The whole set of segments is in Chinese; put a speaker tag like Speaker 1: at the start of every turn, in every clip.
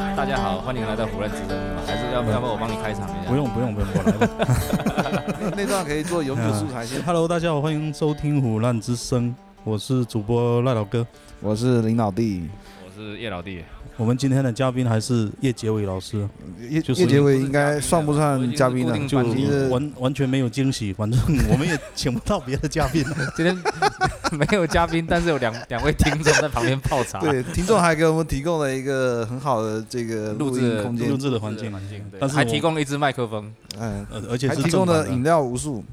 Speaker 1: 欢迎来到胡乱指责你们，还是要不要不我帮你开场一下？
Speaker 2: 不用不用不用，我来吧。
Speaker 3: 那段可以做永久素材线。
Speaker 2: Hello，大家好，欢迎收听《虎烂之声》，我是主播赖老哥。
Speaker 3: 我是林老弟，
Speaker 1: 我是叶老弟，
Speaker 2: 我们今天的嘉宾还是叶杰伟老师，
Speaker 3: 叶
Speaker 2: 就是
Speaker 3: 叶杰伟应该算不上嘉宾
Speaker 1: 啊
Speaker 3: 啊
Speaker 1: 我已经
Speaker 3: 了？
Speaker 2: 就是
Speaker 1: 固定班
Speaker 3: 底
Speaker 2: 完完全没有惊喜，反正我们也请不到别的嘉 宾。
Speaker 1: 今天没有嘉宾，但是有两两位听众在旁边泡茶，
Speaker 3: 对，听众还给我们提供了一个很好的这个
Speaker 1: 录
Speaker 3: 录
Speaker 1: 制
Speaker 3: 音空
Speaker 2: 录
Speaker 3: 间，
Speaker 2: 制的环境
Speaker 1: 环境，对
Speaker 2: 但是
Speaker 1: 还
Speaker 2: 我
Speaker 1: 提供了一支麦克风，
Speaker 3: 嗯，
Speaker 2: 呃，而且
Speaker 3: 还
Speaker 2: 是
Speaker 3: 提
Speaker 2: 正
Speaker 3: 供
Speaker 2: 版
Speaker 3: 了
Speaker 2: 的
Speaker 3: 饮。料无数，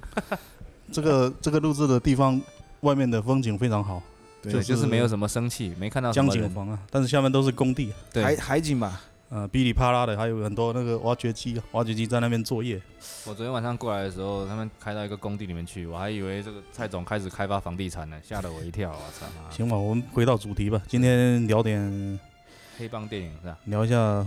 Speaker 2: 这个这个录制的地方，外面的风景非常好，
Speaker 3: 对
Speaker 1: 对，
Speaker 2: 是
Speaker 1: 就是没有什么生气，没看到什
Speaker 2: 江
Speaker 1: 么
Speaker 2: 景
Speaker 1: 人，
Speaker 2: 房啊，但是下面都是工地，
Speaker 1: 对，
Speaker 3: 海海景吧，
Speaker 2: 呃，噼里啪啦的，还有很多那个挖掘机，挖掘机在那边作业。
Speaker 1: 我昨天晚上过来的时候，他们开到一个工地里面去，我还以为这个蔡总开始开发房地产了，吓了我一跳，我操妈！
Speaker 2: 行吧，我们回到主题吧，今天聊点
Speaker 1: 黑帮电影是吧？
Speaker 2: 聊一下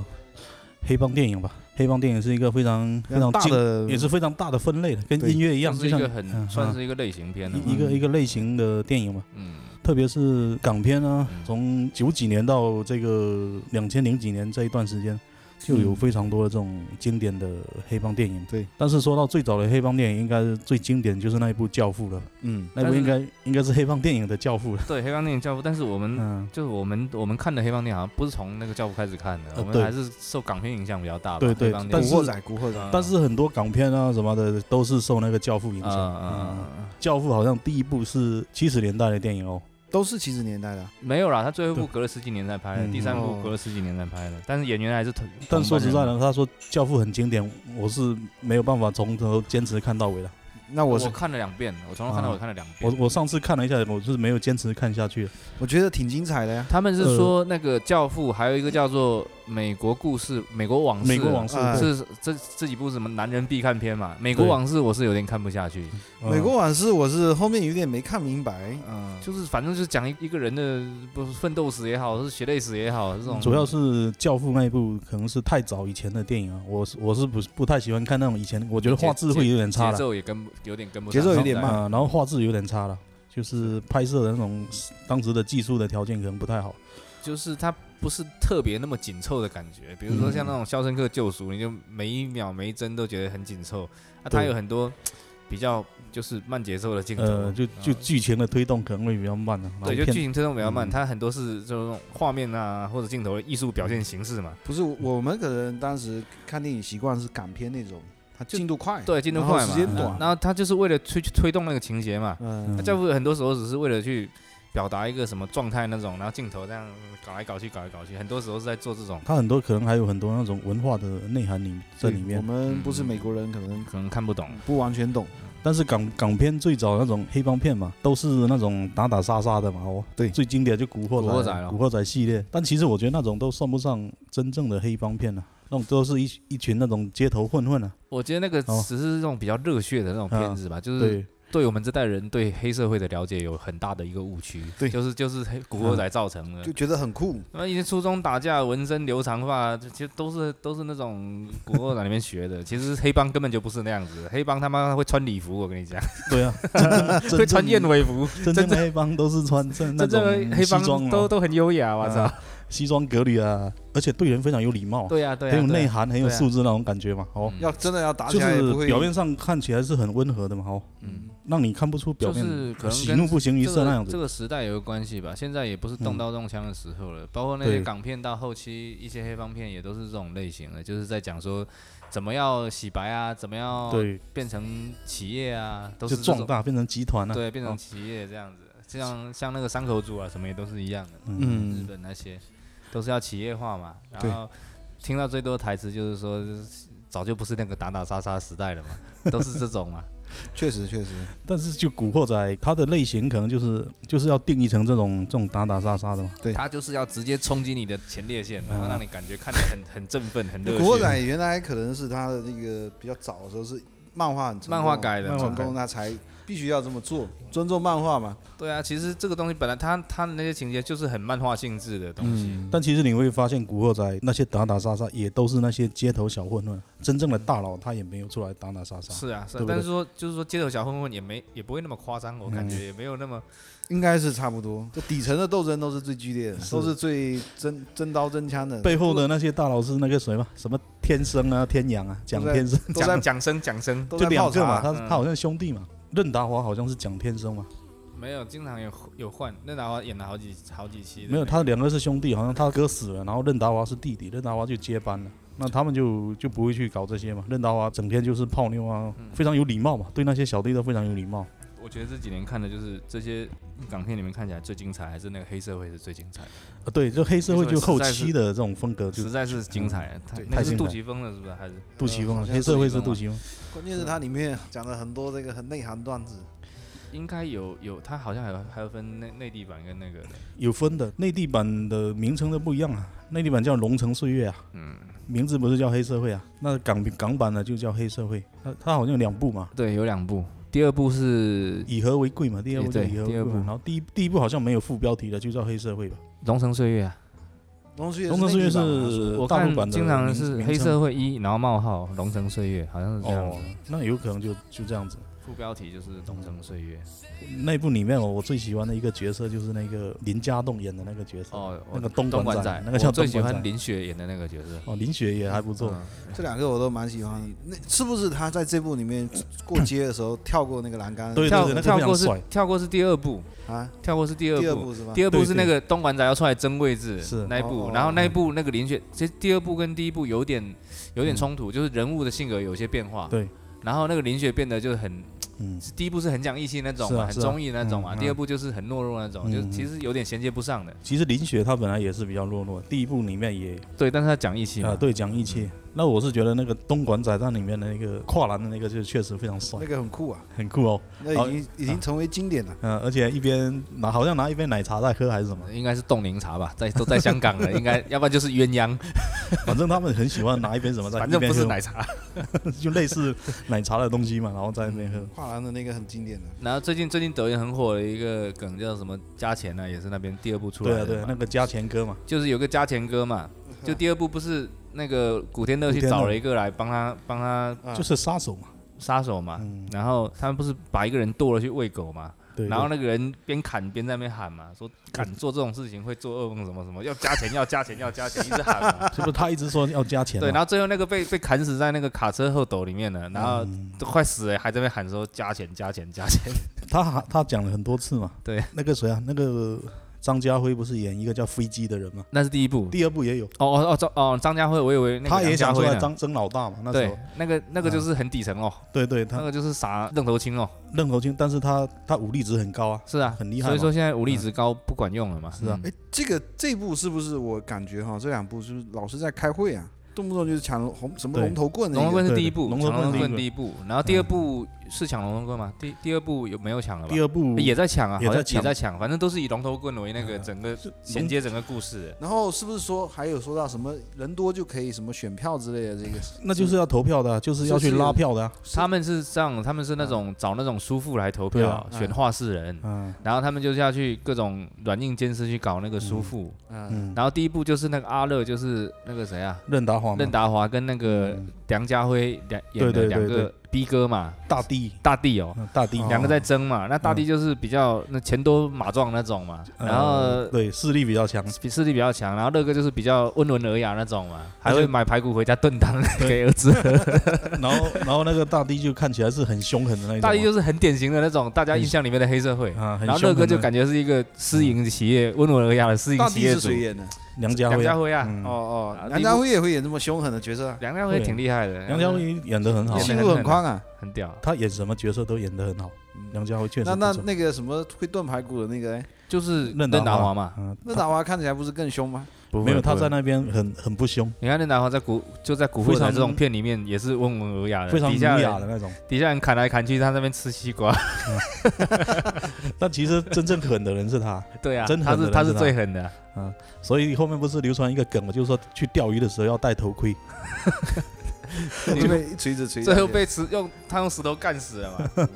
Speaker 2: 黑帮电影吧。黑帮电影是一个非常非常
Speaker 3: 大
Speaker 2: 精
Speaker 3: 的
Speaker 2: 也是非常大的分类的，跟
Speaker 3: 对
Speaker 2: 音乐一
Speaker 1: 一
Speaker 2: 样，
Speaker 1: 是
Speaker 2: 就
Speaker 1: 一
Speaker 2: 像
Speaker 1: 个很
Speaker 2: 嗯
Speaker 1: 算
Speaker 2: 嗯
Speaker 1: 是一个嗯类型片了嘛，
Speaker 2: 一一个一个类型的电影嘛。
Speaker 1: 嗯，
Speaker 2: 特别是港片啊
Speaker 1: 嗯，
Speaker 2: 从九几年到这个两千零几年这一段时间，就有非常多的这种经典的黑帮电影。
Speaker 3: 对，
Speaker 2: 但是说到最早的黑帮电影，应该是最经典就是那一部《教父》了，
Speaker 3: 嗯，
Speaker 2: 那
Speaker 1: 但
Speaker 2: 部
Speaker 1: 是
Speaker 2: 应该应该是黑帮电影的《教父》了。
Speaker 1: 对，黑帮电影教父，但是我们
Speaker 2: 嗯，
Speaker 1: 就是我们我们看的黑帮电影好像不是从那个教父开始看的，
Speaker 2: 呃
Speaker 1: 我们
Speaker 2: 对
Speaker 1: 还是受港片影响比较大吧。
Speaker 2: 对对
Speaker 1: 黑帮
Speaker 3: 古
Speaker 1: 电
Speaker 2: 但
Speaker 1: 影
Speaker 2: 是
Speaker 3: 惑仔，古惑仔，
Speaker 1: 嗯
Speaker 2: 但是很多港片啊什么的都是受那个《教父》影
Speaker 1: 啊
Speaker 2: 响。
Speaker 1: 啊
Speaker 2: 嗯，
Speaker 1: 啊
Speaker 2: 《教父》好像第一部是七十年代的电影哦。
Speaker 3: 都是七十年代的，
Speaker 1: 没有啦，他最后一部
Speaker 2: 对
Speaker 1: 隔了十几年才拍的，
Speaker 2: 嗯
Speaker 1: 第三部
Speaker 3: 哦
Speaker 1: 隔了十几年才拍的，但是演员还是同。
Speaker 2: 但说实在
Speaker 1: 同班人
Speaker 2: 的，他说《教父》很经典，我是没有办法从头坚持看到尾的。
Speaker 3: 那我
Speaker 1: 我
Speaker 3: 是
Speaker 1: 看了两遍，我从头看到
Speaker 2: 啊
Speaker 1: 尾看了两
Speaker 2: 我
Speaker 1: 遍。
Speaker 2: 我上次看了一下，我是没有坚持看下去。
Speaker 3: 我觉得挺精彩的呀，
Speaker 1: 他们是说那个教父，还有一个叫做《美国故事》《美国往事》，
Speaker 2: 呃美国往事，
Speaker 3: 哎
Speaker 2: 对
Speaker 1: 哦是这这几部什么男人必看片嘛，《美国
Speaker 2: 对
Speaker 1: 往事》我是有点看不下去，
Speaker 2: 嗯
Speaker 3: 美国往事我是后面有点没看明白，嗯，
Speaker 1: 就是反正就是讲一一个人的不是奋斗史也好，是血泪史也好，这种
Speaker 2: 嗯主要是《教父》那一部可能是太早以前的电影啊，我是我是不不太喜欢看那种以前，我觉得画质会有点差
Speaker 1: 节
Speaker 2: 了，
Speaker 1: 奏也跟不有点跟不
Speaker 3: 节
Speaker 1: 上，
Speaker 3: 奏有点慢
Speaker 2: 啊，然后画质有点差了。就是拍摄的那种，当时的技术的条件可能不太好。
Speaker 1: 就是它不是特别那么紧凑的感觉。比如说像那种《肖申克救赎》，你就每一秒每一帧都觉得很紧凑，啊，它
Speaker 2: 对
Speaker 1: 有很多比较就是慢节奏的镜头，
Speaker 2: 呃，就就
Speaker 1: 啊
Speaker 2: 剧情的推动可能会比较慢了、然后
Speaker 1: 对，就
Speaker 2: 片
Speaker 1: 剧情推动比较慢，
Speaker 2: 嗯
Speaker 1: 它很多是这种画面啊或者镜头的艺术表现形式嘛。
Speaker 3: 不是我我们可能当时看电影习惯是港片那种，它进度快，
Speaker 1: 对进度
Speaker 3: 然后
Speaker 1: 快嘛
Speaker 3: 时间
Speaker 2: 嗯
Speaker 3: 短，
Speaker 1: 然后它就是为了推推动那个情节嘛，
Speaker 3: 嗯
Speaker 1: 那教父很多时候只是为了去表达一个什么状态那种，然后镜头这样搞来搞去，搞来搞去，很多时候是在做这种
Speaker 2: 它很多可能还有很多那种文化的内涵里在里
Speaker 3: 我
Speaker 2: 面。
Speaker 3: 们不是
Speaker 1: 嗯
Speaker 3: 美国人，可能
Speaker 1: 可能看不懂。
Speaker 3: 不完全懂。
Speaker 2: 但是港港片最早那种黑帮片嘛，都是那种打打杀杀的嘛，哦，
Speaker 3: 对
Speaker 2: 最经典就古惑仔、
Speaker 1: 古惑仔了
Speaker 2: 古惑仔系列。但其实我觉得那种都算不上真正的黑帮片了、啊那种都是一一群那种街头混混啊，
Speaker 1: 我觉得那个
Speaker 2: 哦啊
Speaker 1: 只是这种比较热血的那种片子吧，就是
Speaker 2: 对，
Speaker 1: 对我们这代人对黑社会的了解有很大的一个误区，
Speaker 3: 对
Speaker 1: 就是就是黑古惑仔造
Speaker 2: 啊
Speaker 1: 成的
Speaker 3: 就。觉得很酷。
Speaker 1: 那么以前初中打架，纹身、留长发，这其实都是都是那种古惑仔里面学 的。其实黑帮根本就不是那样子的，黑帮他妈会穿礼服，我跟你 讲，
Speaker 2: 对啊，真正
Speaker 1: 会穿燕
Speaker 2: 真
Speaker 1: 尾服，
Speaker 2: 正真正的黑帮都是穿正那
Speaker 1: 真正
Speaker 2: 种
Speaker 1: 的黑
Speaker 2: 西
Speaker 1: 帮
Speaker 2: 装
Speaker 1: 都
Speaker 2: 啊，
Speaker 1: 都很优雅，我操！
Speaker 2: 西装革履啊，而且对人非常有礼貌，
Speaker 1: 对呀，对呀，
Speaker 2: 哦很有
Speaker 1: 对呀
Speaker 2: 内涵，很有
Speaker 1: 对啊
Speaker 2: 素质那种感觉嘛，哦，
Speaker 1: 嗯
Speaker 3: 要真的要打
Speaker 2: 就
Speaker 3: 起来，也
Speaker 2: 是
Speaker 3: 不会
Speaker 2: 表面上看起来是很温和的嘛，哦，
Speaker 1: 嗯，
Speaker 2: 让你看不出表面呃
Speaker 1: 就是可能
Speaker 2: 喜
Speaker 1: 跟
Speaker 2: 怒不形于
Speaker 1: 这
Speaker 2: 色那样
Speaker 1: 个
Speaker 2: 子。嗯
Speaker 1: 这个时代有个关系吧。现在也不是动刀动枪的时候了，包括那
Speaker 2: 对
Speaker 1: 些港片到后期一些黑帮片也都是这种类型的，就是在讲说怎么要洗白啊，怎么要
Speaker 2: 对，
Speaker 1: 变成企业啊，都
Speaker 2: 就是
Speaker 1: 这
Speaker 2: 壮
Speaker 1: 种
Speaker 2: 大变成集团了、
Speaker 1: 对，变成
Speaker 2: 哦
Speaker 1: 企业这样子。像像那个山口组啊，什么也都是一样的，
Speaker 2: 嗯
Speaker 1: 日本那些都是要企业化嘛。然后听到最多的台词就是说，早就不是那个打打杀杀时代了嘛，都是这种嘛。
Speaker 3: 确实确实，
Speaker 2: 但是就古惑仔，它的类型可能就是就是要定义成这种这种打打杀杀的嘛。
Speaker 3: 对
Speaker 1: 他就是要直接冲击你的前列腺，然后让你感觉看得很很振奋、很热血。
Speaker 3: 古惑仔原来可能是他的那个比较早的时候是漫画很成功
Speaker 1: 漫画改的嗯
Speaker 3: 很成
Speaker 1: 漫画
Speaker 3: 功，他才必须要这么做，尊重漫画嘛。
Speaker 1: 对啊，其实这个东西本来他他的那些情节就是很漫画性质的东西，
Speaker 3: 嗯，
Speaker 2: 但其实你会发现，古惑仔那些打打杀杀也都是那些街头小混混，真正的大佬他也没有出来打打杀杀。
Speaker 1: 是啊，是啊
Speaker 2: 对不对
Speaker 1: 但是说就是说街头小混混也没也不会那么夸张，我感觉也没有那么
Speaker 3: 应该是差不多。这底层的斗争都是最激烈的，
Speaker 2: 是
Speaker 3: 都是最真真刀真枪的，
Speaker 2: 背后的那些大佬是那个谁嘛，什么天生啊、天阳啊、蒋天生，
Speaker 3: 都在
Speaker 1: 讲讲声讲声，
Speaker 3: 都
Speaker 2: 就
Speaker 3: 在
Speaker 2: 两
Speaker 3: 泡
Speaker 2: 个嘛，
Speaker 3: 茶。
Speaker 2: 他
Speaker 1: 嗯
Speaker 2: 他好像兄弟嘛。任达华好像是蒋天生嘛，
Speaker 1: 没有经常有有换，那然后演了好几好几期的
Speaker 2: 没有，
Speaker 1: 那
Speaker 2: 他两个是兄弟，好像他哥死了，然后任达华是弟弟，任达华就接班了。那他们就就不会去搞这些嘛。任达华整天就是泡妞啊，
Speaker 1: 嗯
Speaker 2: 非常有礼貌嘛，对那些小弟都非常有礼貌。
Speaker 1: 我觉得这几年看的就是这些港片里面看起来最精彩，还是那个黑社会是最精彩的，
Speaker 2: 啊，对，就黑社会
Speaker 1: 黑
Speaker 2: 就
Speaker 1: 社会
Speaker 2: 后
Speaker 1: 实在是
Speaker 2: 期的这种风格，就
Speaker 1: 实在是精彩。他
Speaker 3: 对
Speaker 1: 那个
Speaker 2: 太精
Speaker 1: 是
Speaker 2: 彩
Speaker 1: 杜琪峰的，是不是？还是
Speaker 2: 杜琪峰
Speaker 3: 好
Speaker 2: 啊，
Speaker 3: 像
Speaker 2: 黑社会是
Speaker 1: 杜
Speaker 2: 杜
Speaker 1: 琪
Speaker 2: 琪峰。
Speaker 3: 关键是它里面讲了很多这个很内涵段子，
Speaker 1: 应该有有，他好像还有还有分内内地版跟那个的。
Speaker 2: 有分的，内地版的名称都不一样啊。内地版叫《龙城岁月》啊，
Speaker 1: 嗯，
Speaker 2: 名字不是叫黑社会啊。那港港版的就叫黑社会，它它好像有两部嘛，
Speaker 1: 对，有两部，第二部是《
Speaker 2: 以和为贵嘛，第二部叫
Speaker 1: 对
Speaker 2: 以和
Speaker 1: 第
Speaker 2: 为
Speaker 1: 二
Speaker 2: 贵嘛。
Speaker 1: 部
Speaker 2: 然后第一第一部好像没有副标题的，就叫黑社会吧。
Speaker 1: 龙城岁月》啊，
Speaker 3: 《龙珠
Speaker 2: 《
Speaker 3: 也
Speaker 2: 龙城岁月》
Speaker 3: 内地版嘛说
Speaker 2: 是
Speaker 1: 我
Speaker 2: 大
Speaker 1: 看
Speaker 2: 陆版的名，
Speaker 1: 经常是
Speaker 2: 名
Speaker 1: 黑
Speaker 2: 称
Speaker 1: 社会一，然后冒号龙城岁月，好像是这样
Speaker 2: 哦
Speaker 1: 子。，
Speaker 2: 那有可能就就这样子。
Speaker 1: 副标题就是龙城岁月。
Speaker 2: 那部里面我我最喜欢的一个角色就是那个林家栋演的那个角色，
Speaker 1: 哦，
Speaker 2: 那个
Speaker 1: 东
Speaker 2: 东莞
Speaker 1: 仔
Speaker 2: 仔，，那个叫
Speaker 1: 我最
Speaker 2: 东
Speaker 1: 喜
Speaker 2: 莞
Speaker 1: 欢
Speaker 2: 仔。
Speaker 1: 林雪演的那个角色。
Speaker 2: 哦，林雪也还不错。
Speaker 1: 嗯
Speaker 3: 这两个我都蛮喜欢的。那是不是他在这部里面过街的时候跳过那个栏杆？
Speaker 2: 对
Speaker 1: 跳
Speaker 2: 那个非
Speaker 1: 跳
Speaker 2: 常
Speaker 1: 过是
Speaker 2: 帅
Speaker 1: 跳过是第二部，
Speaker 3: 啊，
Speaker 1: 跳过是第
Speaker 3: 第二
Speaker 1: 二部，
Speaker 3: 部是吧？
Speaker 1: 第二部
Speaker 2: 对
Speaker 1: 是
Speaker 2: 啊对
Speaker 1: 那个东莞仔要出来争位置
Speaker 2: 是
Speaker 1: 那一
Speaker 3: 哦
Speaker 1: 部
Speaker 3: 哦，
Speaker 1: 然后
Speaker 3: 哦
Speaker 1: 那一部那个林雪，其实第二部跟第一部有点有点冲突，就是人物的性格有些变化。
Speaker 2: 嗯对。
Speaker 1: 然后那个林雪变得就很，
Speaker 2: 嗯，
Speaker 1: 第一部是很讲义气那种
Speaker 2: 是
Speaker 1: 嘛，
Speaker 2: 啊
Speaker 1: 很
Speaker 2: 是啊
Speaker 1: 忠义那种嘛，
Speaker 2: 嗯
Speaker 1: 第二部就是很懦弱那种，
Speaker 2: 嗯
Speaker 1: 就是其实有点衔接不上的。
Speaker 2: 其实林雪她本来也是比较懦弱，第一部里面也
Speaker 1: 对，但是他嗯讲义气
Speaker 2: 啊、
Speaker 1: 嘛，
Speaker 2: 对讲义气。那我是觉得那个东莞仔站里面的那个跨栏的那个就确实非常帅
Speaker 3: 那，个很酷啊，
Speaker 2: 很酷哦。
Speaker 3: 那已经已经成为经典了。
Speaker 2: 嗯、而且一边拿好像拿一杯奶茶在喝还是什么，
Speaker 1: 应该是冻柠茶吧，在都在香 港了，应该要不然就是鸳鸯，
Speaker 2: 反正他们很喜欢拿一杯什么 在
Speaker 1: 反
Speaker 2: 一
Speaker 1: 正
Speaker 2: 边
Speaker 1: 不
Speaker 2: 喝
Speaker 1: 是，奶茶。
Speaker 2: 就类似奶茶的东西嘛，然后在那边喝。
Speaker 3: 跨栏的那个很经典的，
Speaker 1: 然后最近最近抖音很火的一个梗叫什么加钱呢、也是那边第二部出来
Speaker 2: 对
Speaker 1: 的
Speaker 2: 啊对啊
Speaker 1: 嘛，
Speaker 2: 那个加钱哥嘛，
Speaker 1: 就是有个加钱哥 嘛，就第二部不是那个古天乐去找了一个来帮他帮他
Speaker 3: 啊
Speaker 2: 就是杀手嘛。
Speaker 1: 杀手嘛，
Speaker 2: 嗯，
Speaker 1: 然后他们不是把一个人剁了去喂狗嘛，
Speaker 2: 对。
Speaker 1: 然后
Speaker 2: 呢？
Speaker 1: 那个人边砍边在那边喊嘛，说敢做这种事情会做噩梦什么什么，要加钱要加钱要加钱，一直喊 嘛，
Speaker 2: 是不是他一直说要加钱、啊？
Speaker 1: 对，然后最后那个被被砍死在那个卡车后斗里面了，然后
Speaker 2: 嗯
Speaker 1: 都快死了还在那边喊说加钱加钱加钱，
Speaker 2: 他还他讲了很多次嘛。
Speaker 1: 对，
Speaker 2: 那个谁啊，那个张家辉不是演一个叫飞机的人嘛？
Speaker 1: 那是第一部，
Speaker 2: 第二部也有，
Speaker 1: 哦哦哦张哦张家辉，我以为那个
Speaker 2: 他也
Speaker 1: 梁家
Speaker 2: 想出
Speaker 1: 辉
Speaker 2: 来
Speaker 1: 呢
Speaker 2: 当争老大嘛。那时
Speaker 1: 对
Speaker 2: 候，，
Speaker 1: 那个那个就是很底层哦，
Speaker 2: 对对，他
Speaker 1: 那个就是傻愣头青哦，
Speaker 2: 愣头青，但是他他武力值很高啊。
Speaker 1: 是啊，
Speaker 2: 很厉害
Speaker 1: 所以
Speaker 2: 嘛嗯
Speaker 1: 说现在武力值高不管用了嘛，
Speaker 2: 是啊
Speaker 1: 嗯
Speaker 3: 哎，这个这部是不是我感觉哈，这两部是不是老是在开会啊，动不动就是抢红什么
Speaker 2: 对
Speaker 3: 龙头棍那
Speaker 1: 龙
Speaker 3: 个
Speaker 1: 头棍是
Speaker 2: 对
Speaker 1: 第一
Speaker 2: 对
Speaker 1: 部，
Speaker 2: 龙头
Speaker 1: 抢龙
Speaker 2: 棍
Speaker 1: 头
Speaker 2: 是
Speaker 1: 棍
Speaker 2: 第
Speaker 1: 第
Speaker 2: 一
Speaker 1: 一部，然后第二部是抢龙头棍吗？第第二部有没有抢了吧
Speaker 2: 第？二部
Speaker 1: 也在抢啊，
Speaker 2: 也
Speaker 1: 好像
Speaker 2: 在抢嗯
Speaker 1: 也在抢，反正都是以龙头棍为那个整个衔接整个故事的。
Speaker 3: 然后是不是说还有说到什么人多就可以什么选票之类的这个？
Speaker 2: 那就是要投票的啊，就是要去拉票的啊。
Speaker 1: 他们是这样，他们是那种找那种叔父来投
Speaker 2: 嗯对
Speaker 1: 票
Speaker 2: 啊，
Speaker 1: 选话事人，
Speaker 2: 嗯
Speaker 1: 然后他们就是要去各种软硬兼施去搞那个叔父。
Speaker 3: 嗯，
Speaker 2: 嗯，
Speaker 1: 然后第一部就是那个阿乐，就是那个谁啊，
Speaker 2: 任达华嘛，
Speaker 1: 任达华跟那个
Speaker 2: 嗯
Speaker 1: 梁家辉两演的
Speaker 2: 对对
Speaker 1: 两
Speaker 2: 对
Speaker 1: 个逼哥嘛，
Speaker 2: 大帝，
Speaker 1: 大地哦，
Speaker 2: 嗯大帝
Speaker 3: 哦
Speaker 1: 两个在争嘛。那大地就是比较那钱多马壮那种嘛，
Speaker 2: 呃
Speaker 1: 然后
Speaker 2: 对势力比较强，
Speaker 1: 比势力比较强，然后乐哥就是比较温文尔雅那种嘛，还
Speaker 2: 而且
Speaker 1: 会买排骨回家炖汤 给儿子喝。
Speaker 2: 然后然后那个大帝就看起来是很凶狠的那种啊，
Speaker 1: 大地就是很嗯典型的那种大家印象里面的黑社会，
Speaker 2: 啊，很
Speaker 1: 然后
Speaker 2: 凶
Speaker 1: 乐
Speaker 2: 狠
Speaker 1: 哥就
Speaker 2: 的
Speaker 1: 感觉是一个私营企业温文尔雅的私营
Speaker 3: 大
Speaker 1: 企
Speaker 3: 地
Speaker 1: 业
Speaker 3: 是
Speaker 1: 主。
Speaker 3: 谁演的？
Speaker 2: 梁家
Speaker 1: 梁
Speaker 2: 辉
Speaker 1: 家
Speaker 2: 啊，
Speaker 1: 辉啊，
Speaker 2: 嗯
Speaker 3: 哦哦
Speaker 1: 啊，
Speaker 3: 梁家辉也会演这么凶狠的角色啊，
Speaker 1: 梁家辉挺厉害的，
Speaker 2: 梁家辉演的很好
Speaker 1: 哦，
Speaker 3: 戏
Speaker 1: 演得
Speaker 3: 路
Speaker 1: 很
Speaker 3: 很宽啊。
Speaker 1: 很屌。
Speaker 2: 他演什么角色都演得很好。梁家辉确实
Speaker 3: 那
Speaker 2: 不
Speaker 3: 那
Speaker 2: 错
Speaker 3: 那个什么会炖排骨的那个，哎
Speaker 1: 就是
Speaker 2: 任
Speaker 1: 任
Speaker 2: 达
Speaker 1: 达
Speaker 2: 华
Speaker 1: 华嘛，
Speaker 2: 嗯，
Speaker 3: 那打华看起来不是更 凶吗？
Speaker 2: 没有他在
Speaker 1: 那。
Speaker 2: 那边很很不凶，
Speaker 1: 你看任达华在古就在古惑仔这种片里面也是温文尔雅的，
Speaker 2: 非常儒
Speaker 1: 呃底下
Speaker 2: 雅的
Speaker 1: 人
Speaker 2: 那种。
Speaker 1: 底下人砍来砍去，他在那边吃西 瓜。
Speaker 2: 但其实真正狠的人是他，
Speaker 1: 对啊，
Speaker 2: 真
Speaker 1: 他
Speaker 2: 狠
Speaker 1: 是
Speaker 2: 的
Speaker 1: 他是
Speaker 2: 人是他
Speaker 1: 最狠的，啊
Speaker 2: 所以后面不是流传一个梗嘛，就是说去钓鱼的时候要戴头盔，
Speaker 3: 就被锤子锤下去。
Speaker 1: 最后被石用他用石头干死了 嘛，嗯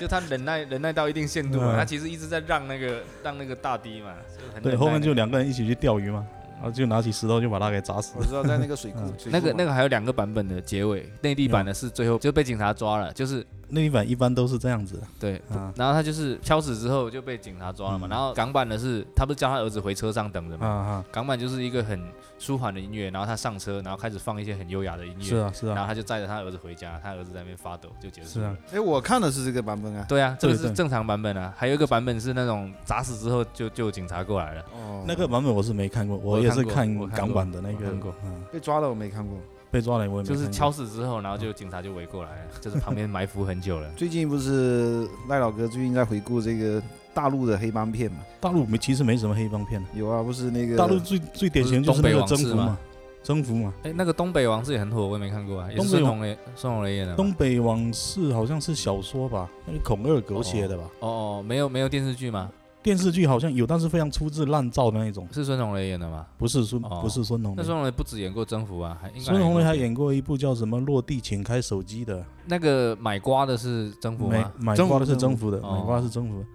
Speaker 1: 就他忍耐忍耐到一定限度嘛，
Speaker 2: 嗯
Speaker 1: 他其实一直在让那个让那个大堤嘛，就是很
Speaker 2: 对，
Speaker 1: 忍
Speaker 2: 后
Speaker 1: 耐
Speaker 2: 面
Speaker 1: 那
Speaker 2: 就
Speaker 1: 个
Speaker 2: 两个人一起去钓鱼嘛，然后就拿起石头就把他给砸死
Speaker 3: 我。知道在那个水库，
Speaker 2: 嗯
Speaker 3: 水库
Speaker 1: 那个
Speaker 3: 嘛
Speaker 1: 那个还有两个版本的结尾，内地版的是最后
Speaker 2: 嗯
Speaker 1: 就被警察抓了，就是
Speaker 2: 那一版一般都是这样子的，
Speaker 1: 对，
Speaker 2: 啊
Speaker 1: 然后他就是敲死之后就被警察抓了嘛，
Speaker 2: 嗯
Speaker 1: 然后港版的是他不是叫他儿子回车上等着
Speaker 2: 啊
Speaker 1: 嘛，
Speaker 2: 啊，
Speaker 1: 港版就是一个很舒缓的音乐，然后他上车，然后开始放一些很优雅的音
Speaker 2: 是
Speaker 1: 乐，
Speaker 2: 啊是
Speaker 1: 然
Speaker 2: 啊，
Speaker 1: 后他就载着他儿子回家，他儿子在那边发抖就结束
Speaker 2: 是啊
Speaker 1: 了。
Speaker 3: 哎，我看的是这个版本啊。
Speaker 1: 对啊，这个
Speaker 2: 对
Speaker 1: 是
Speaker 2: 对
Speaker 1: 正常版本啊，还有一个版本是那种砸死之后就就有警察过来了。
Speaker 3: 哦，
Speaker 2: 那个版本我是没看过，
Speaker 1: 我
Speaker 2: 我也是
Speaker 1: 看过我看
Speaker 2: 港
Speaker 1: 过
Speaker 2: 版的那
Speaker 1: 我看
Speaker 2: 个
Speaker 1: 过，
Speaker 2: 嗯，
Speaker 3: 被抓了我没看过。。
Speaker 2: 被抓了我也没
Speaker 1: 就是
Speaker 2: 看过嗯
Speaker 1: 敲死之后，然后就警察就围过来了，就是旁边埋伏很久 了
Speaker 3: 最近不是赖老哥最近在回顾这个大陆的黑帮片嘛？
Speaker 2: 大陆没其实没什么黑帮片的，
Speaker 3: 有啊，不是那个
Speaker 2: 大陆最最典型就是那个征服嘛，征服嘛，
Speaker 1: 哎，那个东北王子也很火，我也没看过啊，也是
Speaker 2: 东北
Speaker 1: 孙红雷、孙红雷演的吗。
Speaker 2: 东北往事好像是小说吧，那个孔二狗写的吧，
Speaker 1: 哦哦，没有没有电视剧吗？
Speaker 2: 电视剧好像有，但是非常粗制滥造的那一种，
Speaker 1: 是孙红雷演的吗？
Speaker 2: 不是孙
Speaker 1: 哦
Speaker 2: 不是孙红
Speaker 1: 那
Speaker 2: 雷。
Speaker 1: 孙红雷不止演过《征服》啊，还应该
Speaker 2: 孙红雷还
Speaker 1: 过
Speaker 2: 演过一部叫什么《落地请开手机》的，
Speaker 1: 那个买瓜的是《征服》
Speaker 2: 买
Speaker 1: 吗？
Speaker 2: 买
Speaker 3: 征服
Speaker 2: 瓜的是
Speaker 3: 征
Speaker 2: 征服的，
Speaker 1: 哦
Speaker 2: 买瓜是征服的，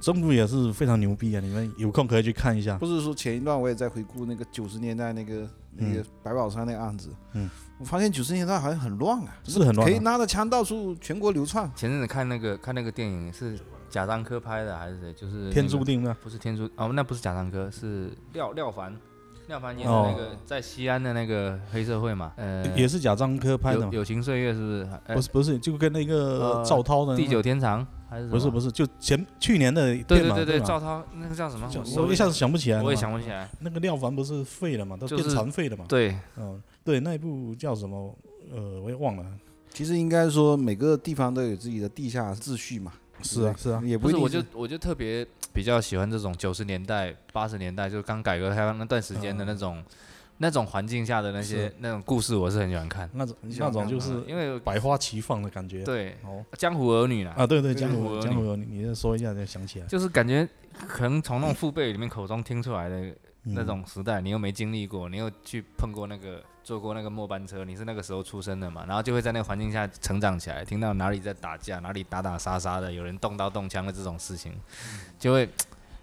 Speaker 2: 征服也是非常牛逼啊！你们有空可以去看一下
Speaker 3: 不。是说前一段我也在回顾那个九十年代那个那个
Speaker 2: 嗯
Speaker 3: 白宝山那个案子，
Speaker 2: 嗯，
Speaker 3: 我发现九十年代好像很乱啊，
Speaker 2: 是很乱啊
Speaker 3: 可以拿着枪到处全国流窜。
Speaker 1: 前阵子看那个看那个电影是贾樟柯拍的还是谁？就是那个
Speaker 2: 天注定的，
Speaker 1: 不是天珠哦，那不是贾樟柯，是廖廖凡，廖凡演的那个、
Speaker 3: 哦
Speaker 1: 在西安的那个黑社会嘛，呃，
Speaker 2: 也是贾樟柯拍的
Speaker 1: 友
Speaker 2: 嘛？
Speaker 1: 友情岁月是不是？呃
Speaker 2: 不是不是，就跟那个
Speaker 1: 呃
Speaker 2: 赵涛的那
Speaker 1: 地
Speaker 2: 个
Speaker 1: 久天长还是什么
Speaker 2: 不是不是，就前去年的
Speaker 1: 对
Speaker 2: 电
Speaker 1: 对
Speaker 2: 嘛
Speaker 1: 对对，
Speaker 2: 吧
Speaker 1: 赵涛那个叫什么？
Speaker 2: 叫
Speaker 1: 我
Speaker 2: 我一下子想不起来了嘛，
Speaker 1: 我也想不起来。
Speaker 2: 那个廖凡不是废了嘛，都
Speaker 1: 就是
Speaker 2: 变残废了嘛。
Speaker 1: 对，
Speaker 2: 嗯，对，那一部叫什么？呃，我也忘了。
Speaker 3: 其实应该说每个地方都有自己的地下秩序嘛，
Speaker 2: 是啊，是啊，
Speaker 3: 也
Speaker 1: 不
Speaker 3: 一
Speaker 1: 是，
Speaker 3: 定
Speaker 1: 我就我就特别比较喜欢这种九十年代、八十年代，就是刚改革开放那段时间的那种、那种环境下的那些
Speaker 2: 嗯是
Speaker 1: 那种故事，我是很喜欢看。
Speaker 2: 那种
Speaker 3: 你想
Speaker 2: 那种
Speaker 3: 看
Speaker 2: 就是
Speaker 1: 嗯因为
Speaker 2: 百花齐放的感觉。
Speaker 1: 对
Speaker 2: 哦
Speaker 1: 江湖儿女啦，
Speaker 2: 啊，对对，
Speaker 1: 江
Speaker 2: 江
Speaker 1: 湖
Speaker 2: 湖
Speaker 1: 儿
Speaker 2: 江湖
Speaker 1: 女
Speaker 2: 儿女，你再说一下就想起来。
Speaker 1: 就是感觉可能从那种父辈里面口中听出来的
Speaker 2: 嗯
Speaker 1: 那种时代，你又没经历过，你又去碰过那个坐过那个末班车，你是那个时候出生的嘛，然后就会在那个环境下成长起来，听到哪里在打架，哪里打打杀杀的，有人动刀动枪的这种事情，
Speaker 2: 嗯
Speaker 1: 就会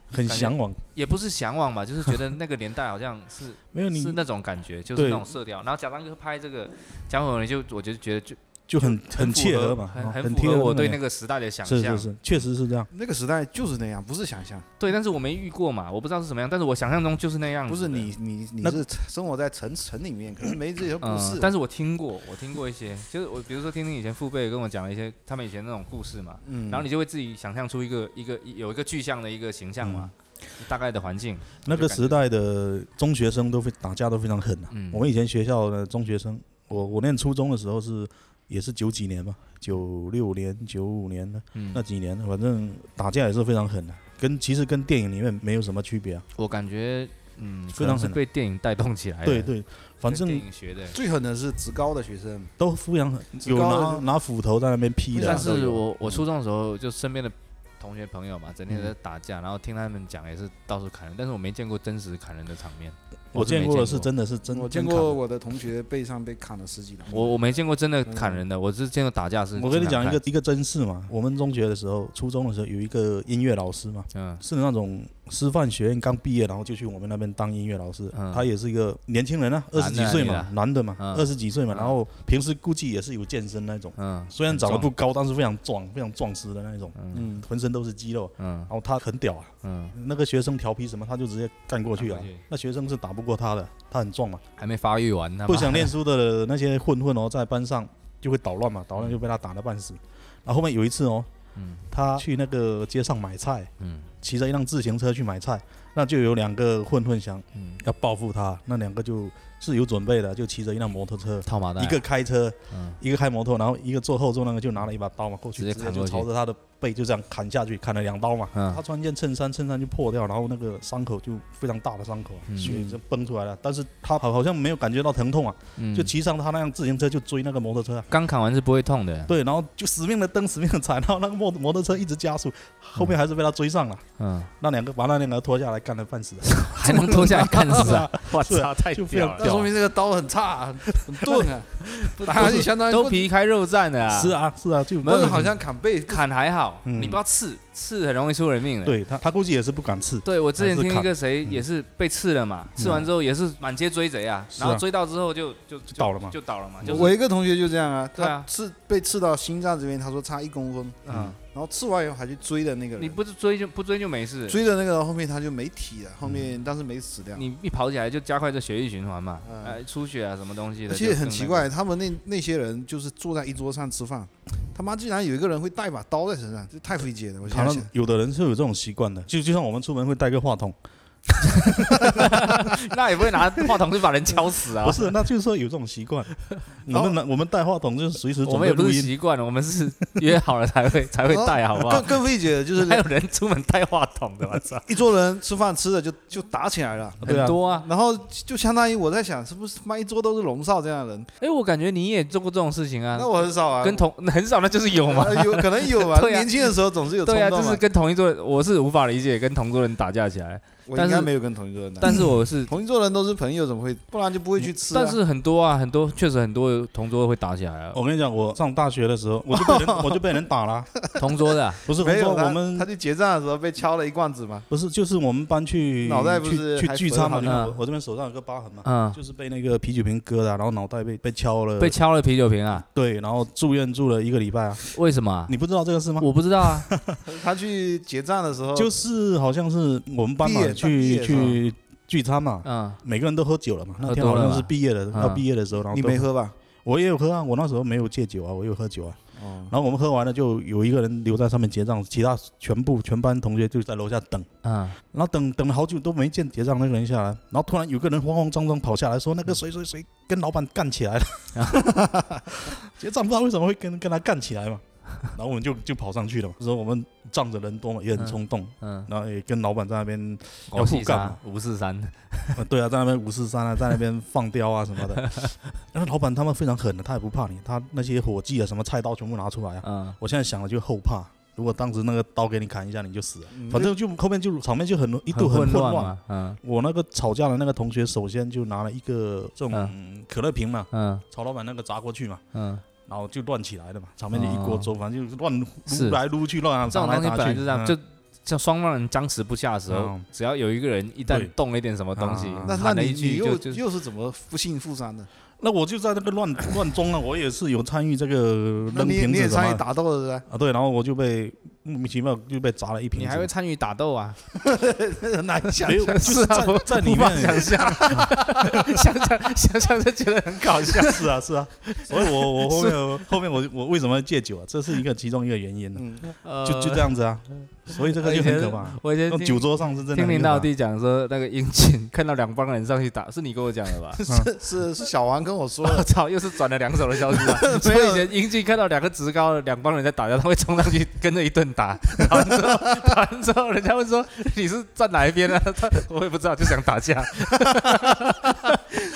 Speaker 2: 很
Speaker 1: 感觉
Speaker 2: 向往，
Speaker 1: 也不是向往吧，就是觉得那个年代好像是
Speaker 2: 没有你
Speaker 1: 是那种感觉，就是那
Speaker 2: 对
Speaker 1: 种色调。然后贾樟柯拍这个《江湖儿女》，就我就觉得就
Speaker 2: 就很
Speaker 1: 很符
Speaker 2: 切
Speaker 1: 合
Speaker 2: 合嘛，
Speaker 1: 很
Speaker 2: 哦
Speaker 1: 很符
Speaker 2: 贴
Speaker 1: 合
Speaker 2: 合
Speaker 1: 我
Speaker 2: 那
Speaker 1: 对
Speaker 2: 个
Speaker 1: 那个时代的想
Speaker 2: 是
Speaker 1: 象
Speaker 2: 是。是，确实是这样。
Speaker 3: 那个时代就是那样，不是想象，
Speaker 1: 对，但是我没遇过嘛，我不知道是什么样，但是我想象中就是那样子
Speaker 3: 不是
Speaker 1: 的
Speaker 3: 你你你
Speaker 2: 那
Speaker 3: 是生活在城城里面，可能没这些故事
Speaker 1: 嗯，。但是我听过，我听过一些， 就是我比如说听听以前父辈跟我讲了一些他们以前那种故事嘛，
Speaker 3: 嗯，
Speaker 1: 然后你就会自己想象出一个一个有一个具象的一个形象嘛，
Speaker 2: 嗯
Speaker 1: 大概的环境。
Speaker 2: 那
Speaker 1: 我就
Speaker 2: 个
Speaker 1: 感
Speaker 2: 时
Speaker 1: 觉
Speaker 2: 代的中学生都非打架都非常狠啊。
Speaker 1: 嗯
Speaker 2: 我们以前学校的中学生，我我念初中的时候是也是九几年嘛，九六年、九五年的
Speaker 1: 嗯
Speaker 2: 那几年，反正打架也是非常狠的、啊跟其实跟电影里面没有什么区别啊。
Speaker 1: 我感觉嗯，
Speaker 2: 非
Speaker 1: 可能
Speaker 2: 常
Speaker 1: 是
Speaker 2: 狠啊
Speaker 1: 被电影带动起来的，
Speaker 2: 对对，反
Speaker 1: 哎跟电
Speaker 2: 正
Speaker 1: 影学的。
Speaker 3: 最狠的是职高的学生，
Speaker 2: 都非常狠，
Speaker 3: 职
Speaker 2: 有
Speaker 3: 高
Speaker 2: 拿
Speaker 3: 的
Speaker 2: 拿斧头在那边劈的啊、
Speaker 1: 但
Speaker 3: 但是
Speaker 1: 是
Speaker 3: 有
Speaker 1: 我我初中的时候，就身边的同学朋友嘛，整天在
Speaker 2: 嗯
Speaker 1: 打架，然后听他们讲也是到处砍人，但是我没见过真实砍人的场面。
Speaker 2: 我
Speaker 1: 是没
Speaker 2: 见
Speaker 1: 见
Speaker 2: 过的是，真的是真，
Speaker 3: 我
Speaker 2: 真
Speaker 3: 见
Speaker 2: 砍的
Speaker 3: 过我的同学背上被砍了十几刀。
Speaker 1: 我我没见过真的砍人的，我是见过打架是。
Speaker 2: 嗯我跟你讲一个，一个真事嘛，我们中学的时候，初中的时候有一个音乐老师嘛，
Speaker 1: 嗯
Speaker 2: 是那种师范学院刚毕业，然后就去我们那边当音乐老师。
Speaker 1: 嗯
Speaker 2: 他也是一个年轻人啊，二
Speaker 1: 男
Speaker 2: 十
Speaker 1: 的
Speaker 2: 几
Speaker 1: 啊
Speaker 2: 岁
Speaker 1: 女的
Speaker 2: 嘛
Speaker 1: 啊，
Speaker 2: 男的嘛，
Speaker 1: 嗯
Speaker 2: 二十几岁嘛，
Speaker 1: 嗯
Speaker 2: 然后平时估计也是有健身那种，
Speaker 1: 嗯
Speaker 2: 虽然长得不高，但是非常壮，非常壮实的那一种，
Speaker 1: 嗯
Speaker 3: 嗯，
Speaker 2: 浑身都是肌肉。
Speaker 1: 嗯
Speaker 2: 然后他很屌啊，
Speaker 1: 嗯，
Speaker 2: 那个学生调皮什么，他就直接干过去啊
Speaker 1: 干过去。
Speaker 2: 那学生是打不过他的，他很壮嘛，
Speaker 1: 还没发育完，他妈
Speaker 2: 不想念书的那些混混哦，在班上就会捣乱嘛，捣乱就被他打得半死。然后后面有一次哦，
Speaker 1: 嗯
Speaker 2: 他去那个街上买菜，
Speaker 1: 嗯
Speaker 2: 骑着一辆自行车去买菜，那就有两个混混想
Speaker 1: 嗯，
Speaker 2: 要报复他，那两个就是有准备的，就骑着一辆摩托车，
Speaker 1: 套麻袋
Speaker 2: 一个开车，
Speaker 1: 嗯
Speaker 2: 一个开摩托，然后一个坐后座那个就拿了一把刀嘛过去，
Speaker 1: 直接
Speaker 2: 直
Speaker 1: 砍
Speaker 2: 接
Speaker 1: 过
Speaker 2: 就
Speaker 1: 去
Speaker 2: 朝着他的背就这样砍下去，砍了两刀嘛。
Speaker 1: 嗯
Speaker 2: 他穿一件衬衫，衬衫就破掉，然后那个伤口就非常大的伤口啊，
Speaker 1: 嗯
Speaker 2: 血就崩出来了。但是他好好像没有感觉到疼痛啊，
Speaker 1: 嗯，
Speaker 2: 就骑上他那辆自行车就追那个摩托车啊，
Speaker 1: 刚砍完是不会痛的，
Speaker 2: 对，然后就死命的蹬，死命的踩，然后那个摩摩托车一直加速，后面还是被他追上了。
Speaker 1: 嗯，
Speaker 2: 那两个把那两个拖下来干了半死，
Speaker 1: 还能脱下来干
Speaker 2: 是
Speaker 1: 死啊？
Speaker 2: 啊，
Speaker 1: 我
Speaker 2: 是
Speaker 1: 操，太
Speaker 2: 就非
Speaker 1: 屌
Speaker 2: 常
Speaker 1: 了
Speaker 3: 那
Speaker 2: 屌！
Speaker 3: 说明这个刀很差， 很很钝啊，打下去相当于
Speaker 1: 都皮开肉绽的啊。
Speaker 2: 啊 是啊是啊，就
Speaker 3: 不是好像砍背
Speaker 1: 砍还好，
Speaker 2: 嗯
Speaker 1: 你不要刺，刺很容易出人命的。
Speaker 2: 对他他估计也是不敢刺，
Speaker 1: 对，我之前
Speaker 2: 还是
Speaker 1: 听一
Speaker 2: 砍
Speaker 1: 个谁也是被刺了嘛，刺完之后也是满街追贼啊，
Speaker 2: 是啊
Speaker 1: 然后追到之后就就就
Speaker 2: 倒了嘛
Speaker 1: 就倒了嘛，就
Speaker 3: 我
Speaker 1: 是
Speaker 3: 一个同学就这样啊，
Speaker 1: 对啊
Speaker 3: 他刺被刺到心脏这边，他说差一公分，
Speaker 1: 嗯，
Speaker 3: 然后刺完以后还去追的那个
Speaker 1: 你
Speaker 3: 人，
Speaker 1: 不是追就不嗯追就没事，
Speaker 3: 追的那个人后面他就没体了，后面但是没死
Speaker 2: 啊
Speaker 3: 掉。
Speaker 1: 你一跑起来就加快这血液循环嘛，
Speaker 3: 嗯
Speaker 1: 哎，出血啊什么东西的，
Speaker 3: 而且
Speaker 1: 就
Speaker 3: 很
Speaker 1: 更
Speaker 3: 奇
Speaker 1: 那个
Speaker 3: 怪，，他们那那些人就是坐在一桌上吃饭，他妈竟然有一个人会带把刀在身上，这太费解了。我
Speaker 2: 好
Speaker 3: 想
Speaker 2: 像
Speaker 3: 想，
Speaker 2: 有的人是有这种习惯的，就就像我们出门会带个话筒，
Speaker 1: 那也不会拿话筒去把人敲死啊
Speaker 2: 不。是，那就是说有这种习 惯。我们拿我们带话筒就是随时
Speaker 1: 我
Speaker 2: 准
Speaker 1: 们
Speaker 2: 备
Speaker 1: 也不
Speaker 2: 录
Speaker 1: 是
Speaker 2: 音，
Speaker 1: 习惯了，我们是 约好了才会才会带，好不好
Speaker 3: 更？哦更费解的就 是
Speaker 1: 还有人出门带话筒的，我 操，
Speaker 3: 一桌人吃饭吃的就就打起来了。
Speaker 2: 对
Speaker 1: 很
Speaker 2: 啊
Speaker 1: 多啊。
Speaker 3: 然后就相当于我在想，是不是他妈一桌都是龙少这样的人？
Speaker 1: 哎，我感觉你也做过这种事情啊
Speaker 3: 那，我很少啊，
Speaker 1: 跟同很少，那就是有嘛。
Speaker 3: 呃有可能有吧。
Speaker 1: 对啊
Speaker 3: 年轻的时候 总是有冲
Speaker 1: 对啊，
Speaker 3: 动
Speaker 1: 就是
Speaker 3: 嘛。
Speaker 1: 跟同一桌，我是无法理解跟同桌人打架起来，
Speaker 3: 我
Speaker 1: 但
Speaker 3: 应
Speaker 1: 是
Speaker 3: 该没有跟同一桌人打，啊
Speaker 1: 但是我是，
Speaker 3: 同一桌人都是朋友，怎么会？不然就不会去吃啊。
Speaker 1: 但是很多啊，很多确实很多同桌会打起来啊，
Speaker 2: 我跟你讲，我上大学的时候，我 就被人我就被人打了，
Speaker 1: 同桌的啊，
Speaker 2: 不是，我
Speaker 3: 没
Speaker 2: 说
Speaker 3: 有
Speaker 2: 我
Speaker 3: 他
Speaker 2: 们
Speaker 3: 他去结账的时候被敲了一罐子嘛。
Speaker 2: 不是，就是我们班去
Speaker 3: 脑袋不是
Speaker 2: 去
Speaker 3: 还
Speaker 2: 去聚餐嘛，
Speaker 1: 缝
Speaker 2: 你
Speaker 1: 好
Speaker 2: 看
Speaker 1: 呢
Speaker 2: 我我这边手上有个疤痕嘛，
Speaker 3: 啊
Speaker 1: 嗯，
Speaker 2: 就是被那个啤酒瓶割的，然后脑袋被被敲了，
Speaker 1: 被敲了啤酒瓶啊，
Speaker 2: 对，然后住院住了一个礼拜啊，
Speaker 1: 为什么啊？
Speaker 2: 你不知道这个事吗？
Speaker 1: 我不知道啊，
Speaker 3: 他去结账的时候，
Speaker 2: 就是好像是我们班
Speaker 3: 毕
Speaker 2: 嘛
Speaker 3: 业毕
Speaker 2: 去
Speaker 3: 业
Speaker 2: 去聚餐嘛，
Speaker 1: 嗯，
Speaker 2: 每个人都喝酒了嘛，那
Speaker 1: 喝
Speaker 2: 天
Speaker 1: 多
Speaker 2: 好
Speaker 1: 了
Speaker 2: 像
Speaker 1: 吧
Speaker 2: 是毕业的，
Speaker 1: 嗯
Speaker 2: 要毕业的时候，然后
Speaker 3: 你
Speaker 2: 都
Speaker 3: 没，喝吧？
Speaker 2: 我也有喝啊，我那时候没有戒酒啊，我有喝酒啊，
Speaker 3: 哦，
Speaker 2: 然后我们喝完了就有一个人留在上面结账，其他全部全班同学就在楼下等。
Speaker 1: 嗯，
Speaker 2: 然后等等了好久都没见结账那个人下来，然后突然有个人慌慌张张跑下来
Speaker 1: 嗯
Speaker 2: 说：“那个谁谁谁跟老板干起来了。” 结账不知道为什么会跟跟他干起来嘛，然后我们就就跑上去了嘛。说我们仗着人多嘛，也很冲动，
Speaker 1: 嗯，
Speaker 2: 然后也跟老板在那边，
Speaker 1: 我
Speaker 2: 互
Speaker 1: 四
Speaker 2: 干
Speaker 1: 三
Speaker 2: 嘛
Speaker 1: 五四三，
Speaker 2: 呃对啊，在那边五四三啊，在那边放雕啊什么的。 然后老板他们非常狠的，他也不怕你，他那些火计啊什么菜刀全部拿出来啊。
Speaker 1: 嗯，
Speaker 2: 我现在想了就后怕，如果当时那个刀给你砍一下你就死了，
Speaker 3: 嗯
Speaker 2: 反正就后面就场面就很一
Speaker 1: 一
Speaker 2: 度很混
Speaker 1: 乱
Speaker 2: 乱。
Speaker 1: 嘛，嗯
Speaker 2: 我那个吵架的那个同学，首先就拿了一个这种可乐瓶嘛，
Speaker 1: 嗯
Speaker 2: 朝老板那个砸过去嘛，
Speaker 1: 嗯，
Speaker 2: 然后就乱起来了嘛，场面就一锅粥，反正就乱
Speaker 1: 哦是
Speaker 2: 撸来撸去，乱啊
Speaker 1: 这
Speaker 2: 砸
Speaker 1: 种
Speaker 2: 来
Speaker 1: 东西
Speaker 2: 砸
Speaker 1: 本来
Speaker 2: 去，
Speaker 1: 就这样，
Speaker 2: 嗯
Speaker 1: 就像双方人僵持不下的时候
Speaker 2: 嗯，
Speaker 1: 只要有一个人一旦
Speaker 2: 对
Speaker 1: 动了一点什么东西
Speaker 2: 啊，
Speaker 3: 那那
Speaker 1: 喊了
Speaker 3: 你
Speaker 1: 一
Speaker 3: 你
Speaker 1: 句就
Speaker 3: 又
Speaker 1: 就
Speaker 3: 又是怎么不幸负伤的？
Speaker 2: 那我就在那个乱乱中啊，我也是有参与这个
Speaker 3: 那
Speaker 2: 扔
Speaker 3: 你也
Speaker 2: 瓶
Speaker 3: 你也
Speaker 2: 子什
Speaker 3: 参
Speaker 2: 么
Speaker 3: 与
Speaker 2: 的
Speaker 3: 打斗的
Speaker 2: 啊，对，然后我就被莫名其妙就被砸了一瓶子，
Speaker 1: 你还会参与打斗啊？
Speaker 3: 是吧？很难想
Speaker 2: 没 有哎就是在
Speaker 1: 我
Speaker 2: 在里
Speaker 1: 无法想
Speaker 2: 面
Speaker 1: 象，想象想象就觉得很搞笑。
Speaker 2: 是啊是啊，所以我我后面后面我我为什么要戒酒啊？这是一个其中一个原因啊，
Speaker 3: 嗯，
Speaker 2: 就就这样子啊，所以这个就很可怕。
Speaker 1: 我呃以前
Speaker 2: 那
Speaker 1: 听
Speaker 2: 酒桌上是真的很
Speaker 1: 听林
Speaker 2: 可怕
Speaker 1: 道弟讲说，那个英俊看到两帮人上去打，是你跟我讲的吧？
Speaker 3: 是是是小王跟我说
Speaker 1: 我
Speaker 3: 的，
Speaker 1: 操，又是转了两手的消息 啊！所以以前英俊看到两个职高的两帮人在打架，他会冲上去跟着一顿打， 打完之后，打完之后，人家会说你是站哪一边啊？ 他我也不知道，就想打架。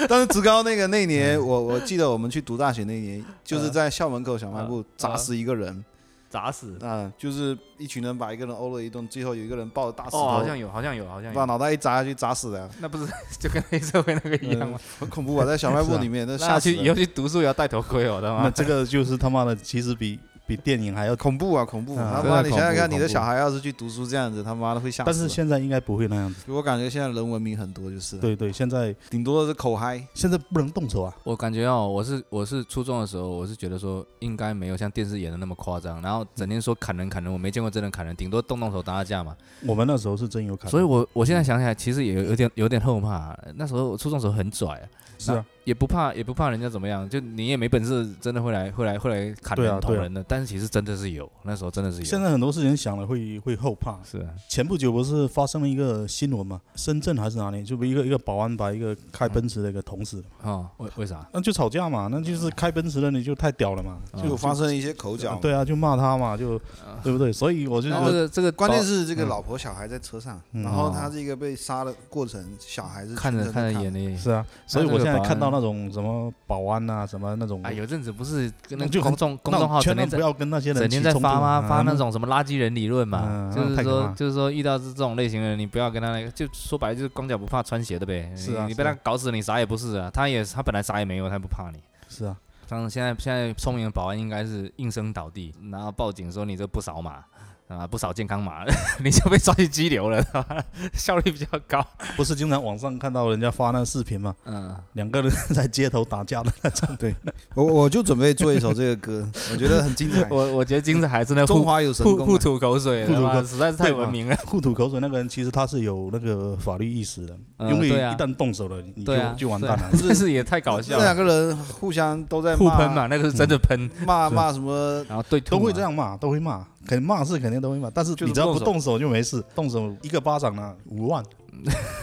Speaker 3: 但是职高那个那年，我我记得我们去读大学那年，就是在校门口小卖部砸死一个人，
Speaker 1: 砸死！
Speaker 3: 啊，就是一群人把一个人殴了一顿，最后有一个人抱着大石
Speaker 1: 哦，好
Speaker 3: 头，
Speaker 1: 像有，好像有，好像
Speaker 3: 把
Speaker 1: 有。
Speaker 3: 脑袋一砸下去砸死的，
Speaker 1: 那不是就跟黑社会那个一样吗？
Speaker 3: 很恐怖啊！在小卖部里面，那
Speaker 1: 下
Speaker 3: 吓死
Speaker 1: 去以后
Speaker 3: 人，
Speaker 1: 去读书也要戴头盔哦，他
Speaker 2: 那
Speaker 1: 妈！
Speaker 2: 这个就是他妈的，其实比比电影还要。
Speaker 3: 恐怖啊，恐怖！
Speaker 2: 啊
Speaker 3: 他
Speaker 1: 真的
Speaker 3: 妈，你想想
Speaker 2: 恐怖
Speaker 3: 看，你的
Speaker 2: 恐怖
Speaker 3: 小孩要是去读书这样子，他妈的会吓死
Speaker 2: 但是
Speaker 3: 的。
Speaker 2: 现在应该不会那样子。啊
Speaker 3: 我感觉现在人文明很多，就是了
Speaker 2: 对对，现在
Speaker 3: 顶多是口嗨，
Speaker 2: 现在不能动手啊。
Speaker 1: 我感觉哦，我是我是初中的时候，我是觉得说应该没有像电视演的那么夸张，然后整天说砍人砍人，我没见过真人砍人，顶多动动手打打架嘛。
Speaker 2: 我们那时候是真有砍，
Speaker 1: 所以我我现在想起来，其实也有有点有点后怕。那时候我初中时候很拽、
Speaker 2: 是啊，
Speaker 1: 也不怕也不怕人家怎么样，就你也没本事，真的会来会来会来砍
Speaker 2: 对
Speaker 1: 人、
Speaker 2: 啊
Speaker 1: 捅
Speaker 2: 对啊
Speaker 1: 人的。但是其实真的是有，那时候真的是有。
Speaker 2: 现在很多事情想了会会后怕。
Speaker 1: 是啊，
Speaker 2: 前不久不是发生了一个新闻嘛，深圳还是哪里，就一个一个保安把一个开奔驰的给捅死了，
Speaker 1: 哦，为为啥？
Speaker 2: 那就吵架嘛，那就是开奔驰的你就太屌了嘛，
Speaker 1: 嗯
Speaker 3: 就啊发生一些口角。，
Speaker 2: 对啊，就骂他嘛，就对不对？所以我就觉
Speaker 1: 那这
Speaker 2: 得
Speaker 1: 个这个
Speaker 3: 关键
Speaker 1: 保
Speaker 3: 是这个老婆小孩在车上，
Speaker 2: 嗯
Speaker 3: 然后他这个被杀的过程，小孩是
Speaker 1: 看着
Speaker 3: 全程
Speaker 1: 看
Speaker 3: 都
Speaker 1: 着
Speaker 3: 看
Speaker 1: 眼
Speaker 3: 的。
Speaker 1: 泪，
Speaker 2: 是啊，所以
Speaker 1: 那这
Speaker 2: 我
Speaker 1: 个
Speaker 2: 现在
Speaker 1: 保
Speaker 2: 看
Speaker 1: 安
Speaker 2: 到那种什么保安啊，什么那种，
Speaker 1: 啊，有阵子不是跟那
Speaker 2: 那
Speaker 1: 个
Speaker 2: 就很
Speaker 1: 公众公
Speaker 2: 那
Speaker 1: 众
Speaker 2: 种
Speaker 1: 号整
Speaker 2: 千
Speaker 1: 天
Speaker 2: 万
Speaker 1: 在
Speaker 2: 不要跟那些人
Speaker 1: 整天
Speaker 2: 起
Speaker 1: 在
Speaker 2: 冲突
Speaker 1: 发吗？
Speaker 2: 啊
Speaker 1: 发
Speaker 2: 那
Speaker 1: 那种什么垃圾人理论嘛，
Speaker 2: 嗯
Speaker 1: 就
Speaker 2: 那
Speaker 1: 是
Speaker 2: 太可怕
Speaker 1: 说
Speaker 2: 了
Speaker 1: 就是说遇到这种类型的人，你不要跟他那个，就说白了就是光脚不怕穿鞋的呗。
Speaker 2: 是啊
Speaker 1: 你你
Speaker 2: 是
Speaker 1: 被他
Speaker 2: 啊
Speaker 1: 搞死，你啥也不是啊。他也他本来啥也没有，他不怕你。
Speaker 2: 是啊，
Speaker 1: 当然现在现在聪明的保安应该是应声倒地，然后报警说你这不扫码啊，不扫健康码， 你就被抓去拘留了， 效率比较高。
Speaker 2: 不是经常网上看到人家发那视频嘛，
Speaker 1: 嗯，
Speaker 2: 两个人在街头打架的那种，对，
Speaker 3: 我我就准备做一首这个歌， 我觉得很精 彩。
Speaker 1: 我我觉得金子还真的
Speaker 3: 中
Speaker 1: 互
Speaker 3: 华有神
Speaker 1: 互
Speaker 3: 功
Speaker 1: 互
Speaker 3: 啊，
Speaker 1: 吐口水
Speaker 2: 互
Speaker 1: 了，
Speaker 2: 吐
Speaker 1: 哇
Speaker 2: 口
Speaker 1: 实在是太
Speaker 2: 对嘛
Speaker 1: 文明了。
Speaker 2: 互吐口水那个人其实他是有那个法律意识的，
Speaker 1: 嗯
Speaker 2: 因为一
Speaker 1: 对啊
Speaker 2: 旦动手了，你
Speaker 1: 对啊
Speaker 2: 就，就完蛋了。
Speaker 1: 对啊但 是也太搞笑
Speaker 3: 这
Speaker 1: 了
Speaker 3: 两，个人互相都在
Speaker 1: 互
Speaker 3: 骂
Speaker 1: 喷嘛，，那个是真的喷，
Speaker 3: 骂
Speaker 2: 是
Speaker 3: 骂什么？
Speaker 1: 然后对吐
Speaker 2: 嗯都会
Speaker 1: 嘛
Speaker 2: 这。样骂，都 会骂，肯骂是肯定都会骂，但是
Speaker 1: 就是
Speaker 2: 你只要
Speaker 1: 不
Speaker 2: 不
Speaker 1: 动
Speaker 2: 动手就没事，动手一个巴掌呢五万，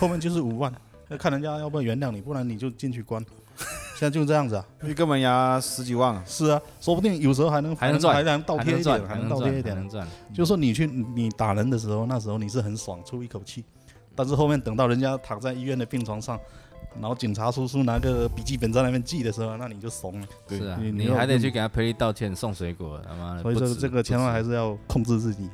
Speaker 2: 后面就是五万，那看人家要不要原谅你，不然你就进去 关。现在就这样子啊，
Speaker 3: 一个门牙十几万啊，
Speaker 2: 是啊，说不定有时候还能
Speaker 1: 还能赚
Speaker 2: 还能倒
Speaker 1: 还
Speaker 2: 贴
Speaker 1: 能
Speaker 2: 一
Speaker 1: 赚，
Speaker 2: 点，
Speaker 1: 还
Speaker 2: 还
Speaker 1: 能
Speaker 2: 能倒
Speaker 1: 赚，
Speaker 2: 贴一
Speaker 1: 还
Speaker 2: 点
Speaker 1: 能。赚。
Speaker 2: 就是说你去你打人的时候，那时候你是很爽，出一口气，但是后面等到人家躺在医院的病床上，然后警察叔叔拿个笔记本在那边记的时候，那你就怂了。
Speaker 1: 是啊，
Speaker 2: 你
Speaker 1: 你
Speaker 2: 要
Speaker 1: 还得
Speaker 2: 用
Speaker 1: 去给他赔礼道歉，送水果，他妈的。
Speaker 2: 所以
Speaker 1: 呃不
Speaker 2: 说
Speaker 1: 值
Speaker 2: 这个千万还
Speaker 1: 不
Speaker 2: 是要控制自己。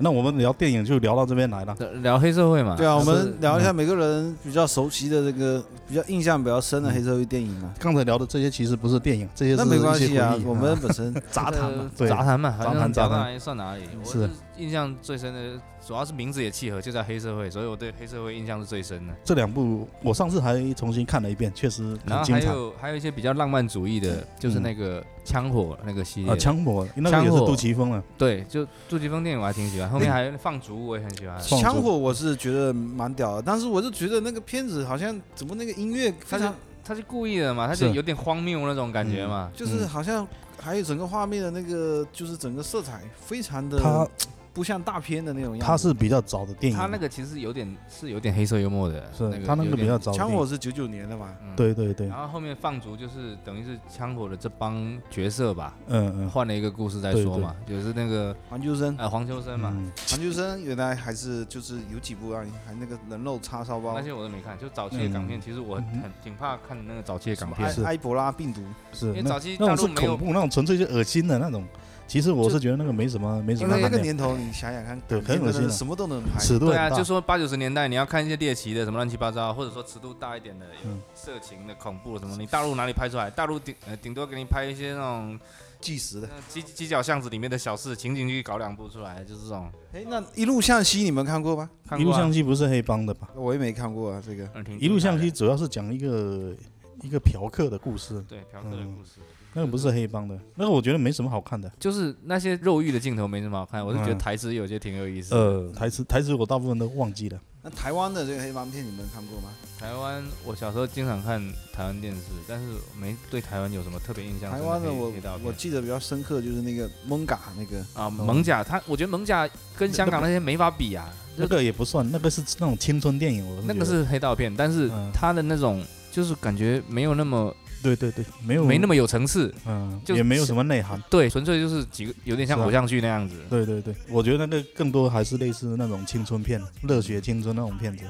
Speaker 2: 那我们聊电影就聊到这边来了。
Speaker 1: 值聊黑社会嘛。
Speaker 3: 对啊，我
Speaker 2: 是
Speaker 3: 们聊一下每个人比较熟悉的这个比较印象比较深的黑社会电影嘛。
Speaker 2: 刚才聊的这些其实不是电影，这些
Speaker 3: 那
Speaker 2: 是
Speaker 3: 没关
Speaker 2: 一些
Speaker 3: 系啊
Speaker 2: 回忆，
Speaker 3: 我们本身
Speaker 2: 杂谈嘛，
Speaker 1: 呃
Speaker 2: 对，
Speaker 1: 杂谈嘛，反
Speaker 2: 杂
Speaker 1: 正
Speaker 2: 谈
Speaker 1: 杂
Speaker 2: 杂
Speaker 1: 谈
Speaker 2: 谈
Speaker 1: 还算哪里？我
Speaker 2: 是
Speaker 1: 是印象最深的，主要是名字也契合，就在黑社会，所以我对黑社会印象是最深的。
Speaker 2: 这两部我上次还重新看了一遍，确实
Speaker 1: 然后
Speaker 2: 很
Speaker 1: 还
Speaker 2: 精彩。
Speaker 1: 有还有一些比较浪漫主义的，就是
Speaker 2: 嗯
Speaker 1: 那个枪火那个系
Speaker 2: 啊，
Speaker 1: 列，
Speaker 2: 枪火那个也是杜琪峰啊的，
Speaker 1: 对，就杜琪峰电影我还挺喜欢，后面还有放逐我也很喜欢。
Speaker 2: 放
Speaker 3: 枪
Speaker 2: 逐
Speaker 3: 火我是觉得蛮屌的，但是我就觉得那个片子好像怎么那个音乐非常
Speaker 1: 他是故意的嘛，他就是有点荒谬那种感觉嘛。
Speaker 3: 就是好像还有整个画面的那个就是整个色彩非常
Speaker 2: 他
Speaker 3: 的不像大片的那种样子。
Speaker 2: 他是比较早的电影，
Speaker 1: 他那个其实有点是有点黑色幽默的，
Speaker 2: 嗯是
Speaker 1: 那个
Speaker 2: 他那
Speaker 1: 有
Speaker 2: 个比
Speaker 1: 点
Speaker 2: 较早的
Speaker 3: 枪
Speaker 2: 电影
Speaker 3: 火是九九年的嘛，
Speaker 1: 嗯
Speaker 2: 对对对，
Speaker 1: 然后后面放逐就是等于是枪火的这帮角色吧，
Speaker 2: 嗯嗯，
Speaker 1: 换了一个故事再
Speaker 2: 对
Speaker 1: 说
Speaker 2: 对
Speaker 1: 嘛，就是那个
Speaker 3: 黄秋生，
Speaker 1: 呃黄秋生嘛，
Speaker 2: 嗯
Speaker 3: 黄秋生原来还是就是有几部啊，还那个人肉叉烧包
Speaker 1: 那，些我都没看，就早期的港片，其实我很很挺怕看那个早期的
Speaker 3: 什
Speaker 1: 港
Speaker 3: 么
Speaker 1: 片
Speaker 3: 埃，
Speaker 2: 嗯是
Speaker 3: 埃博拉病毒，
Speaker 2: 是
Speaker 1: 因为
Speaker 2: 那
Speaker 1: 早期大
Speaker 2: 那
Speaker 1: 陆
Speaker 2: 种是
Speaker 1: 没有
Speaker 2: 恐怖，那种纯粹就恶心的那种。其实我
Speaker 3: 就是
Speaker 2: 觉得那个没什么，没什
Speaker 3: 因
Speaker 2: 么
Speaker 3: 为那
Speaker 2: 看
Speaker 3: 个
Speaker 2: 点，
Speaker 3: 年头你想想看，
Speaker 2: 对
Speaker 3: 港片
Speaker 2: 很恶心
Speaker 3: 真的
Speaker 2: 啊
Speaker 3: 尺度都能拍，
Speaker 2: 尺度
Speaker 1: 对
Speaker 2: 很
Speaker 1: 啊，
Speaker 2: 大
Speaker 1: 就。说八九十年代你要看一些猎奇的什么乱七八糟，或者说尺度大一点的有
Speaker 2: 嗯
Speaker 1: 色情的、恐怖的什么，你大陆哪里拍出来？大陆顶呃顶多给你拍一些那种
Speaker 3: 计时的。
Speaker 1: 呃犄犄角巷子里面的小事，情景剧搞两部出来，就是这种。
Speaker 3: 哎，那一路向西你们看过吗？
Speaker 1: 看
Speaker 2: 一路
Speaker 1: 过啊
Speaker 2: 向西不是黑帮的吧？
Speaker 3: 我也没看过啊，这个
Speaker 1: 嗯挺
Speaker 2: 一路
Speaker 1: 精彩
Speaker 2: 向
Speaker 1: 的
Speaker 2: 西主要是讲一个一个嫖客的故事，
Speaker 1: 对嫖客的
Speaker 2: 嗯
Speaker 1: 故事。
Speaker 2: 那个不是黑帮的，那个我觉得没什么好看的。
Speaker 1: 就是那些肉欲的镜头没什么好看，我是觉得
Speaker 2: 嗯
Speaker 1: 台词有些挺有意思的。
Speaker 2: 呃，台词台词我大部分都忘记了。
Speaker 3: 那台湾的这个黑帮片你们看过吗？
Speaker 1: 台湾，我小时候经常看台湾电视，但是没对台湾有什么特别印象
Speaker 3: 台
Speaker 1: 深黑。
Speaker 3: 湾的我
Speaker 1: 黑道片
Speaker 3: 我记得比嗯较深刻就是那个蒙嘎那个，
Speaker 1: 啊，蒙甲，他我觉得蒙甲跟香港那些没法比啊，
Speaker 2: 那个也不算，那个是那种青春电影，我
Speaker 1: 那
Speaker 2: 觉
Speaker 1: 个
Speaker 2: 得
Speaker 1: 是黑道片，但是
Speaker 2: 嗯
Speaker 1: 他的那种就是感觉没有那么
Speaker 2: 对对对，没有
Speaker 1: 没那么有层次，
Speaker 2: 嗯，
Speaker 1: 就
Speaker 2: 也没有什么内涵。
Speaker 1: 对，纯粹就是几个有点像
Speaker 2: 是啊
Speaker 1: 偶像剧那样子。
Speaker 2: 对对对，我觉得那个更多还是类似那种青春片，热血青春那种片子。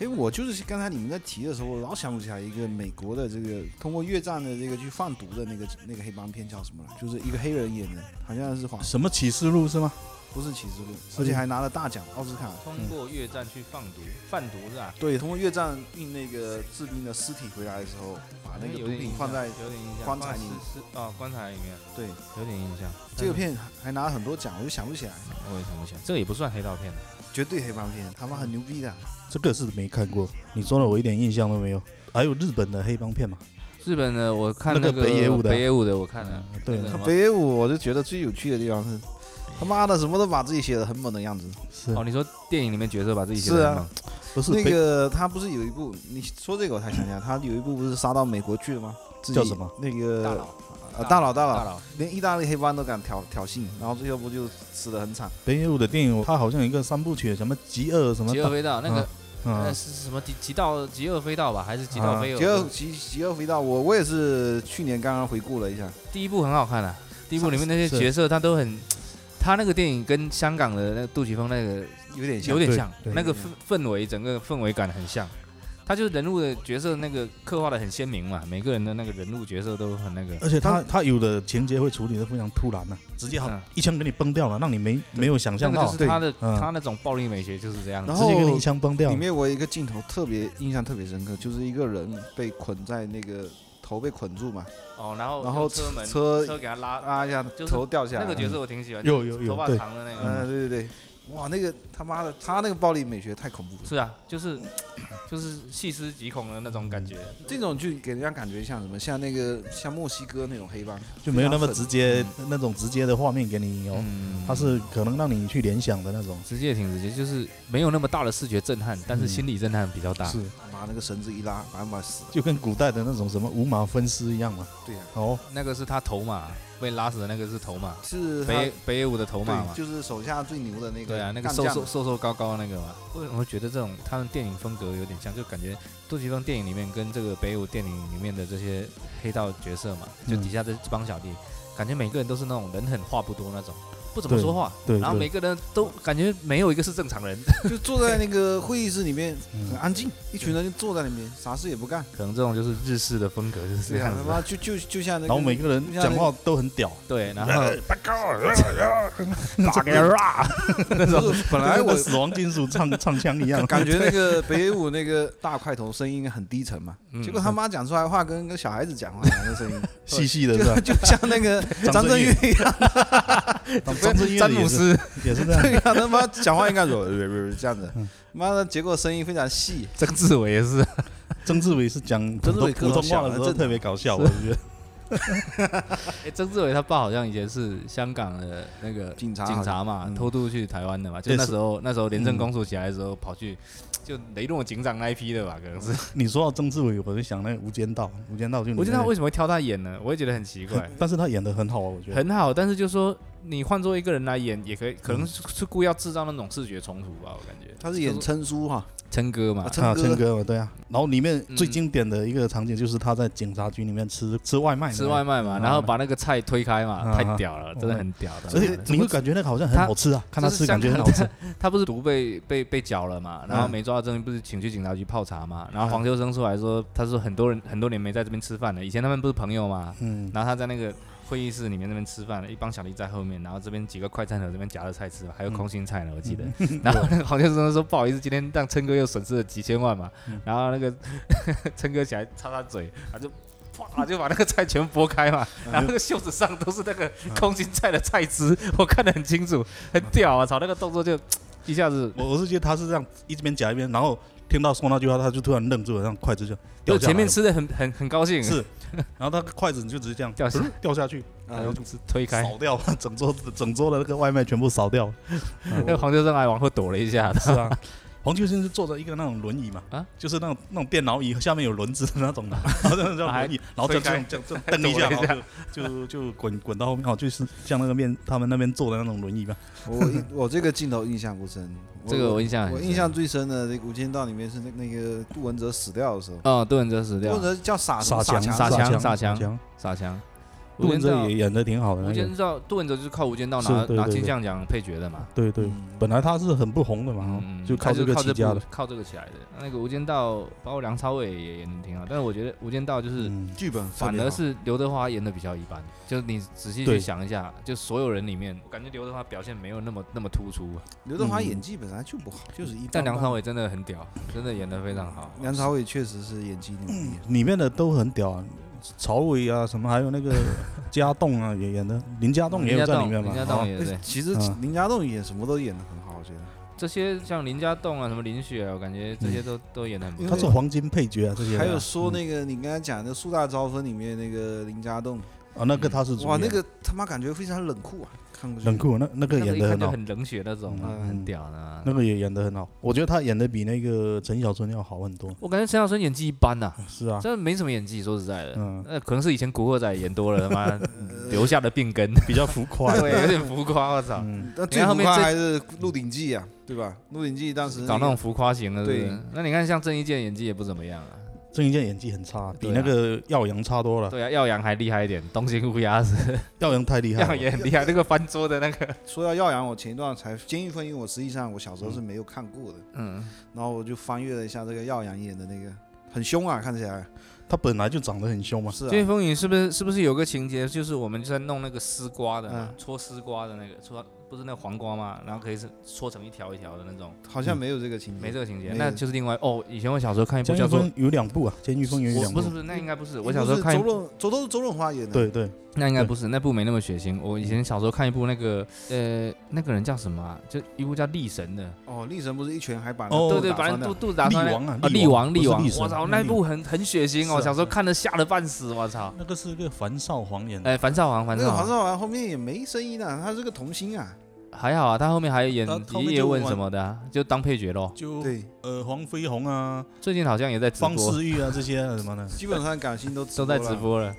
Speaker 3: 哎，我就是刚才你们在提的时候，我老想不起来一个美国的这个通过越战的这个去贩毒的那个那个黑帮片叫什么了，就是一个黑人演的，好像是华
Speaker 2: 什么启示录是吗？
Speaker 3: 不是启示录，
Speaker 2: 是
Speaker 3: 而且还拿了大奖奥斯卡。
Speaker 1: 通过越战去放毒，贩毒是吧？
Speaker 3: 对，通过越战运那个士兵的尸体回来的时候，把那个
Speaker 1: 有
Speaker 3: 毒
Speaker 1: 点
Speaker 3: 品
Speaker 1: 印
Speaker 3: 放
Speaker 1: 象
Speaker 3: 在
Speaker 1: 哎有点印象，
Speaker 3: 棺材
Speaker 1: 放在
Speaker 3: 里
Speaker 1: 尸尸哦棺材里面
Speaker 3: 对
Speaker 1: 有点印象。
Speaker 3: 这个片还还拿了很多奖，我就想不起来，
Speaker 1: 我也想不起来，这个也不算黑道片。啊
Speaker 3: 绝对黑帮片，他妈很牛逼的。
Speaker 2: 这个是没看过，你说的我一点印象都没有。还有日本的黑帮片嘛？
Speaker 1: 日本的我看
Speaker 2: 那个
Speaker 1: 个
Speaker 2: 北野武的
Speaker 1: 北野武的我看了，
Speaker 2: 嗯对
Speaker 1: 那个什么
Speaker 3: 北野武，我就觉得最有趣的地方是，他妈的什么都把自己写的很猛的样子。
Speaker 2: 是
Speaker 1: 哦，你说电影里面角色把自己写
Speaker 3: 是
Speaker 1: 的
Speaker 3: 啊
Speaker 1: 吗？
Speaker 2: 不是
Speaker 3: 那
Speaker 2: 北
Speaker 3: 个他不是有一部，你说这个我才想起来，他有一部不是杀到美国去了吗？自己
Speaker 2: 叫什么？
Speaker 3: 那个
Speaker 1: 大佬，
Speaker 2: 呃
Speaker 3: 啊，大佬大
Speaker 1: 大
Speaker 3: 佬，
Speaker 1: 佬，
Speaker 3: 连意大利黑帮都敢挑挑衅，然后最后不就死的很惨？
Speaker 2: 北野武的电影，它好像有一个三部曲，什么《极恶》什么
Speaker 1: 极恶呃飞盗那个那
Speaker 2: 嗯，
Speaker 1: 是什么极极道极恶飞盗吧，还是极道
Speaker 2: 啊
Speaker 1: 飞
Speaker 3: 极恶
Speaker 1: 盗？
Speaker 3: 极极恶回到我我也是去年刚刚回顾了一下，
Speaker 1: 第一部很好看啊，第一部里面那些
Speaker 2: 是
Speaker 1: 角色他都很。他那个电影跟香港的那个杜琪峰那个
Speaker 3: 有点像
Speaker 1: 有点
Speaker 2: 对
Speaker 1: 像，
Speaker 2: 对
Speaker 1: 那个
Speaker 3: 对
Speaker 1: 氛氛围整个氛围感很像，他就是人物的角色那个刻画的很鲜明嘛，每个人的那个人物角色都很那个。
Speaker 2: 而且他他有的情节会处理的非常突然呢、直呃接好
Speaker 1: 嗯
Speaker 2: 一枪给你崩掉了，让你没没有想
Speaker 1: 这
Speaker 2: 象
Speaker 1: 个
Speaker 2: 到，
Speaker 1: 就是他的
Speaker 2: 嗯
Speaker 1: 他那种暴力美学就是这样子
Speaker 3: 然。
Speaker 2: 直接给你
Speaker 3: 后
Speaker 2: 一枪崩掉
Speaker 3: 里。面我有一个镜头特别印象特别深刻，就是一个人被捆在那个头被捆住嘛，
Speaker 1: 哦，然后
Speaker 3: 然后
Speaker 1: 车门
Speaker 3: 车
Speaker 1: 车给他拉，
Speaker 3: 啊一下
Speaker 1: 就是
Speaker 3: 头掉下来
Speaker 1: 那
Speaker 3: 了。
Speaker 1: 个角色我挺喜欢，
Speaker 2: 有有有
Speaker 1: 头发
Speaker 2: 对
Speaker 1: 长的那个，
Speaker 3: 嗯，对对对，哇，那个他妈的，他那个暴力美学太恐怖了。
Speaker 1: 是啊，就是 就是细思极恐的那种感觉。
Speaker 3: 这种就给人家感觉像什么，像那个像墨西哥那种黑帮，
Speaker 2: 就没有那么
Speaker 3: 非常
Speaker 2: 直
Speaker 3: 狠
Speaker 2: 接那种直接的画面给你哦，
Speaker 1: 嗯，
Speaker 2: 它是可能让你去联想的那种。
Speaker 1: 直接挺直接，就是没有那么大的视觉震撼，但
Speaker 3: 嗯
Speaker 1: 是心理震撼比较大。
Speaker 2: 是，
Speaker 3: 把那个绳子一拉，把他妈死了。
Speaker 2: 就跟古代的那种什么五马分尸一样嘛。
Speaker 3: 对呀、
Speaker 2: 哦，
Speaker 1: 那个是他头马被拉死的那个是头马，
Speaker 3: 是他
Speaker 1: 北北野武的头马嘛
Speaker 3: 对，。就是手下最牛的那个
Speaker 1: 对啊，那个
Speaker 3: 干
Speaker 1: 瘦
Speaker 3: 将
Speaker 1: 瘦
Speaker 3: 嘛
Speaker 1: 瘦瘦高高那个嘛，我我觉得这种他们电影风格有点像，就感觉杜琪峰电影里面跟这个北舞电影里面的这些黑道角色嘛，就
Speaker 2: 嗯
Speaker 1: 底下这这帮小弟，感觉每个人都是那种人很话不多那种，不怎么
Speaker 2: 对
Speaker 1: 说话，
Speaker 2: 对
Speaker 1: 然后
Speaker 2: 对
Speaker 1: 每个人都感觉没有一个是正常人，
Speaker 3: 就坐在那个会议室里面
Speaker 2: 嗯
Speaker 3: 很安静，一群人就坐在那边，啥事也不干。
Speaker 1: 可能这种就是日式的风格就是这
Speaker 3: 对
Speaker 2: 啊
Speaker 3: 呀、
Speaker 1: 样
Speaker 3: 他
Speaker 1: 子。
Speaker 3: 妈就就就像那
Speaker 2: 然后每
Speaker 3: 个
Speaker 2: 个人讲话都很屌，
Speaker 1: 对，然后
Speaker 3: 啊
Speaker 2: 打给 啦，那种
Speaker 3: 就是啊本来我
Speaker 2: 跟死亡金属唱唱腔一样，
Speaker 3: 感觉那个北野武那个大块头声音很低沉嘛，
Speaker 1: 嗯
Speaker 3: 结果他妈讲出来话跟跟小孩子讲话一样的声音，
Speaker 2: 细细的是吧
Speaker 3: 就？就像那个
Speaker 2: 张
Speaker 3: 张
Speaker 2: 震
Speaker 3: 震
Speaker 2: 岳
Speaker 3: 岳一样，
Speaker 2: 张震岳
Speaker 1: 詹
Speaker 2: 也
Speaker 1: 姆
Speaker 2: 是
Speaker 1: 斯
Speaker 2: 也是这样，
Speaker 3: 对呀，啊他妈讲话应该说呃这样子，
Speaker 2: 嗯
Speaker 3: 妈的，结果声音非常细，
Speaker 1: 曾志伟也是，
Speaker 2: 曾志伟是讲普
Speaker 3: 曾志
Speaker 2: 通
Speaker 3: 伟
Speaker 2: 普
Speaker 3: 可
Speaker 2: 通
Speaker 3: 好
Speaker 2: 话
Speaker 3: 笑了
Speaker 2: 的时候
Speaker 3: 真的
Speaker 2: 特别搞笑，我觉得。
Speaker 1: 哎，曾志伟他爸好像以前是香港的那个
Speaker 3: 警察
Speaker 1: 警察嘛，
Speaker 3: 嗯
Speaker 1: 偷渡去台湾的嘛，就
Speaker 2: 也
Speaker 1: 那
Speaker 2: 是
Speaker 1: 时候那时候廉政
Speaker 2: 嗯
Speaker 1: 公署起来的时候，跑去就雷诺警长那一批的吧，可能是。
Speaker 2: 你说到曾志伟，我就想那个《无间道》，《无间道》就你
Speaker 1: 我觉得
Speaker 2: 那
Speaker 1: 他
Speaker 2: 个，
Speaker 1: 为什么会挑他演呢？我也觉得很奇怪
Speaker 2: 但是他演的很好啊，我觉得。
Speaker 1: 很好，但是就说你换做一个人来演，也可以，可能是是故意要制造那种视觉冲突吧，我感觉。
Speaker 3: 他是演
Speaker 1: 就是
Speaker 3: 称叔哈，
Speaker 1: 琛哥嘛
Speaker 3: 啊，
Speaker 2: 啊，
Speaker 3: 琛
Speaker 2: 琛
Speaker 3: 哥，
Speaker 2: 哥嘛，对啊。然后里面
Speaker 1: 嗯
Speaker 2: 最经典的一个场景就是他在警察局里面吃吃外卖，
Speaker 1: 吃外卖嘛，
Speaker 2: 嗯
Speaker 1: 然后把那个菜推开嘛，
Speaker 2: 嗯
Speaker 1: 太屌了，真的很屌的。
Speaker 2: 而且你会感觉那个好像很好吃啊，看他
Speaker 1: 就是
Speaker 2: 吃感觉
Speaker 1: 香
Speaker 2: 很
Speaker 1: 港
Speaker 2: 好吃。
Speaker 1: 他不是毒被被被缴了嘛，然后
Speaker 2: 嗯
Speaker 1: 没抓到证据，不是请去警察局泡茶嘛，然后黄秋生出来说，他说很多人很多年没在这边吃饭了，以前他们不是朋友嘛，
Speaker 2: 嗯，
Speaker 1: 然后他在那个会议室里面那边吃饭，一帮小弟在后面，然后这边几个快餐盒这边夹着菜吃，
Speaker 2: 嗯
Speaker 1: 还有空心菜呢，我记 得。然后那个黄先生说不好意思，今天让琛哥又损失了几千万嘛。
Speaker 2: 嗯
Speaker 1: 然后那个 琛哥起来擦擦嘴，他就。啪就把那个菜全拨开嘛，
Speaker 2: 嗯
Speaker 1: 然后那个袖子上都是那个空心菜的菜汁，我看得很清楚，很
Speaker 2: 嗯
Speaker 1: 屌啊！操，那个动作就一下子
Speaker 2: 我我是觉得他是这样一边夹一边，然后听到说那句话，他就突然愣住了，让筷子就掉
Speaker 1: 就
Speaker 2: 下来了。
Speaker 1: 前面吃的很很很高兴，
Speaker 2: 是，然后他筷子你就直接这样
Speaker 1: 掉下
Speaker 2: 掉下去，
Speaker 1: 然
Speaker 3: 然
Speaker 1: 后
Speaker 3: 后
Speaker 1: 就是推开，
Speaker 2: 扫掉 整桌整桌的那个外卖全部扫掉。
Speaker 1: 那个黄先生还往后躲了一下，
Speaker 2: 是啊， 黄秋生是坐着一个那种轮椅嘛，
Speaker 1: 啊
Speaker 2: 啊，就是那种那种电脑椅，下面有轮子的那种的，然后那种叫轮椅，然后就这样这样这样蹬一下，然后就就就滚滚到后面哦，就是像那个面他们那边坐的那种轮椅吧。
Speaker 3: 我一我这个镜头印象不深，
Speaker 1: 这个我印象很
Speaker 3: 我
Speaker 1: 深
Speaker 3: 印象最深的这个《无间道》里面是那那个杜文泽死掉的时候，
Speaker 1: 哦，杜文哲死
Speaker 3: 杜
Speaker 1: 掉
Speaker 3: 文，泽叫傻什么
Speaker 2: 强
Speaker 3: 强
Speaker 1: 傻
Speaker 2: 傻
Speaker 1: 强傻
Speaker 2: 傻
Speaker 1: 强
Speaker 2: 强，
Speaker 1: 傻强。
Speaker 2: 杜文
Speaker 1: 道
Speaker 2: 泽也演的挺好的
Speaker 1: 无
Speaker 2: 那个
Speaker 1: 间，道，杜文泽就是靠《无间道》
Speaker 2: 是
Speaker 1: 拿
Speaker 2: 对
Speaker 1: 拿
Speaker 2: 对
Speaker 1: 金
Speaker 2: 对
Speaker 1: 像奖配角的嘛，
Speaker 2: 对对，
Speaker 3: 嗯
Speaker 2: 本来他是很不红的嘛，哦
Speaker 1: 嗯
Speaker 2: 就
Speaker 1: 他
Speaker 2: 靠
Speaker 1: 就
Speaker 2: 这个
Speaker 1: 靠
Speaker 2: 起
Speaker 1: 这
Speaker 2: 家
Speaker 1: 部
Speaker 2: 的。
Speaker 1: 靠这个起来的。那个《无间道》，包括梁朝伟也演的挺好，但是我觉得《无间道》就是
Speaker 2: 嗯，
Speaker 3: 剧本特
Speaker 1: 反
Speaker 3: 别
Speaker 1: 而
Speaker 3: 好
Speaker 1: 是刘德华演的比较一般，就是你仔细去
Speaker 2: 对
Speaker 1: 想一下，就所有人里面，我感觉刘德华表现没有那么那么突出，啊
Speaker 3: 刘德华
Speaker 2: 嗯
Speaker 3: 演技本来就不好，就是一般
Speaker 1: 但梁
Speaker 3: 般
Speaker 1: 朝伟真的很屌，真的演的非常好。
Speaker 2: 嗯
Speaker 3: 梁朝伟确实是演技牛逼啊，
Speaker 1: 嗯
Speaker 2: 里面的都很屌啊，曹伟啊什么，还有那个家栋啊也演的，林家栋也
Speaker 1: 林家
Speaker 2: 有在
Speaker 1: 栋，
Speaker 2: 里面嘛
Speaker 1: 林家，
Speaker 2: 哦
Speaker 1: 栋也对
Speaker 3: 哎。其实
Speaker 2: 嗯
Speaker 3: 林家栋演什么都演的很好，我觉得。
Speaker 1: 这些像林家栋啊，什么林雪啊，我感觉这些都都演的很不
Speaker 3: 因
Speaker 2: 嗯
Speaker 3: 为
Speaker 2: 他
Speaker 1: 错。
Speaker 2: 是黄金配角啊这些的啊。
Speaker 3: 还有
Speaker 2: 嗯
Speaker 3: 说那个你刚才讲的《树大招风》里面那个林家栋，
Speaker 2: 啊，那个他是主
Speaker 3: 哇，
Speaker 2: 演
Speaker 3: 那个他妈感觉非常冷酷啊，看过去
Speaker 2: 冷酷，那那个
Speaker 1: 那
Speaker 2: 演
Speaker 1: 一
Speaker 2: 的
Speaker 1: 看
Speaker 2: 很
Speaker 1: 就
Speaker 2: 好，
Speaker 1: 很冷血那种啊，
Speaker 3: 嗯
Speaker 1: 很屌的啊。
Speaker 2: 那个也演的很好，我觉得他演的比那个陈小春要好很多。
Speaker 1: 我感觉陈小春演技一般呐，
Speaker 2: 是啊，
Speaker 1: 真的没什么演技，说实在的，
Speaker 2: 嗯，
Speaker 1: 那可能是以前古惑仔演多了，他妈留下的病根，
Speaker 2: 比较浮夸。
Speaker 1: 对， 有点浮夸，我操，
Speaker 2: 嗯，
Speaker 3: 那
Speaker 1: 你
Speaker 3: 最
Speaker 1: 看后
Speaker 3: 浮
Speaker 1: 面
Speaker 3: 夸
Speaker 1: 这
Speaker 3: 还是《鹿鼎记》啊，对吧？《鹿鼎记》当时
Speaker 1: 搞那
Speaker 3: 个
Speaker 1: 种浮夸型的，是不是
Speaker 3: 对
Speaker 1: 那你看像郑伊健演技也不怎么样啊，
Speaker 2: 郑伊健演技很差，比
Speaker 1: 对啊
Speaker 2: 那个耀阳差多了。
Speaker 1: 对啊，耀阳还厉害一点，东京乌鸦是
Speaker 2: 耀阳太厉害
Speaker 1: 耀
Speaker 2: 了，
Speaker 1: 也很厉害，那个翻桌的那个，
Speaker 3: 说到耀阳，我前一段才《监狱风云》，我实际上我小时候是没有看过的，
Speaker 1: 嗯，
Speaker 3: 然后我就翻阅了一下这个耀阳演的那个，很凶啊，看起来
Speaker 2: 他本来就长得很凶嘛。
Speaker 3: 是
Speaker 1: 《监狱
Speaker 3: 啊，
Speaker 1: 风云》是不是是不是有个情节，就是我们就在弄那个丝瓜的嘛
Speaker 3: 嗯，
Speaker 1: 搓丝瓜的那个，搓不是那个黄瓜吗？然后可以是搓成一条一条的那种，
Speaker 3: 好像没有这个情节，
Speaker 1: 没这个情节，
Speaker 3: 嗯没有
Speaker 1: 那就是另外哦。以前我小时候看一部
Speaker 2: 监
Speaker 1: 叫
Speaker 2: 狱
Speaker 1: 做
Speaker 2: 风有两部啊，《监狱风云》有
Speaker 1: 我
Speaker 2: 两
Speaker 1: 不是
Speaker 2: 部。
Speaker 1: 不是，那应该不是。
Speaker 3: 不
Speaker 1: 我小时候
Speaker 3: 是
Speaker 1: 看一
Speaker 3: 周润，周都是周润发演的，
Speaker 2: 对对，嗯
Speaker 1: 那应该不是，那部没那么血腥。我以前小时候看一部那个呃，那个人叫什么啊？就一部叫《力神》的，
Speaker 3: 哦，力神不是一拳还把
Speaker 2: 哦
Speaker 1: 对
Speaker 3: 那
Speaker 1: 对，
Speaker 3: 打
Speaker 1: 把
Speaker 3: 穿
Speaker 1: 人
Speaker 3: 的
Speaker 1: 肚，肚子打穿
Speaker 2: 力
Speaker 1: 了
Speaker 2: 王啊力
Speaker 1: 力
Speaker 2: 王
Speaker 1: 王
Speaker 2: 不是
Speaker 1: 力王
Speaker 2: 力，神
Speaker 1: 我操，那
Speaker 2: 力
Speaker 1: 部很很血腥
Speaker 2: 是
Speaker 1: 哦，
Speaker 2: 啊
Speaker 1: 小时候看的吓得半死，我操。
Speaker 2: 那个是个樊少皇演的。
Speaker 1: 哎，樊少皇，樊
Speaker 3: 那个
Speaker 1: 少
Speaker 3: 黄
Speaker 1: 皇
Speaker 3: 少华后面也没声音了，他是个童星啊，
Speaker 1: 还好啊，他后面还演
Speaker 2: 他后面就
Speaker 1: 叶问
Speaker 2: 玩
Speaker 1: 什么的啊，就当配角咯。
Speaker 2: 就
Speaker 3: 对，
Speaker 2: 呃，黄飞鸿啊，
Speaker 1: 最近好像也在直
Speaker 2: 方
Speaker 1: 播，
Speaker 2: 世玉啊，这些啊什么的，
Speaker 3: 基本上港星都直
Speaker 1: 都在直
Speaker 3: 了。
Speaker 1: 播了。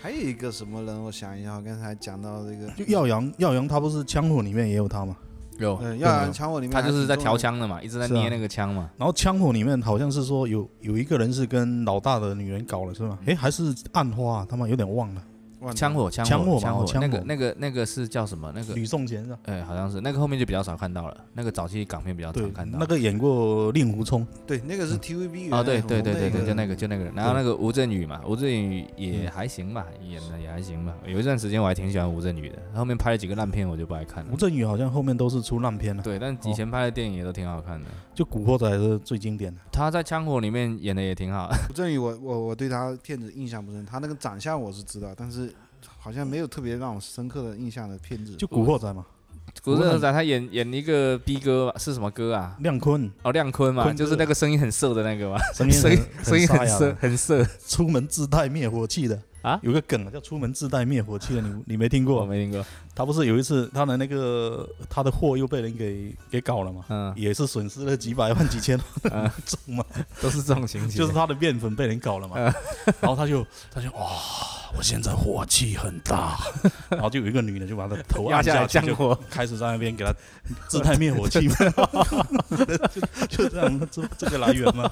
Speaker 3: 还有一个什么人，我想一下，我刚才讲到这个，
Speaker 2: 就耀阳，耀阳他不是枪火里面也有他嘛，
Speaker 1: 有，
Speaker 3: 嗯，耀阳枪火里面
Speaker 1: 他
Speaker 3: 还挺
Speaker 1: 就
Speaker 3: 重
Speaker 1: 是
Speaker 3: 要的，
Speaker 1: 在调枪的嘛，一直在
Speaker 2: 是啊
Speaker 1: 捏那个枪嘛。
Speaker 2: 然后枪火里面好像是说有有一个人是跟老大的女人搞了是吗？
Speaker 1: 嗯
Speaker 2: 诶，还是暗花、啊，他妈有点忘了，
Speaker 3: 忘了，
Speaker 1: 枪火，枪
Speaker 2: 枪火
Speaker 1: 火，
Speaker 2: 嘛哦
Speaker 1: 火，
Speaker 2: 枪
Speaker 1: 那个
Speaker 2: 火
Speaker 1: 那个那个是叫什么？那个
Speaker 2: 吕颂贤是吧？
Speaker 1: 哎，好像是那个后面就比较少看到了，那个早期港片比较
Speaker 2: 对
Speaker 1: 常看，到。
Speaker 2: 那个演过令狐冲，
Speaker 3: 对，那个是 TVB
Speaker 1: 哦，
Speaker 3: 原
Speaker 1: 对
Speaker 3: 来
Speaker 1: 对对对对，
Speaker 3: 很红的
Speaker 1: 就
Speaker 3: 一
Speaker 1: 那个就那个，然后那个吴镇宇嘛，吴镇宇也
Speaker 2: 嗯
Speaker 1: 还行吧，演的也还行吧。有一段时间我还挺喜欢吴镇宇的，后面拍了几个烂片我就不爱看了
Speaker 2: 吴。镇宇哦好像后面都是出烂片了，
Speaker 1: 嗯对，但以前拍的电影也都挺好看的。
Speaker 2: 就《古惑仔》是最经典的。
Speaker 1: 他在《枪火》里面演的也挺好，
Speaker 3: 吴镇宇，我我我对他片子印象不深，他那个长相我是知道，但是好像没有特别让我深刻的印象的片子。
Speaker 2: 就《古惑仔》嘛，
Speaker 1: 古惑仔他演演一个逼哥吧，是什么哥啊？
Speaker 2: 亮 坤
Speaker 1: 哦，亮坤嘛，
Speaker 2: 坤哥
Speaker 1: 就是那个声音很涩的那个嘛，
Speaker 2: 声音
Speaker 1: 声音
Speaker 2: 很
Speaker 1: 声音
Speaker 2: 很
Speaker 1: 很
Speaker 2: 沙哑
Speaker 1: 涩
Speaker 2: 的，
Speaker 1: 很涩。
Speaker 2: 出门自带灭火器的
Speaker 1: 啊嗯
Speaker 2: 有个梗叫“出门自带灭火器”的，你你没听
Speaker 1: 我
Speaker 2: 过？
Speaker 1: 没听过，
Speaker 2: 他不是有一次他的那个他的货又被人给给搞了嘛，
Speaker 1: 嗯，
Speaker 2: 也是损失了几百万几千万重嘛，
Speaker 1: 都是这种情节，
Speaker 2: 就是他的面粉被人搞
Speaker 1: 嗯
Speaker 2: 了嘛， 然后他就他就哇，我现在火气很大， 然后就有一个女的就把他头
Speaker 1: 压
Speaker 2: 按
Speaker 1: 下来
Speaker 2: 去，
Speaker 1: 降
Speaker 2: 就
Speaker 1: 火。
Speaker 2: 开始在那边给他自带灭火器嘛， 就就这样，这这个来源嘛，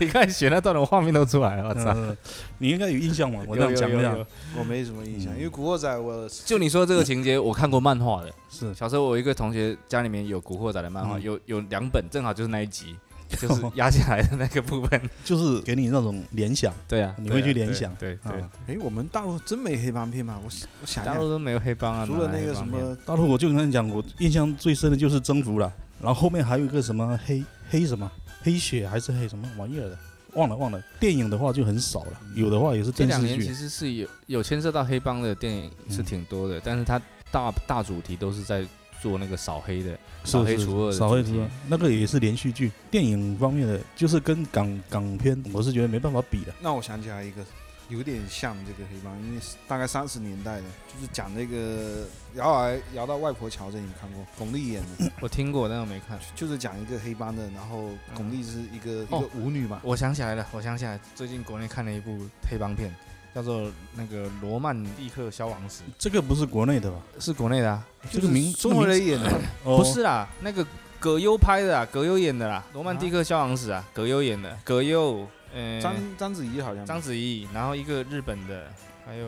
Speaker 1: 你看选那段的画面都出 来了，我操！
Speaker 2: 嗯，你应该有印象嘛，我这样
Speaker 1: 有
Speaker 2: 讲一
Speaker 1: 有有
Speaker 2: 下
Speaker 1: 有，
Speaker 3: 我没什么印象，
Speaker 2: 嗯
Speaker 3: 因为《古惑仔》我
Speaker 1: 就你说这个情节，我看过漫画的。
Speaker 2: 是
Speaker 1: 小时候我一个同学家里面有《古惑仔》的漫画，
Speaker 2: 嗯
Speaker 1: 有有两本，正好就是那一集，就是压下来的那个部分。
Speaker 2: 就是给你那种联想，
Speaker 1: 对啊，
Speaker 2: 你会去联
Speaker 1: 对啊
Speaker 2: 想
Speaker 1: 对对，
Speaker 2: 啊
Speaker 3: 哎，我们大陆真没黑帮片吗？我想我想一
Speaker 1: 大陆
Speaker 3: 下，
Speaker 1: 都没有黑帮啊，
Speaker 3: 除了
Speaker 1: 哪来
Speaker 3: 那个
Speaker 1: 黑
Speaker 3: 什
Speaker 1: 帮片
Speaker 3: 么，
Speaker 2: 大陆我就跟你讲，我印象最深的就是征服了，然后后面还有一个什么黑黑什么黑雪还是黑什么玩意儿的，忘了忘了。电影的话就很少了，有的话也是
Speaker 1: 这
Speaker 2: 电
Speaker 1: 两
Speaker 2: 视
Speaker 1: 年其
Speaker 2: 剧。
Speaker 1: 实是有有牵涉到黑帮的电影是挺多的，但是它大大主题都是在做那个扫黑的，
Speaker 2: 是
Speaker 1: 扫黑
Speaker 2: 是
Speaker 1: 除恶的
Speaker 2: 扫黑
Speaker 1: 主
Speaker 2: 除
Speaker 1: 题
Speaker 2: 恶，那个也是连续剧。电影方面的，就是跟港港片，我是觉得没办法比的。
Speaker 3: 那我想起来一个，有点像这个黑帮，因为是大概三十年代的，就是讲那个摇来摇到外婆桥这，你们看过？巩俐演的，
Speaker 1: 我听过，但我没看。
Speaker 3: 就是讲一个黑帮的，然后巩俐是一个一
Speaker 1: 哦
Speaker 3: 个舞女嘛，
Speaker 1: 我想起来了，我想起来，最近国内看了一部黑帮片，叫做那个《罗曼蒂克消亡史
Speaker 2: 这个不是国内的吧？》，
Speaker 1: 是国内的啊。
Speaker 2: 这个名
Speaker 3: 宋慧，蕾演的，
Speaker 2: 这个名
Speaker 1: 不
Speaker 2: 哦
Speaker 1: 是啦，那个葛优拍的啊，葛优演的啦，《罗曼蒂克消亡史》啊，葛优演的，葛优，呃，
Speaker 3: 章章子怡好像
Speaker 1: 章子怡，然后一个日本的，还有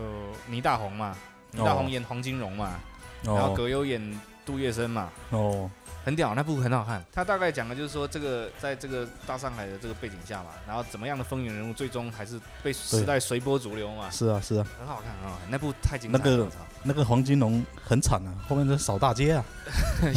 Speaker 1: 倪大红嘛，倪大红演黄金荣嘛，然后
Speaker 2: 哦
Speaker 1: 葛优演杜月笙嘛，
Speaker 2: 哦，
Speaker 1: 很屌，那部很好看。他大概讲的就是说，这个在这个大上海的这个背景下嘛，然后怎么样的风云人物，最终还是被时代随波逐流嘛，
Speaker 2: 是啊是啊，
Speaker 1: 很好看，很好看。那部太精彩了，
Speaker 2: 那个
Speaker 1: 我操
Speaker 2: 那个黄金龙很惨啊，后面在扫大街啊，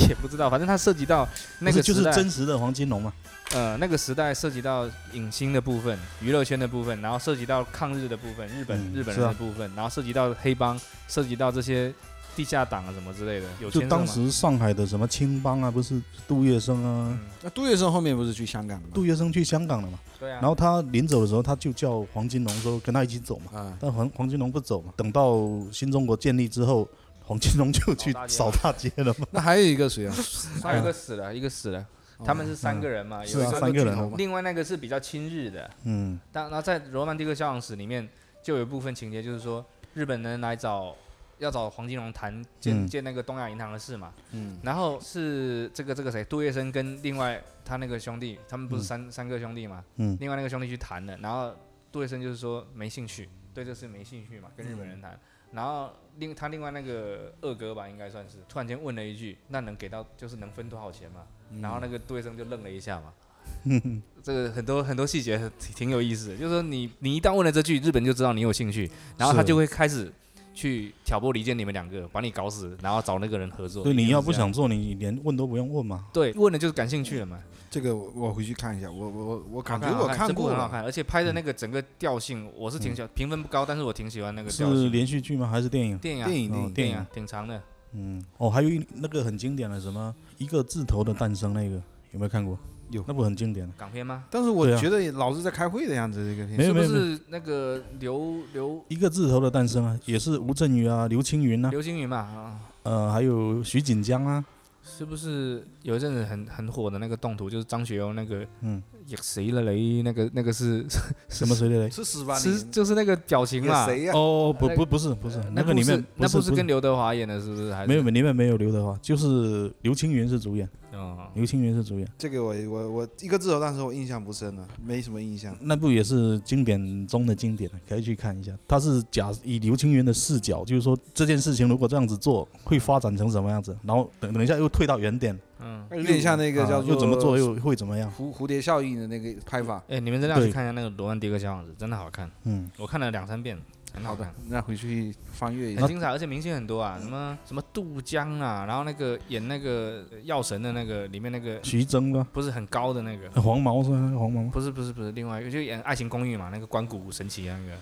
Speaker 1: 也不知道，反正它涉及到那
Speaker 2: 不
Speaker 1: 个
Speaker 2: 是就
Speaker 1: 时
Speaker 2: 是
Speaker 1: 代
Speaker 2: 真实的黄金龙嘛。啊
Speaker 1: 呃，那个时代涉及到影星的部分、娱乐圈的部分，然后涉及到抗日的部分、日本、
Speaker 2: 嗯
Speaker 1: 日本
Speaker 2: 是
Speaker 1: 人
Speaker 2: 啊
Speaker 1: 的部分，然后涉及到黑帮，涉及到这些地下党啊什么之类的，有牵
Speaker 2: 就
Speaker 1: 涉吗？
Speaker 2: 当时上海的什么青帮啊，不是杜月笙啊，
Speaker 1: 嗯，
Speaker 3: 那杜月笙后面不是去香港了吗？
Speaker 2: 杜月笙去香港了嘛，
Speaker 1: 对啊。
Speaker 2: 然后他临走的时候，他就叫黄金龙说跟他一起走嘛，
Speaker 3: 啊，
Speaker 2: 但黄黄金龙不走嘛，等到新中国建立之后，黄金龙就去扫
Speaker 1: 扫
Speaker 2: 大街了嘛，
Speaker 3: 那还有一个 谁啊？哦
Speaker 1: 还有一个死了，一个死了，他们是三个人嘛，
Speaker 2: 哎嗯是
Speaker 1: 有一
Speaker 2: 啊，
Speaker 1: 个
Speaker 2: 三个人
Speaker 3: 头
Speaker 2: 啊，
Speaker 3: 嘛
Speaker 1: 另外那个是比较亲日的，
Speaker 2: 嗯，
Speaker 1: 当然后在《罗曼蒂克消亡史》里面就有一部分情节，就是说日本人来找要找黄金荣谈建
Speaker 2: 嗯
Speaker 1: 建那个东亚银行的事嘛，
Speaker 3: 嗯，
Speaker 1: 然后是这个这个谁杜月笙跟另外他那个兄弟，他们不是三、三个兄弟嘛，
Speaker 2: 嗯
Speaker 1: 另外那个兄弟去谈的，然后杜月笙就是说没兴趣，对这事没兴趣嘛，跟日本人谈。然后另他另外那个二哥吧，应该算是突然间问了一句：“那能给到就是能分多少钱嘛？”
Speaker 2: 嗯
Speaker 1: 然后那个杜月笙就愣了一下 嘛。这个很多很多细节挺挺有意思的，就是说你你一旦问了这句，日本就知道你有兴趣，然后他
Speaker 2: 是
Speaker 1: 就会开始去挑拨离间你们两个，把你搞死，然后找那个人合作。
Speaker 2: 对，
Speaker 1: 一
Speaker 2: 你
Speaker 1: 定
Speaker 2: 要
Speaker 1: 是
Speaker 2: 不
Speaker 1: 这样
Speaker 2: 想做，你连问都不用问嘛。
Speaker 1: 对问了就是感兴趣了嘛。
Speaker 3: 这个我我回去看一下，我我我我
Speaker 1: 好
Speaker 2: 啊
Speaker 3: 感觉我
Speaker 1: 好这部
Speaker 3: 过
Speaker 1: 很好
Speaker 3: 了，
Speaker 1: 看，而且
Speaker 2: 嗯
Speaker 1: 拍的那个整个调性，我是挺喜欢，评分不高，但是我挺喜欢那个调
Speaker 2: 是
Speaker 1: 性。
Speaker 2: 连续剧吗？还是电影？
Speaker 1: 电影啊，
Speaker 3: 电影
Speaker 2: 哦
Speaker 3: 电影
Speaker 1: 电
Speaker 2: 电
Speaker 1: 影
Speaker 2: 影
Speaker 1: 啊，挺长的，
Speaker 2: 嗯，哦，还有一那个很经典的什么一个字头的诞生那个，有没有看过？
Speaker 3: 有
Speaker 2: 那部很经典的。
Speaker 1: 港片吗？
Speaker 3: 但是我
Speaker 2: 对啊
Speaker 3: 觉得老是在开会的样子，这个
Speaker 2: 没
Speaker 3: 片
Speaker 1: 是
Speaker 2: 有
Speaker 1: 不
Speaker 2: 没有
Speaker 1: 是那个刘刘
Speaker 2: 一个字头的诞生啊，也是吴镇宇啊、刘青云啊，
Speaker 1: 刘青云嘛？啊，
Speaker 2: 呃，还有徐锦江啊，
Speaker 1: 是不是有一阵子很很火的那个动图，就是张学友那个
Speaker 2: 嗯，
Speaker 1: 也谁了雷，那个那个是
Speaker 2: 什么谁谁谁？
Speaker 3: 是十八
Speaker 1: 是
Speaker 3: 年
Speaker 1: 就是那个表情嘛？
Speaker 3: 谁呀？
Speaker 2: 哦，不
Speaker 1: 那
Speaker 2: 不不是不是
Speaker 1: 呃，那
Speaker 2: 那个
Speaker 1: 部
Speaker 2: 里面
Speaker 1: 是那不
Speaker 2: 是
Speaker 1: 是跟刘德华演的，是不是？还是
Speaker 2: 没有，里面没有刘德华，就是刘青云是主演，
Speaker 1: 哦，
Speaker 2: 刘青云是主演，
Speaker 3: 这个我我我一个字头，但是我印象不深了，没什么印象。
Speaker 2: 那部也是经典中的经典，可以去看一下。它是假以刘青云的视角，就是说这件事情如果这样子做，会发展成什么样子，然后等等一下又退到原点，
Speaker 1: 嗯，
Speaker 3: 有点像那个
Speaker 2: 啊
Speaker 3: 叫做
Speaker 2: 又怎么做又会怎么样，
Speaker 3: 蝴蝴蝶效应的那个拍法。
Speaker 1: 哎，你们真的要去
Speaker 2: 对
Speaker 1: 看一下那个《罗曼蒂克消防士》，真的好看，
Speaker 2: 嗯，
Speaker 1: 我看了两三遍，很好
Speaker 3: 好
Speaker 1: 看
Speaker 3: 的。，那回去翻阅一
Speaker 1: 很
Speaker 2: 啊
Speaker 3: 下。
Speaker 1: 精彩，而且明星很多啊，什么什么杜江啊，然后那个演那个呃药神的那个里面那个
Speaker 2: 徐峥啊，
Speaker 1: 不是很高的那个，
Speaker 2: 呃黄毛是吗黄毛吗？
Speaker 1: 不是不是不是，另外一个就演《爱情公寓》嘛，那个关谷神奇的那个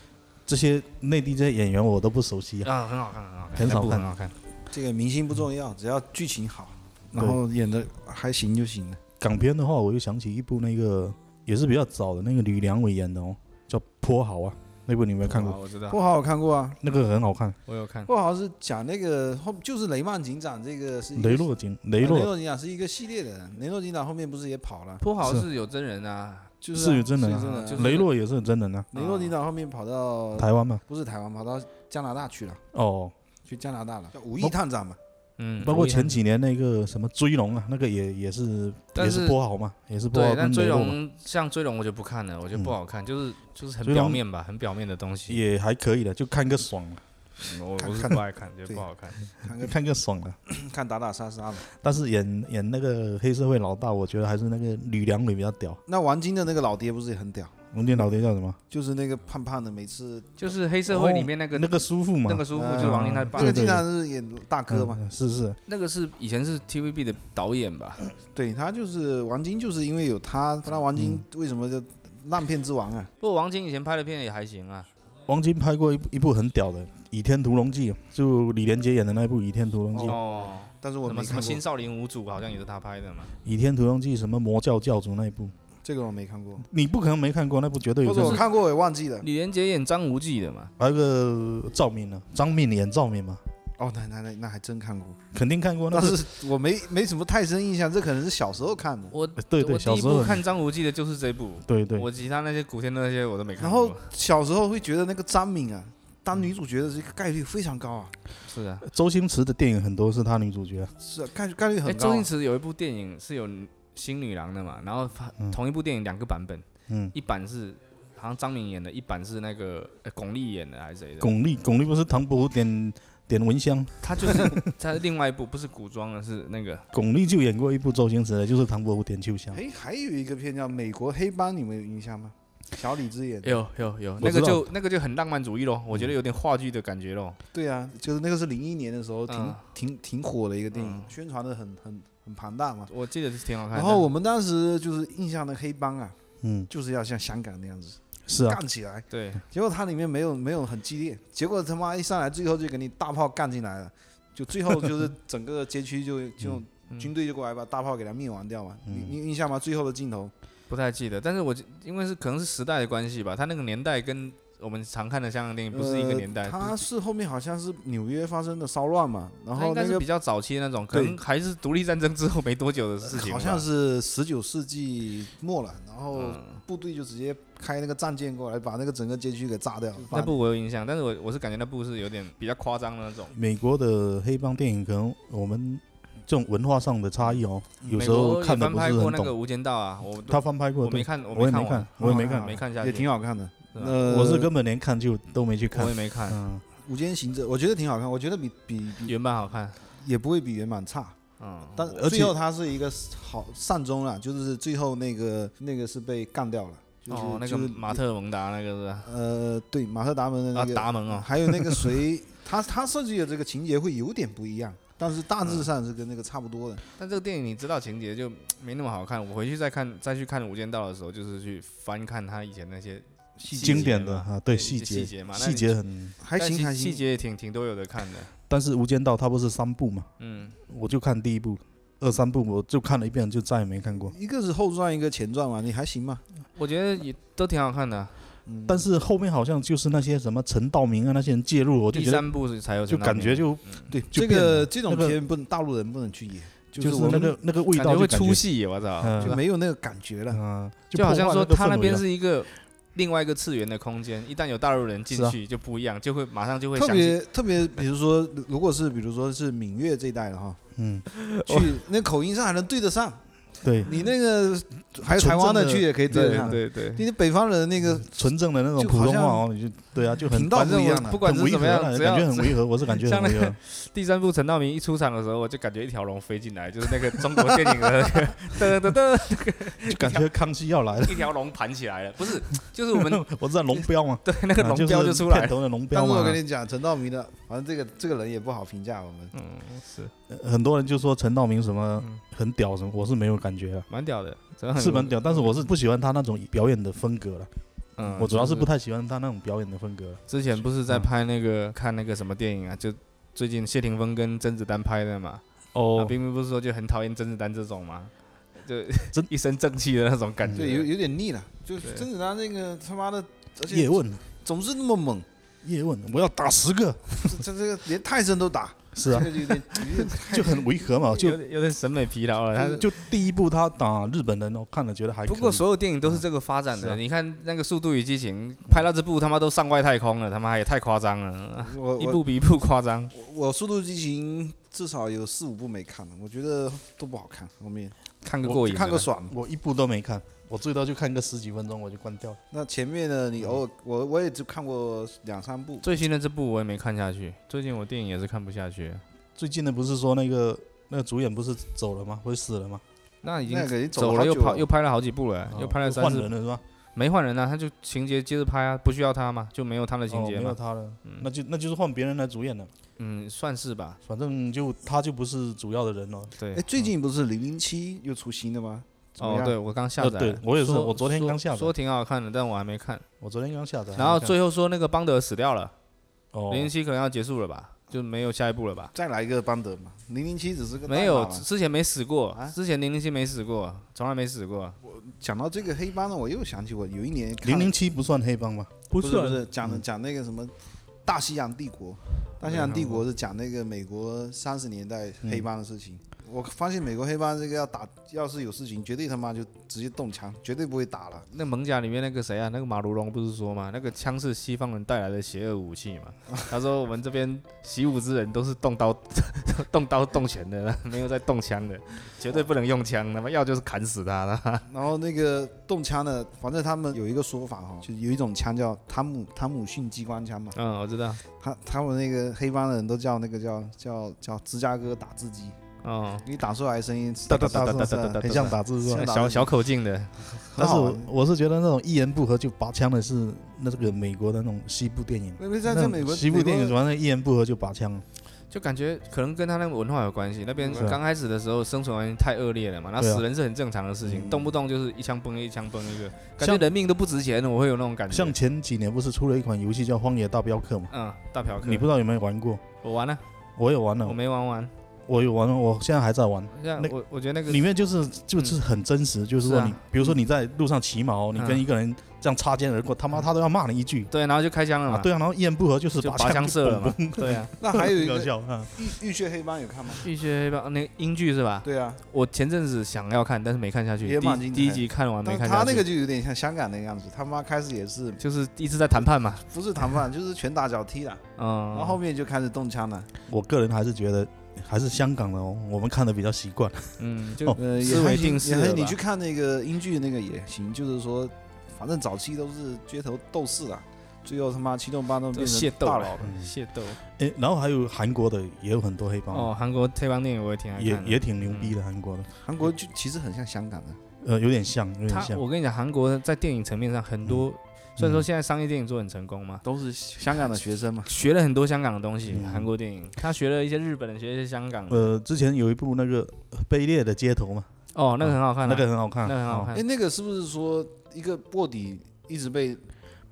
Speaker 2: 这些内地这些演员我都不熟悉啊，
Speaker 1: 啊，很好看，很好看，
Speaker 2: 很
Speaker 1: 那
Speaker 2: 少
Speaker 1: 部
Speaker 2: 看
Speaker 1: 很好看。
Speaker 3: 这个明星不重要，只要剧情好，
Speaker 2: 对
Speaker 3: 然后演的还行就行了。
Speaker 2: 港片的话，我又想起一部那个也是比较早的那个吕良伟演的哦，叫《泼好》啊，那部你有没有看
Speaker 1: 好
Speaker 3: 嗯
Speaker 2: 过？
Speaker 1: 我知道，
Speaker 3: 不好我看过啊，
Speaker 2: 那个很好看，
Speaker 1: 我有看。
Speaker 3: 不好是讲那个后就是雷曼警长这个是一个
Speaker 2: 雷洛警雷
Speaker 3: 啊雷
Speaker 2: 洛
Speaker 3: 洛警长是一个系列的，雷洛警长后面不是也跑了，
Speaker 1: 泼好
Speaker 2: 是
Speaker 1: 是有真人啊，
Speaker 3: 就是
Speaker 2: 是
Speaker 3: 啊
Speaker 2: 有真人啊
Speaker 3: 是有真人啊
Speaker 1: 就是
Speaker 2: 雷洛也是很真人啊，
Speaker 3: 雷洛警长后面跑到
Speaker 2: 台湾嘛，
Speaker 3: 不是台湾，跑到加拿大去了，
Speaker 2: 哦，
Speaker 3: 去加拿大了，哦叫武义探 长嘛。
Speaker 1: 嗯，
Speaker 2: 包括
Speaker 1: 我也看
Speaker 2: 前几年那个什么追龙啊，那个也也是
Speaker 1: 但
Speaker 2: 也
Speaker 1: 是
Speaker 2: 是泼好嘛，也是泼好
Speaker 1: 对，
Speaker 2: 跟
Speaker 1: 但
Speaker 2: 雷
Speaker 1: 追
Speaker 2: 洛嘛，
Speaker 1: 龙像追龙我就不看了，我觉得不
Speaker 2: 嗯
Speaker 1: 好看，就是就是很
Speaker 2: 追
Speaker 1: 表
Speaker 2: 龙
Speaker 1: 面吧，很表面的东西，
Speaker 2: 也还可以的，就看个爽了，
Speaker 1: 嗯我我
Speaker 3: 看
Speaker 1: 是
Speaker 3: 看
Speaker 1: 不爱看，觉得
Speaker 3: 对
Speaker 1: 不好看。
Speaker 3: 看 个
Speaker 2: 看个爽了。
Speaker 3: 看打打杀杀的，
Speaker 2: 但是演演那个黑社会老大，我觉得还是那个吕良伟比较屌。
Speaker 3: 那王晶的那个老爹不是也很屌？
Speaker 2: 龙间老爹叫什么？
Speaker 3: 就是那个胖胖的，每次
Speaker 1: 就是黑社会里
Speaker 2: 哦
Speaker 1: 面那个
Speaker 2: 那个叔父嘛，啊
Speaker 1: 那个叔父就是王林他爸
Speaker 3: 这个
Speaker 2: 对对
Speaker 3: 经常是演大哥嘛，
Speaker 2: 嗯，是是，
Speaker 1: 那个是以前是 TVB 的导演吧？
Speaker 3: 对他就是王晶，就是因为有他，那王晶
Speaker 2: 嗯
Speaker 3: 为什么叫烂片之王啊？
Speaker 1: 不过王晶以前拍的片也还行啊，
Speaker 2: 王晶拍过一部一部很屌的《倚天屠龙记》，啊就李连杰演的那部《倚天屠龙记》。
Speaker 1: 哦，
Speaker 3: 但是我
Speaker 1: 什
Speaker 3: 没
Speaker 1: 么什么
Speaker 3: 看过
Speaker 1: 新，少林五祖好像也是他拍的嘛，
Speaker 2: 倚天屠龙记》什么魔教教主那一部，
Speaker 3: 这个我没看过，
Speaker 2: 你不可能没看过，那部绝对有
Speaker 3: 或者
Speaker 2: 认
Speaker 3: 我
Speaker 2: 识。
Speaker 3: 看过我也忘记了。
Speaker 1: 李连杰演张无忌的嘛，
Speaker 2: 还有个赵敏呢，张敏演赵敏嘛，
Speaker 3: 哦，那那那那还真看过，
Speaker 2: 肯定 看过。那
Speaker 3: 但
Speaker 2: 是
Speaker 3: 是 我没没什么太深印象，这可能是小时候看的。
Speaker 1: 我
Speaker 2: 对
Speaker 1: 我
Speaker 2: 对，
Speaker 1: 第
Speaker 2: 小
Speaker 1: 一
Speaker 2: 时候
Speaker 1: 部
Speaker 2: 很
Speaker 1: 看张无忌的就是这部，
Speaker 2: 对对，
Speaker 1: 我其他那些古天乐那些我都没看
Speaker 3: 然
Speaker 1: 过。嗯
Speaker 3: 后小时候会觉得那个张敏啊，当女主角的这个概率非常高啊，
Speaker 1: 是啊，
Speaker 2: 周星驰的电影很多是他女主角，
Speaker 3: 是啊概率概率
Speaker 1: 哎，
Speaker 3: 很高
Speaker 1: 周
Speaker 3: 啊、
Speaker 1: 星驰有一部电影是有新女郎的嘛，然后他
Speaker 2: 嗯
Speaker 1: 同一部电影两个版本，
Speaker 2: 嗯，
Speaker 1: 一版是好像张敏演的，一版是那个呃巩俐演的还是谁的？
Speaker 2: 巩俐，巩俐不是唐伯虎点点蚊香，
Speaker 1: 他就是 他另外一部不是古装的，是那个
Speaker 2: 巩俐就演过一部周星驰的，就是唐伯虎点秋香。
Speaker 3: 哎，还有一个片叫《美国黑帮》，你们有印象吗？小李子演的，
Speaker 1: 有有有
Speaker 2: 知
Speaker 1: 那个
Speaker 2: 道
Speaker 1: 就那个就很浪漫主义咯，我觉得有点话剧的感觉咯。
Speaker 3: 对啊，就是那个是零一年的时候挺、
Speaker 1: 嗯
Speaker 3: 挺挺火的一个电影，
Speaker 1: 嗯
Speaker 3: 宣传的很很很庞大嘛。
Speaker 1: 我记得是挺好看的。
Speaker 3: 然后我们当时就是印象的黑帮啊，
Speaker 2: 嗯，
Speaker 3: 就是要像香港那样子
Speaker 2: 是啊，
Speaker 3: 干起来，
Speaker 1: 对，
Speaker 3: 结果它里面没有没有很激烈，结果他妈一上来最后就给你大炮干进来了，就最后就是 整个街区就
Speaker 1: 嗯
Speaker 3: 就军队就过来把大炮给他灭亡掉嘛，你你有印象吗？最后的镜头，
Speaker 1: 不太记得，但是我记因为是可能是时代的关系吧，他那个年代跟我们常看的香港电影不是一个年代，
Speaker 3: 呃
Speaker 1: 不
Speaker 3: 他
Speaker 1: 是
Speaker 3: 是后面好像是纽约发生的骚乱嘛，然
Speaker 1: 它
Speaker 3: 后
Speaker 1: 应
Speaker 3: 那
Speaker 1: 该是
Speaker 3: 个
Speaker 1: 比较早期的那种，可能还是独立战争之后没多久的事情吧，
Speaker 3: 呃好像是十九世纪末了，然后
Speaker 1: 嗯
Speaker 3: 部队就直接开那个战舰过来，把那个整个街区给炸掉。
Speaker 1: 那
Speaker 3: 把
Speaker 1: 部我有印象，但是我我是感觉那部是有点比较夸张的那种。
Speaker 2: 美国的黑帮电影可能我们这种文化上的差异哦，
Speaker 1: 嗯
Speaker 2: 有
Speaker 1: 美
Speaker 2: 时
Speaker 1: 国
Speaker 2: 候
Speaker 1: 也
Speaker 2: 看的
Speaker 1: 翻
Speaker 2: 不
Speaker 1: 拍
Speaker 2: 是
Speaker 1: 过
Speaker 2: 很
Speaker 1: 那个《
Speaker 2: 懂。
Speaker 1: 无间道》啊，我
Speaker 2: 他翻拍过，
Speaker 1: 我没
Speaker 2: 对
Speaker 1: 看，我
Speaker 2: 我也没
Speaker 1: 看完啊
Speaker 2: 看，，我也没
Speaker 3: 看完
Speaker 2: 看，
Speaker 1: 没看下去，
Speaker 3: 也挺好看的。
Speaker 1: 是吧
Speaker 3: 呃，
Speaker 2: 我是根本连看就都没去看
Speaker 1: 我也。没看，
Speaker 2: 嗯，
Speaker 3: 《午间行者》，我觉得挺好看，我觉得比比比
Speaker 1: 原版好看。
Speaker 3: 也不会比原版差，
Speaker 1: 嗯，
Speaker 3: 但
Speaker 2: 而且
Speaker 3: 最后他是一个好善终了，就是最后那个那个是被干掉了，就是、
Speaker 1: 哦，那
Speaker 3: 就
Speaker 1: 个
Speaker 3: 是
Speaker 1: 马特蒙达那个是吧？
Speaker 3: 呃对马特达蒙的
Speaker 1: 啊
Speaker 3: 那，个、
Speaker 1: 达蒙哦，
Speaker 3: 还有那个谁，他他设计的这个情节会有点不一样，但是大致上是跟那个差不多的。
Speaker 1: 但这个电影你知道情节就没那么好看。我回去再看再去看《无间道》的时候，就是去翻看他以前那些细节
Speaker 2: 经典的
Speaker 1: 嘛
Speaker 2: 啊，对
Speaker 1: 细
Speaker 2: 细节
Speaker 1: 细节嘛那
Speaker 2: 细
Speaker 1: 你
Speaker 2: 节很。
Speaker 3: 还
Speaker 1: 但
Speaker 3: 行
Speaker 1: 其
Speaker 3: 还
Speaker 1: 细
Speaker 3: 行，
Speaker 1: 节也挺挺都有的看的。
Speaker 2: 但是《无间道》它不是三部嘛，
Speaker 1: 嗯，
Speaker 2: 我就看第一部，二三部我就看了一遍，就再也没看过。
Speaker 3: 一个是后传，一个前传嘛，你还行嘛。
Speaker 1: 我觉得也都挺好看的。
Speaker 3: 嗯，
Speaker 2: 但是后面好像就是那些什么陈道明啊那些人介入，我就
Speaker 1: 第
Speaker 2: 觉得
Speaker 1: 三部是才有
Speaker 2: 就
Speaker 1: 陈道
Speaker 2: 感
Speaker 1: 明
Speaker 2: 觉就
Speaker 3: 对
Speaker 2: 就
Speaker 3: 这
Speaker 2: 变了
Speaker 3: 个这种
Speaker 2: 那个
Speaker 3: 片不能大陆人不能去演，
Speaker 2: 就是
Speaker 3: 我
Speaker 2: 那
Speaker 3: 们
Speaker 2: 个那个味
Speaker 1: 感
Speaker 2: 道
Speaker 1: 觉
Speaker 2: 就
Speaker 1: 会
Speaker 2: 感
Speaker 1: 出戏，我操！
Speaker 2: 嗯
Speaker 1: 是
Speaker 3: 就
Speaker 1: 吧
Speaker 3: 没有那个感觉了。
Speaker 2: 啊，
Speaker 1: 就好像
Speaker 2: 破坏
Speaker 1: 说
Speaker 2: 个
Speaker 1: 他
Speaker 2: 氛
Speaker 1: 那
Speaker 2: 围
Speaker 1: 边
Speaker 2: 了
Speaker 1: 是一个另外一个次元的空间，一旦有大陆人进
Speaker 2: 是啊
Speaker 1: 去就不一样，就会马上就会
Speaker 3: 特
Speaker 1: 想起
Speaker 3: 别特别，比如说，如果是比如说是闽粤这一代 的哈，
Speaker 2: 嗯
Speaker 3: 去那口音上还能对得上，
Speaker 2: 对
Speaker 3: 你那个还有台湾的去也可以对得上，
Speaker 1: 对嗯对对。
Speaker 3: 你北方人那个
Speaker 2: 纯正的那种
Speaker 3: 就
Speaker 2: 普
Speaker 3: 好
Speaker 2: 通话
Speaker 3: 像
Speaker 2: 哦，你就对啊，就很
Speaker 3: 频道
Speaker 1: 反
Speaker 3: 不
Speaker 1: 正
Speaker 3: 一
Speaker 1: 我
Speaker 3: 样了
Speaker 1: 不管
Speaker 2: 很
Speaker 1: 是
Speaker 2: 违
Speaker 1: 怎
Speaker 2: 和
Speaker 1: 么
Speaker 2: 啊，
Speaker 1: 样，只要
Speaker 2: 感觉很
Speaker 1: 只
Speaker 2: 违和，我是感觉
Speaker 1: 像
Speaker 2: 很
Speaker 1: 那
Speaker 2: 违
Speaker 1: 个
Speaker 2: 和。
Speaker 1: 第三部陈道明一出场的时候，我就感觉一条龙飞进来，就是那个中国电影的那个 噔噔噔，
Speaker 2: 就感觉康熙要来了，
Speaker 1: 一条龙盘起来了，不是，就是 我们
Speaker 2: 我知道龙标嘛，
Speaker 1: 对那个
Speaker 2: 啊
Speaker 1: 龙
Speaker 2: 就是
Speaker 1: 标就出来
Speaker 2: 片
Speaker 1: 了。
Speaker 2: 头的龙标
Speaker 3: 但是
Speaker 2: 嘛
Speaker 3: 我跟。你讲，陈道明的，反正这个这个人也不好评价我们。
Speaker 1: 嗯，是
Speaker 2: 呃很多人就说陈道明什么
Speaker 1: 嗯
Speaker 2: 很屌什么，我是没有感觉啊，
Speaker 1: 蛮屌的，真的很
Speaker 2: 是蛮。屌，但是我是不喜欢他那种表演的风格了，
Speaker 1: 嗯，
Speaker 2: 我主要是
Speaker 1: 就
Speaker 2: 不太喜欢他那种表演的风格了。
Speaker 1: 之前不是在
Speaker 2: 嗯
Speaker 1: 拍那个、看那个什么电影啊？就最近谢霆锋跟甄子丹拍的嘛。啊，
Speaker 2: 哦
Speaker 1: 冰冰不是说就很讨厌甄子丹这种吗？就
Speaker 2: 真
Speaker 1: 一身正气的那种感觉。
Speaker 3: 对，有有点腻了。就
Speaker 1: 对
Speaker 3: 甄子丹那个他妈的，而且
Speaker 2: 叶问，
Speaker 3: 总是那 么猛，
Speaker 2: 叶问，我要打十个，
Speaker 3: 这这这个连泰森都打，
Speaker 2: 是啊
Speaker 3: 这，个就有点有点太
Speaker 2: 就很违和嘛，就
Speaker 1: 有点有点审美疲劳了。他
Speaker 2: 就第一部他打日本人，我看了觉得还
Speaker 1: 嗯
Speaker 2: 可
Speaker 1: 不
Speaker 2: 以
Speaker 1: 过所有电影都是这个发展
Speaker 2: 是
Speaker 1: 的，
Speaker 2: 啊
Speaker 1: 你看那个《速度与激情》拍到这部他妈都上外太空了，他妈也太夸张了，
Speaker 3: 我
Speaker 1: 一
Speaker 3: 我
Speaker 1: 部比一部夸张。
Speaker 3: 我我《速度与激情》至少有四五部没看了，我觉得都不好看，后面
Speaker 1: 看个
Speaker 2: 我
Speaker 1: 过瘾，
Speaker 3: 看个。爽。
Speaker 2: 我一部都没看，我最多就看个十几分钟我就关掉了。
Speaker 3: 那前面的你偶尔我我也只看过两三部，
Speaker 1: 最新的这部我也没看下去，最近我电影也是看不下去。
Speaker 2: 最近的不是说那个那个主演不是走了吗？不是死了吗？哦
Speaker 1: 那已经
Speaker 3: 那个已经
Speaker 1: 走
Speaker 3: 好
Speaker 1: 了，又
Speaker 3: 久
Speaker 1: 拍又拍了好几部哎了，又拍了三
Speaker 2: 换
Speaker 1: 四
Speaker 2: 人了是吧？
Speaker 1: 没换人啊，他就情节接着拍啊，不需要他嘛，就没有他的情
Speaker 2: 哦，
Speaker 1: 节
Speaker 2: 没有
Speaker 1: 嘛，
Speaker 2: 他了，那就那就是换别人来主演了。
Speaker 1: 嗯，算是吧，
Speaker 2: 反正就他就不是主要的人了。
Speaker 1: 对
Speaker 3: 哎，。最近不是《零零七》又出新的吗？怎么
Speaker 1: 哦，
Speaker 3: 样
Speaker 1: 对，，我刚下
Speaker 2: 呃
Speaker 1: 载了、
Speaker 2: 对我也是
Speaker 1: 说
Speaker 2: 我昨天
Speaker 1: 说
Speaker 2: 刚下载
Speaker 1: 说挺好看的，但我还没看。
Speaker 2: 我昨天刚下载。
Speaker 1: 然后最后说那个邦德死掉了，
Speaker 2: 哦
Speaker 1: 零零七可能要结束了吧，就没有下一步了吧？
Speaker 3: 再来一个邦德嘛，《零零七》只是个
Speaker 1: 没
Speaker 3: 代
Speaker 1: 有，
Speaker 3: 码嘛
Speaker 1: 之之前没死过
Speaker 3: 啊，
Speaker 1: 之前零零七没死过，从来没死过。
Speaker 3: 讲到这个黑帮呢，我又想起我有一年看
Speaker 2: 零零七不啊算黑帮吧？
Speaker 3: 不
Speaker 1: 不
Speaker 3: 是不是讲的讲那个什么大西洋帝国，大西洋帝国是讲那个美国三十年代黑帮的事情。我发现美国黑帮这个要打，要是有事情，绝对他妈就直接动枪，绝对不会打了。
Speaker 1: 那蒙甲里面那个谁啊，那个马如龙不是说嘛，那个枪是西方人带来的邪恶武器嘛？他说我们这边习武之人都是动刀、动刀、动拳的，没有在动枪的，绝对不能用枪，那么要就是砍死他了。
Speaker 3: 然后那个动枪的，反正他们有一个说法哈、就有一种枪叫汤姆汤姆逊机关枪嘛，
Speaker 1: 嗯，我知道。
Speaker 3: 他他们那个黑帮的人都叫那个叫叫叫芝加哥打字机，
Speaker 1: 哦，
Speaker 3: 你打出来的声音
Speaker 2: 哒哒哒哒哒
Speaker 3: 是
Speaker 2: 哒
Speaker 1: 啊
Speaker 2: 哒，
Speaker 3: 吧
Speaker 2: 很像打字是吧
Speaker 3: 像？打
Speaker 1: 小小口径的，
Speaker 2: 但
Speaker 3: 很
Speaker 2: 是
Speaker 3: 好
Speaker 2: 我
Speaker 3: 玩。
Speaker 2: 我是觉得那种一言不合就拔枪的是那这个美国的那种西部电影。
Speaker 3: 因为在在美国
Speaker 2: 西部电影
Speaker 3: 美国
Speaker 2: 反正一言不合就拔枪，
Speaker 1: 就感觉可能跟他那个文化有关系。那边
Speaker 2: 是啊
Speaker 1: 刚开始的时候生存环境太恶劣了嘛，那
Speaker 2: 对啊
Speaker 1: 死人是很正常的事情，
Speaker 3: 嗯
Speaker 1: 动不动就是一枪崩一个一枪崩一个，感觉
Speaker 2: 像
Speaker 1: 人命都不值钱了，我会有那种感觉。
Speaker 2: 像前几年不是出了一款游戏叫《荒野大镖客》吗？
Speaker 1: 嗯，大嫖客，
Speaker 2: 你不知道有没有玩过？
Speaker 1: 我玩了，
Speaker 2: 我也玩了
Speaker 1: 我，没玩完。
Speaker 2: 我有玩，我现在还在玩。
Speaker 1: 像
Speaker 2: 那
Speaker 1: 我我觉得那个
Speaker 2: 里面就是就是很真实，就是说
Speaker 1: 是啊
Speaker 2: 你，比如说你在路上骑马哦，你跟
Speaker 1: 嗯
Speaker 2: 一个人这样擦肩而过，他妈他都要骂你一句
Speaker 1: 对，然后就开枪了
Speaker 2: 啊，
Speaker 1: 嘛，
Speaker 2: 对啊，然后一言不合就是
Speaker 1: 嗯就拔
Speaker 2: 枪
Speaker 1: 枪射了嘛
Speaker 2: 嘣嘣，
Speaker 1: 对啊，
Speaker 3: 那还有一
Speaker 2: 很搞
Speaker 3: 个
Speaker 2: 笑啊，
Speaker 3: 浴浴血黑帮有看吗？
Speaker 1: 浴血黑帮那个英剧是吧？
Speaker 3: 对啊，
Speaker 1: 我前阵子想要看，但是没看下去，
Speaker 3: 也
Speaker 1: 第
Speaker 3: 蛮
Speaker 1: 一
Speaker 3: 精彩
Speaker 1: 第一集看完没
Speaker 3: 但
Speaker 1: 看
Speaker 3: 他
Speaker 1: 下
Speaker 3: 那个
Speaker 1: 去，
Speaker 3: 就有点像香港那个样子，他妈开始也是
Speaker 1: 就是一直在谈判嘛，
Speaker 3: 不是谈判就是拳打脚踢了，
Speaker 1: 嗯，
Speaker 3: 然后后面就开始动枪了，
Speaker 2: 我个人还是觉得还是香港的哦，我们看的比较习惯。
Speaker 1: 嗯就
Speaker 2: 哦
Speaker 3: 呃，
Speaker 1: 思
Speaker 3: 也
Speaker 1: 维
Speaker 3: 还
Speaker 1: 定
Speaker 3: 行
Speaker 1: 式
Speaker 3: 也
Speaker 1: 了
Speaker 3: 还行你
Speaker 1: 吧
Speaker 3: 去看那个英剧那个也行，就是说，反正早期都是街头斗士了，最后他妈七动八动
Speaker 1: 就
Speaker 3: 变
Speaker 1: 械
Speaker 3: 成
Speaker 1: 斗
Speaker 3: 大
Speaker 1: 了
Speaker 3: 佬。，
Speaker 2: 嗯
Speaker 1: 械斗
Speaker 2: 诶，然后还有韩国的也有很多黑帮，
Speaker 1: 哦，韩国黑帮电影我也挺爱
Speaker 2: 也
Speaker 1: 看的，
Speaker 2: 也挺牛逼的，韩国的，
Speaker 3: 韩国就其实很像香港的，
Speaker 2: 呃，有点像，有点
Speaker 1: 他
Speaker 2: 像。
Speaker 1: 我跟你讲，韩国在电影层面上很多，虽然说现在商业电影做得很成功嘛，
Speaker 3: 都是香港的学生嘛。
Speaker 1: 学了很多香港的东西，
Speaker 2: 嗯
Speaker 1: 韩国电影，他学了一些日本的，学了一些香港的，
Speaker 2: 呃，之前有一部那个呃卑劣的街头嘛，
Speaker 1: 哦，那个很好看啊，
Speaker 2: 那个很好看，
Speaker 1: 那个很好
Speaker 2: 哦，
Speaker 1: 看
Speaker 3: 哎，，那个是不是说一个卧底一直被
Speaker 2: 哦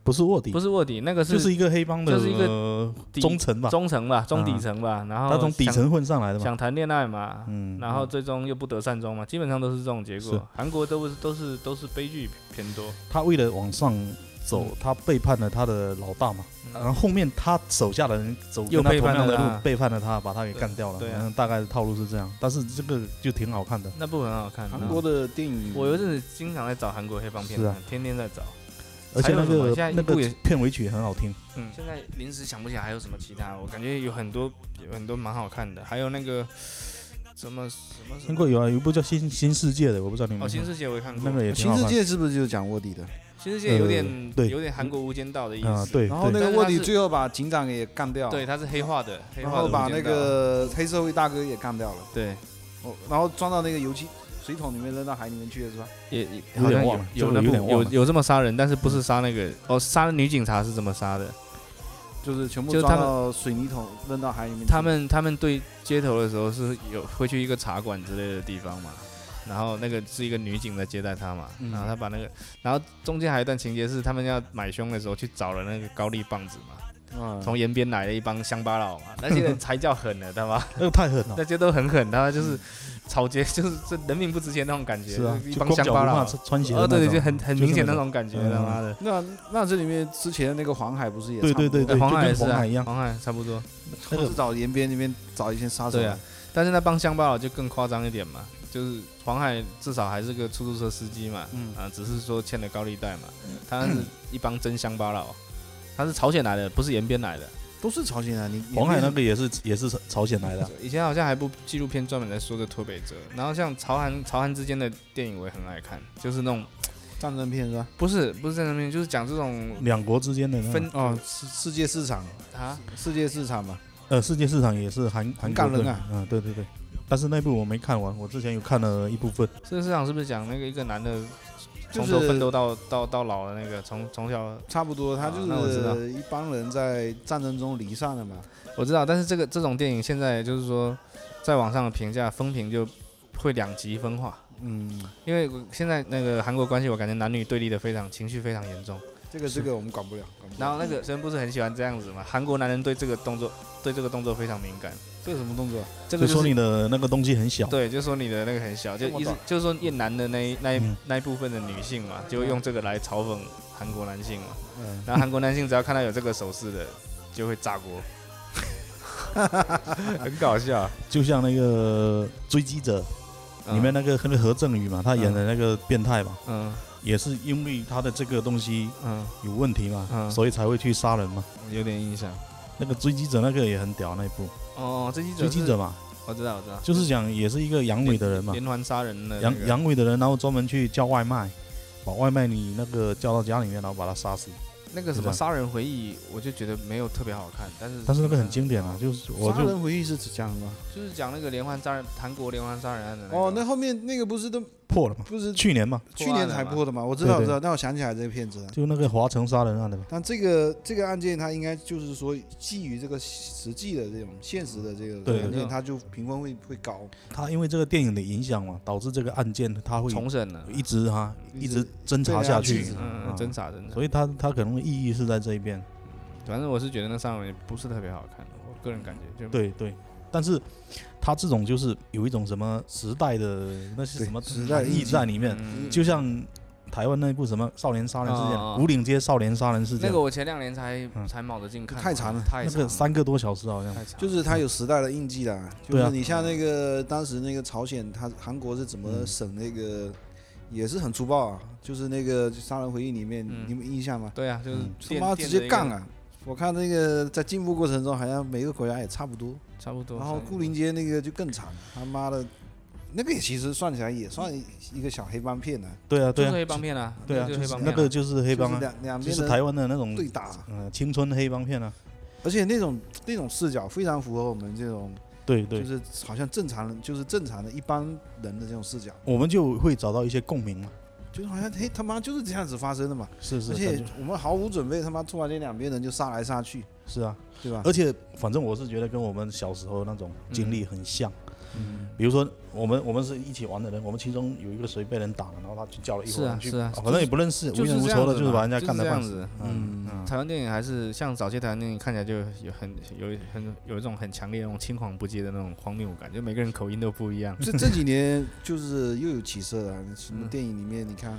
Speaker 2: 不是卧底，
Speaker 1: 不是卧底，那个
Speaker 2: 就是一个黑帮的，
Speaker 1: 就是一个
Speaker 2: 呃
Speaker 1: 底
Speaker 2: 中层吧，
Speaker 1: 中层吧，中底
Speaker 2: 啊
Speaker 1: 层吧，然后
Speaker 2: 他从底
Speaker 1: 想
Speaker 2: 层混上来的嘛，
Speaker 1: 想谈恋爱嘛，
Speaker 2: 嗯，
Speaker 1: 然后最终又不得善终嘛，基本上都是这种结
Speaker 2: 是
Speaker 1: 果。韩国都是都是都是悲剧偏多，
Speaker 2: 他为了往上走
Speaker 1: 嗯，
Speaker 2: 他背叛了他的老大嘛，然后后面他手下的人走
Speaker 1: 又
Speaker 2: 跟他
Speaker 1: 背叛
Speaker 2: 同样的
Speaker 1: 了他
Speaker 2: 路，背叛了他，把他给
Speaker 1: 对
Speaker 2: 干掉了，
Speaker 1: 对啊
Speaker 2: 反正大概的套路是这样，但是这个就挺好看的。
Speaker 1: 那部很好看。
Speaker 3: 韩国的电
Speaker 1: 嗯
Speaker 3: 影？啊
Speaker 1: 我有一阵子经常在找韩国黑帮片
Speaker 2: 是
Speaker 1: 看，
Speaker 2: 啊
Speaker 1: 天天在找。
Speaker 2: 而且那
Speaker 1: 还有什么
Speaker 2: 个
Speaker 1: 现在一
Speaker 2: 那个
Speaker 1: 部也
Speaker 2: 片尾曲很好听，
Speaker 1: 嗯，现在临时想不起来还有什么其他，我感觉有很多有很多蛮好看的，还有那个什么什么什
Speaker 2: 韩
Speaker 1: 么。
Speaker 2: 国有啊，有一部叫《新新世界》的，我不知道你们
Speaker 1: 哦，
Speaker 2: 有
Speaker 1: 新
Speaker 2: 没有看
Speaker 1: 世界我哦也看过，
Speaker 2: 那个也挺
Speaker 3: 新
Speaker 2: 好
Speaker 3: 世
Speaker 2: 看。
Speaker 3: 界是不是就是讲卧底的？
Speaker 1: 新世界有点
Speaker 2: 呃对
Speaker 1: 有点韩国无间道的意
Speaker 2: 啊
Speaker 1: 思。，
Speaker 2: 对，
Speaker 3: 然后
Speaker 2: 对
Speaker 3: 那个
Speaker 1: 但是
Speaker 3: 卧
Speaker 1: 他
Speaker 3: 底
Speaker 1: 是
Speaker 3: 最后把警长给干掉，
Speaker 1: 对，，它是黑化的，黑
Speaker 3: 啊然
Speaker 1: 化的
Speaker 3: 后
Speaker 1: 无
Speaker 3: 把
Speaker 1: 间
Speaker 3: 那
Speaker 1: 道
Speaker 3: 个黑社会大哥也干掉了，
Speaker 1: 对，
Speaker 3: 哦，然后装到那个油漆水桶里面扔到海里面去了，是吧？
Speaker 1: 也
Speaker 2: 有
Speaker 1: 好像
Speaker 2: 点忘了
Speaker 1: 有
Speaker 2: 这个
Speaker 1: 那
Speaker 2: 有
Speaker 1: 部
Speaker 2: 点忘
Speaker 1: 有
Speaker 2: 了
Speaker 1: 有这么杀人，但是不是杀那个哦，杀女警察是怎么杀的？
Speaker 3: 就是全部
Speaker 1: 就是
Speaker 3: 装
Speaker 1: 他们
Speaker 3: 到水泥桶扔到海里面去。
Speaker 1: 他们他们对街头的时候是有会去一个茶馆之类的地方嘛，然后那个是一个女警在接待他嘛，
Speaker 2: 嗯
Speaker 1: 然后他把那个，然后中间还有一段情节是他们要买凶的时候去找了那个高丽棒子嘛，
Speaker 3: 嗯
Speaker 1: 从延边来了一帮乡巴佬嘛，那些人才叫狠呢，他 妈
Speaker 2: 那个太狠了，
Speaker 1: 那些都很狠，他妈就是草菅， 就是这人民不值钱那种感觉，
Speaker 2: 是啊
Speaker 1: 就，一
Speaker 2: 就
Speaker 1: 帮
Speaker 2: 光
Speaker 1: 乡
Speaker 2: 脚不
Speaker 1: 巴佬
Speaker 2: 怕，穿鞋的
Speaker 1: 哦
Speaker 2: 那
Speaker 1: 对对，
Speaker 2: 种
Speaker 1: 就很很
Speaker 2: 就是
Speaker 1: 明显
Speaker 2: 那
Speaker 1: 那
Speaker 2: 种
Speaker 1: 种感觉，
Speaker 2: 嗯
Speaker 1: 他妈的。
Speaker 3: 那那这里面之前那个黄海不是也
Speaker 2: 对
Speaker 3: 差不
Speaker 2: 对
Speaker 3: 多
Speaker 2: 对
Speaker 1: 哎黄
Speaker 2: 就
Speaker 1: 海
Speaker 2: 跟
Speaker 1: 也是
Speaker 2: 黄
Speaker 1: 啊
Speaker 2: 海一样
Speaker 1: 黄海差不多。
Speaker 2: 那个
Speaker 3: 都是找延边那边找一些杀手
Speaker 1: 对
Speaker 3: 来，
Speaker 1: 啊但是那帮乡巴佬就更夸张一点嘛，就是黄海至少还是个出租车司机嘛，
Speaker 3: 嗯
Speaker 1: 啊，只是说欠了高利贷嘛，他是一帮真乡巴佬，他是朝鲜来的，不是延边来的。
Speaker 3: 都是朝鲜人啊。你
Speaker 2: 黄海那个也是也是朝鲜来的啊，
Speaker 1: 以前好像还部纪录片专门在说这脱北者，然后像朝韩朝韩之间的电影我也很爱看，就是那种
Speaker 3: 战争片是吧？
Speaker 1: 不是不是在那边，就是讲这种
Speaker 2: 两国之间的那
Speaker 1: 分
Speaker 2: 种
Speaker 1: 哦
Speaker 3: 世世界市场，
Speaker 1: 啊，
Speaker 3: 世界市场嘛，
Speaker 2: 呃世界市场也是韩韩
Speaker 3: 很
Speaker 2: 国
Speaker 3: 感人
Speaker 2: 的
Speaker 3: 啊
Speaker 2: 嗯对对对，但是那部我没看完，我之前有看了一部分，
Speaker 1: 这市场是不是讲那个一个男的
Speaker 3: 就
Speaker 1: 从头奋
Speaker 3: 是
Speaker 1: 斗到到到老的那个，从从小
Speaker 3: 差不多，他
Speaker 1: 啊那我知道
Speaker 3: 就是一帮人在战争中离散了嘛。
Speaker 1: 我知道，但是这个这种电影现在就是说，在网上的评价风评就会两极分化，
Speaker 3: 嗯，
Speaker 1: 因为我现在那个韩国关系，我感觉男女对立的非常，情绪非常严重。
Speaker 3: 这个这个我们管不了。管不了
Speaker 1: 然后那个人不是很喜欢这样子嘛？韩国男人对这个动作， 对这个动作非常敏感。
Speaker 3: 这是什么动作？
Speaker 1: 这
Speaker 2: 就
Speaker 1: 个
Speaker 2: 说
Speaker 1: 是
Speaker 2: 你的那个东西很小，
Speaker 1: 对，就说你的那个很小，就
Speaker 3: 这么
Speaker 1: 一直
Speaker 3: 短
Speaker 1: 就是说越男的那一那一、
Speaker 2: 嗯
Speaker 1: 那一部分的女性嘛，就用这个来嘲讽韩国男性嘛。
Speaker 3: 嗯，
Speaker 1: 然后韩国男性只要看到有这个手势的，就会炸锅， 很搞笑。
Speaker 2: 就像那个追击者
Speaker 1: 啊
Speaker 2: 里面那个那个何正宇嘛，他演的那个变态嘛，
Speaker 1: 嗯
Speaker 2: 也是因为他的这个东西
Speaker 1: 嗯嗯，
Speaker 2: 有问题嘛，
Speaker 1: 嗯
Speaker 2: 所以才会去杀人嘛。
Speaker 1: 有点印象。
Speaker 2: 那个追击者那个也很屌那一部，
Speaker 1: 哦，追击者
Speaker 2: 追
Speaker 1: 是，
Speaker 2: 击者嘛，
Speaker 1: 我知道，我知道，
Speaker 2: 就是讲也是一个阳痿的人嘛，
Speaker 1: 连环杀人呃的那
Speaker 2: 阳
Speaker 1: 个
Speaker 2: 阳痿的人，然后专门去叫外卖，把外卖你那个叫到家里面，然后把他杀死。
Speaker 1: 那个什
Speaker 2: 是
Speaker 1: 么
Speaker 2: 吧
Speaker 1: 杀人回忆，我就觉得没有特别好看，但是
Speaker 2: 但是那个很经典
Speaker 1: 哦
Speaker 2: 啊，就是我
Speaker 3: 杀
Speaker 2: 就
Speaker 3: 人回忆是指讲什么？
Speaker 1: 就是讲那个连环杀人，韩国连环杀人案的
Speaker 3: 哦，
Speaker 1: 那
Speaker 3: 那
Speaker 1: 个
Speaker 3: 后面那个不是都
Speaker 2: 破了嘛，
Speaker 3: 不是
Speaker 2: 去年嘛，
Speaker 3: 去年才播的嘛？我知道，我知道。那我想起来这个片子了。
Speaker 2: 就那个华城杀人案的嘛，
Speaker 3: 但这个这个案件，它应该就是说基于这个实际的这种现实的这
Speaker 2: 对
Speaker 3: 个案
Speaker 1: 对
Speaker 3: 件，它就评分会会高。
Speaker 2: 他因为这个电影的影响嘛，导致这个案件他会
Speaker 1: 重审了，
Speaker 2: 一直哈、
Speaker 3: 一
Speaker 2: 一
Speaker 3: 直
Speaker 2: 直侦查下去
Speaker 3: 对
Speaker 1: 嗯，，嗯
Speaker 2: 啊
Speaker 1: 侦查侦查
Speaker 2: 所。以他他可能意义是在这一边。
Speaker 1: 反正我是觉得那杀人回忆不是特别好看，我个人感觉就
Speaker 2: 对对，但是他这种就是有一种什么时代的那些
Speaker 3: 对
Speaker 2: 什么
Speaker 3: 时代
Speaker 2: 含义
Speaker 3: 印记
Speaker 2: 在里面，
Speaker 1: 嗯
Speaker 2: 就像台湾那一部什么少年杀人事
Speaker 1: 哦
Speaker 2: 件，五岭街少年杀人事
Speaker 1: 那
Speaker 2: 件
Speaker 1: 个，我前两年才
Speaker 2: 嗯
Speaker 1: 才卯着劲看完，
Speaker 3: 太长了
Speaker 1: 太
Speaker 2: 那
Speaker 1: 长
Speaker 2: 个
Speaker 1: 了，哎
Speaker 2: 三个多小时好像，
Speaker 1: 太长了，
Speaker 3: 就是它有时代的印记啦，就
Speaker 2: 对啊
Speaker 3: 是你像那个当时那个朝鲜，它韩国是怎么审那个，也是很粗暴啊，就是那个《杀人回忆》里面，
Speaker 1: 嗯
Speaker 3: 你们有印象吗？
Speaker 1: 对啊，就是
Speaker 2: 嗯
Speaker 3: 他
Speaker 1: 电
Speaker 3: 妈直接杠，
Speaker 1: 电
Speaker 3: 啊！我看那个在进步过程中，好像每个国家也差不多。
Speaker 1: 着一个差不多。
Speaker 3: 然后
Speaker 1: 差不多
Speaker 3: 顾林街那个就更惨，他妈的，那个也其实算起来也算一个小黑帮片呢、
Speaker 2: 对啊
Speaker 1: 就
Speaker 2: 对
Speaker 1: 是
Speaker 2: 啊
Speaker 1: 黑帮片啊，
Speaker 2: 对啊，
Speaker 1: 就
Speaker 2: 就是
Speaker 1: 黑
Speaker 2: 是
Speaker 1: 帮
Speaker 2: 那
Speaker 1: 片啊
Speaker 2: 个就是黑帮
Speaker 3: 就是
Speaker 2: 啊，
Speaker 3: 两两
Speaker 2: 就
Speaker 3: 边
Speaker 2: 是
Speaker 3: 的
Speaker 2: 台湾的那种
Speaker 3: 对打，啊
Speaker 2: 嗯青春黑帮片啊，
Speaker 3: 而且那种那种视角非常符合我们这种
Speaker 2: 对
Speaker 3: 就
Speaker 2: 对，
Speaker 3: 是好像正常人就是正常的一般人的这种视角，
Speaker 2: 我们就会找到一些共鸣嘛，
Speaker 3: 就是好像嘿他妈就是这样子发生的嘛，
Speaker 2: 是是，
Speaker 3: 而
Speaker 2: 感
Speaker 3: 且
Speaker 2: 觉
Speaker 3: 我们毫无准备，他妈突然间两边人就杀来杀去，
Speaker 2: 是啊，
Speaker 3: 对吧？
Speaker 2: 而且反正我是觉得跟我们小时候那种经历很像。
Speaker 1: 嗯
Speaker 2: 比如说，我们我们是一起玩的人，我们其中有一个谁被人打了，然后他去叫了一伙人去，哦
Speaker 1: 是啊是啊
Speaker 2: 反正也不认呃识，无
Speaker 1: 就是
Speaker 2: 冤无
Speaker 1: 这
Speaker 2: 仇
Speaker 1: 样
Speaker 2: 的，
Speaker 1: 子
Speaker 2: 是
Speaker 1: 嘛
Speaker 2: 把人家干
Speaker 1: 就是这
Speaker 2: 的半
Speaker 1: 样
Speaker 2: 死。
Speaker 1: 子。
Speaker 2: 嗯嗯，
Speaker 1: 台湾电影还是像早期台湾电影看起来就有很有很有一种很强烈的那种青黄不接的那种荒谬感，就每个人口音都不一
Speaker 2: 嗯
Speaker 1: 样。
Speaker 3: 这这几年就是又有起色了、什么
Speaker 1: 嗯
Speaker 3: 电影里面你看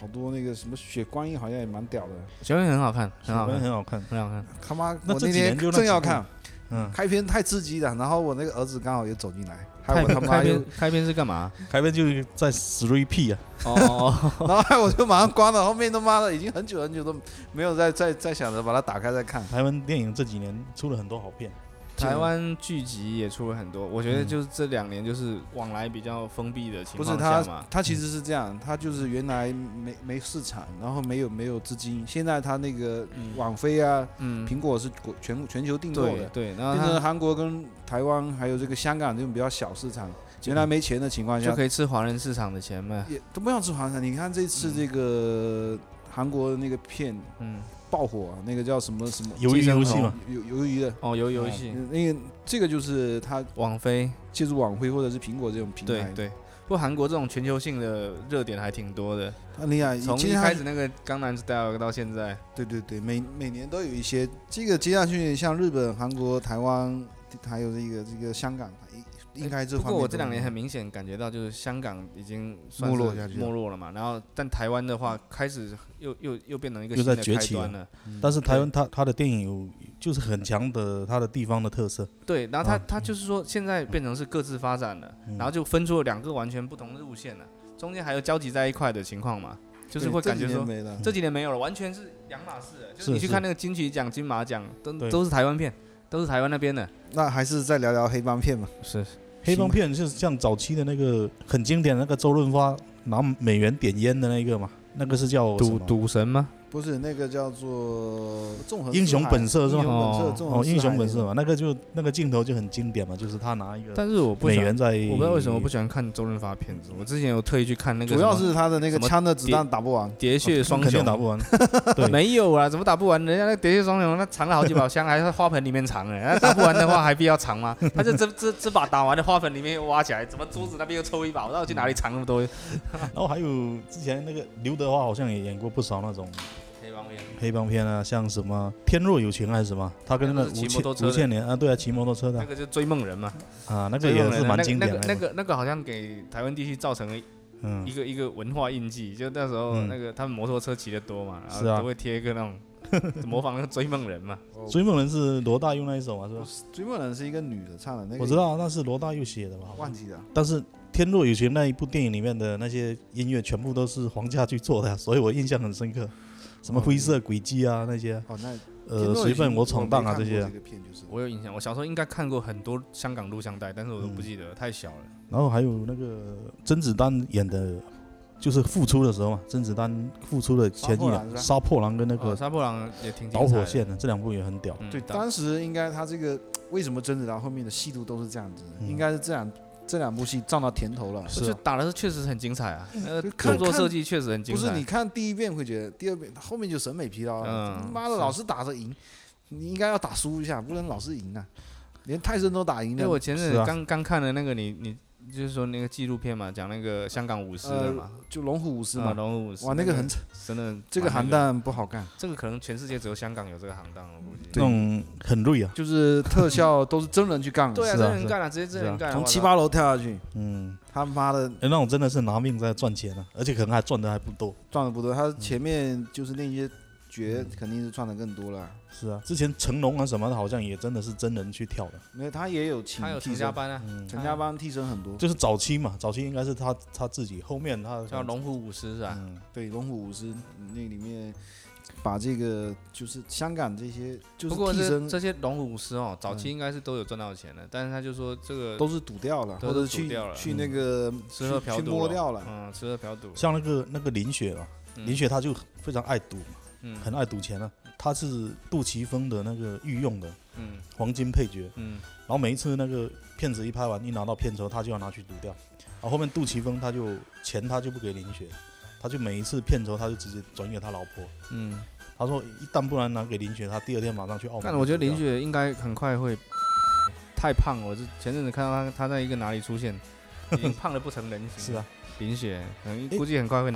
Speaker 3: 好多那个什么血观音好像也蛮屌的，
Speaker 1: 小品很好看，很好
Speaker 2: 小朋友
Speaker 1: 看，
Speaker 2: 很
Speaker 1: 很
Speaker 2: 好看。
Speaker 1: 好看。
Speaker 3: 他妈
Speaker 2: 那
Speaker 3: 我
Speaker 2: 这几
Speaker 3: 天
Speaker 2: 年就那
Speaker 3: 正
Speaker 2: 几
Speaker 3: 要
Speaker 2: 部
Speaker 3: 看，
Speaker 2: 嗯，
Speaker 3: 开篇太刺激了，然后我那个儿子刚好也走进来，害
Speaker 1: 开
Speaker 3: 我他妈
Speaker 1: 开
Speaker 3: 又
Speaker 1: 篇，开篇是干嘛？
Speaker 2: 开篇就是在 three P 啊，
Speaker 1: 哦，
Speaker 3: 然后害我就马上关了，后面他妈的已经很久很久都没有再再再想着把它打开再看。
Speaker 2: 台湾电影这几年出了很多好片。
Speaker 1: 台湾剧集也出了很多，我觉
Speaker 2: 嗯
Speaker 1: 得就是这两年就是往来比较封闭的情
Speaker 3: 不是
Speaker 1: 况
Speaker 3: 他
Speaker 1: 下嘛，，嗯
Speaker 3: 他其实是这样，他就是原来没没市场，然后没有没有资金，现在他那个
Speaker 1: 嗯
Speaker 3: 网飞啊，
Speaker 1: 嗯，
Speaker 3: 苹果是国全全球订购
Speaker 1: 对
Speaker 3: 的，
Speaker 1: 对，啊然
Speaker 3: 变
Speaker 1: 后
Speaker 3: 成
Speaker 1: 他
Speaker 3: 韩国跟台湾还有这个香港这种比较小市场，原来没钱的情况
Speaker 1: 就
Speaker 3: 下，
Speaker 1: 可以吃华人市场的钱嘛，
Speaker 2: 嗯
Speaker 3: 也都不要吃黄鳝。你看这次这个韩国的那个片
Speaker 1: 嗯，
Speaker 3: 爆火啊，那个叫什么什么
Speaker 2: 鱿鱼游戏嘛，
Speaker 3: 鱿鱿鱼的，
Speaker 1: 哦，游游戏，
Speaker 2: 嗯
Speaker 3: 那个这个就是他
Speaker 1: 网飞，
Speaker 3: 借助网飞或者是苹果这种
Speaker 2: 嗯
Speaker 3: 平
Speaker 1: 对
Speaker 3: 台，
Speaker 1: 对。不过韩国这种全球性的热点还挺多的，
Speaker 3: 很厉害。
Speaker 1: 从
Speaker 3: 其
Speaker 1: 一
Speaker 3: 实它
Speaker 1: 开始，那个《江南 Style》到现在，
Speaker 3: 对对对，每每年都有一些。这个接下去像日本、韩国、台湾，还有这个这个香港，
Speaker 2: 哎
Speaker 3: 应应该这
Speaker 1: 不
Speaker 3: 方面都有。
Speaker 1: 过我这两年很明显感觉到，就是香港已经算
Speaker 3: 没落
Speaker 1: 是
Speaker 3: 下去了
Speaker 1: 没落了嘛。然后，但台湾的话，开始又又又变成一个
Speaker 2: 又
Speaker 1: 新
Speaker 2: 在
Speaker 1: 的
Speaker 2: 崛
Speaker 1: 开
Speaker 2: 起了
Speaker 1: 端了。
Speaker 2: 但是台湾它它的电影有就是很强的它的地方的特色，
Speaker 1: 对，然后他
Speaker 2: 啊
Speaker 1: 他就是说，现在变成是各自发展了，然后就分出了两个完全不同的路线了，中间还有交集在一块的情况嘛，就
Speaker 3: 就是
Speaker 1: 会感觉说
Speaker 3: 没了。
Speaker 1: 这几年没有了，完全是两码事了。就是是你去
Speaker 2: 是
Speaker 1: 看那个金曲奖、金马奖，都
Speaker 2: 对
Speaker 1: 都是台湾片，都是台湾那边的。
Speaker 3: 那还是再聊聊黑帮片吧。
Speaker 1: 是，
Speaker 2: 黑帮片就是像早期的那个很经典的那个周润发拿美元点烟的那个嘛，那个是叫什
Speaker 1: 赌
Speaker 2: 么
Speaker 1: 赌神吗？
Speaker 3: 不是那个叫做纵横
Speaker 2: 英雄
Speaker 3: 四海
Speaker 2: 本色是吧
Speaker 3: 英雄
Speaker 1: 哦
Speaker 3: 本色纵横
Speaker 2: 哦，
Speaker 3: 四海
Speaker 2: 英雄本色
Speaker 3: 那个
Speaker 2: 嘛，那个就那个镜头就很经典嘛，就是他拿一个
Speaker 1: 但是我不
Speaker 2: 美
Speaker 1: 喜欢，
Speaker 2: 元在，哦
Speaker 1: 我不知道为什么不喜欢看周润发片子。我之前有特意去看那个什
Speaker 3: 主
Speaker 1: 么，
Speaker 3: 要是他的那个
Speaker 1: 什么
Speaker 3: 枪的子弹打不完，
Speaker 1: 喋血双
Speaker 2: 哦肯
Speaker 1: 雄
Speaker 2: 定打 不完，对，
Speaker 1: 没有啊，怎么打不完？人家那喋血双雄那藏了好几把枪，还在花盆里面藏哎、那打不完的 话还必要藏吗？他就这这这把打完的花盆里面又挖起来，怎么桌子那边又抽一把？我到底去哪里藏那么多
Speaker 2: 然后还有之前那个刘德华好像也演过不少那种
Speaker 1: 黑帮片？
Speaker 2: 黑帮片啊，像什么《天若有情》还是什么，他跟那
Speaker 1: 那
Speaker 2: 个
Speaker 1: 个是骑
Speaker 2: 吴
Speaker 1: 摩托
Speaker 2: 倩
Speaker 1: 车
Speaker 2: 吴
Speaker 1: 的
Speaker 2: 倩莲啊，对啊，骑摩托车的
Speaker 1: 那个就追梦人嘛，
Speaker 2: 啊，那个
Speaker 1: 追
Speaker 2: 也
Speaker 1: 梦
Speaker 2: 是
Speaker 1: 人
Speaker 2: 蛮经
Speaker 1: 那个
Speaker 2: 典的，
Speaker 1: 那个那个好像给台湾地区造成了
Speaker 2: 嗯
Speaker 1: 一，个一个文化印记，就那时候
Speaker 2: 嗯
Speaker 1: 那个他们摩托车骑的多嘛，然
Speaker 2: 是啊
Speaker 1: 后都会贴一个那 种模仿那个追梦人嘛。
Speaker 2: 《追梦人》是罗大佑那一首嘛，是吧？
Speaker 3: 追梦人是一个女的唱的，那个
Speaker 2: 我知道，那是罗大佑写的吧？
Speaker 3: 忘记了。
Speaker 2: 但是《天若有情》那一部电影里面的那些音乐全部都是黄家去做的呀， 所以我印象很深刻。什么灰色轨迹啊那些，
Speaker 3: 哦，那
Speaker 2: 呃，随便我闯荡啊这
Speaker 3: 这
Speaker 2: 些啊，
Speaker 3: 个片就是
Speaker 1: 我有印象，我小时候应该看过很多香港录像带，但是我
Speaker 2: 嗯
Speaker 1: 都不记得，太小了。
Speaker 2: 然后还有那个甄子丹演的，就是复出的时候嘛，甄子丹复出的前一
Speaker 3: 杀破狼是
Speaker 2: 年，
Speaker 3: 吧
Speaker 2: 杀破狼跟那
Speaker 1: 哦
Speaker 2: 个
Speaker 1: 杀破狼也挺精彩
Speaker 2: 导
Speaker 1: 的
Speaker 2: 火，线的啊这两部也很屌。
Speaker 1: 嗯
Speaker 3: 对，
Speaker 1: 导
Speaker 3: 当时应该他这个为什么甄子丹后面的戏路都是这样子的，
Speaker 2: 嗯
Speaker 3: 应该是这两这两部戏占到甜头了。
Speaker 1: 就是
Speaker 2: 啊
Speaker 1: 打的是确实很精彩啊，那个
Speaker 3: 哎就
Speaker 1: 动
Speaker 3: 看
Speaker 1: 作
Speaker 3: 看
Speaker 1: 设计确实很精
Speaker 3: 不
Speaker 1: 彩。
Speaker 3: 是你看第一遍会觉得，第二遍后面就审美疲劳了。
Speaker 1: 嗯
Speaker 3: 妈的，
Speaker 1: 是
Speaker 3: 老是打着赢，你应该要打输一下，不能老是赢啊！连泰森都打赢
Speaker 1: 因
Speaker 3: 了
Speaker 1: 哎为，我前阵
Speaker 2: 是
Speaker 1: 子
Speaker 2: 啊
Speaker 1: 刚刚看了那个你你就是说那个纪录片嘛，讲那个香港舞狮的嘛，
Speaker 3: 就龙虎舞狮
Speaker 1: 啊
Speaker 3: 嘛。
Speaker 1: 龙虎舞狮，
Speaker 3: 呃哇，那个很惨，
Speaker 1: 真的，
Speaker 3: 这个
Speaker 1: 蛮
Speaker 3: 行
Speaker 1: 那
Speaker 3: 当不好干，
Speaker 1: 这个可能全世界只有香港有这个行当了，我估计。
Speaker 2: 那种很累啊，
Speaker 3: 就是特效都是真人去干的，
Speaker 1: 对啊，
Speaker 2: 是啊
Speaker 1: 真人
Speaker 2: 是啊
Speaker 1: 干了，直接真
Speaker 2: 是
Speaker 1: 人
Speaker 2: 啊
Speaker 1: 干了，
Speaker 3: 从
Speaker 1: 我
Speaker 3: 七
Speaker 1: 操
Speaker 3: 八楼跳下去，
Speaker 2: 嗯，
Speaker 3: 他妈的
Speaker 2: 哎、那种真的是拿命在赚钱啊，而且可能还赚的还不多。
Speaker 3: 赚的不多，他前面就是那些
Speaker 1: 嗯
Speaker 3: 绝肯定是赚的更多了，
Speaker 2: 是啊，之前成龙啊什么的，好像也真的是真人去跳的，
Speaker 3: 没有他也有请
Speaker 1: 他有
Speaker 3: 替
Speaker 1: 成家
Speaker 3: 身，
Speaker 1: 班啊，
Speaker 2: 嗯
Speaker 3: 陈家班替身很多，
Speaker 2: 就是早期嘛，早期应该是他他自己，后面他
Speaker 1: 叫龙虎舞狮是吧？
Speaker 2: 嗯，
Speaker 3: 对龙虎舞狮那里面把这个就是香港这些就
Speaker 1: 不
Speaker 3: 是
Speaker 1: 过
Speaker 3: 替
Speaker 1: 这
Speaker 3: 身
Speaker 1: 这些龙虎舞狮哦，
Speaker 2: 嗯
Speaker 1: 早期应该是都有赚到钱的，但是他就说这个
Speaker 3: 都是赌掉了，
Speaker 1: 都
Speaker 3: 或
Speaker 1: 是
Speaker 3: 者
Speaker 1: 赌
Speaker 3: 去
Speaker 1: 掉了嗯
Speaker 3: 去那个
Speaker 1: 吃喝
Speaker 3: 去
Speaker 1: 嫖
Speaker 3: 去
Speaker 1: 赌
Speaker 3: 摸
Speaker 1: 咯
Speaker 3: 掉了，
Speaker 1: 嗯，吃喝嫖赌，
Speaker 2: 像那个那个林雪啊，
Speaker 1: 嗯
Speaker 2: 林雪她就非常爱赌，
Speaker 1: 嗯
Speaker 2: 很爱赌钱啊，她是杜琪峰的那个御用的
Speaker 1: 嗯
Speaker 2: 黄金配角，
Speaker 1: 嗯，
Speaker 2: 然后每一次那个片子一拍完，一拿到片酬，他就要拿去赌掉。然后后面杜琪峰他就钱他就不给林雪，他就每一次片酬他就直接转给他老婆。
Speaker 1: 嗯，
Speaker 2: 他说一旦不然拿给林雪，他第二天马上去澳门。
Speaker 1: 但我觉得林，雪应该很快会太胖了。我是前阵子看到他他在一个哪里出现，已经胖的不成人形。
Speaker 2: 是啊，
Speaker 1: 林雪，嗯，
Speaker 2: 诶
Speaker 1: 估计很快会。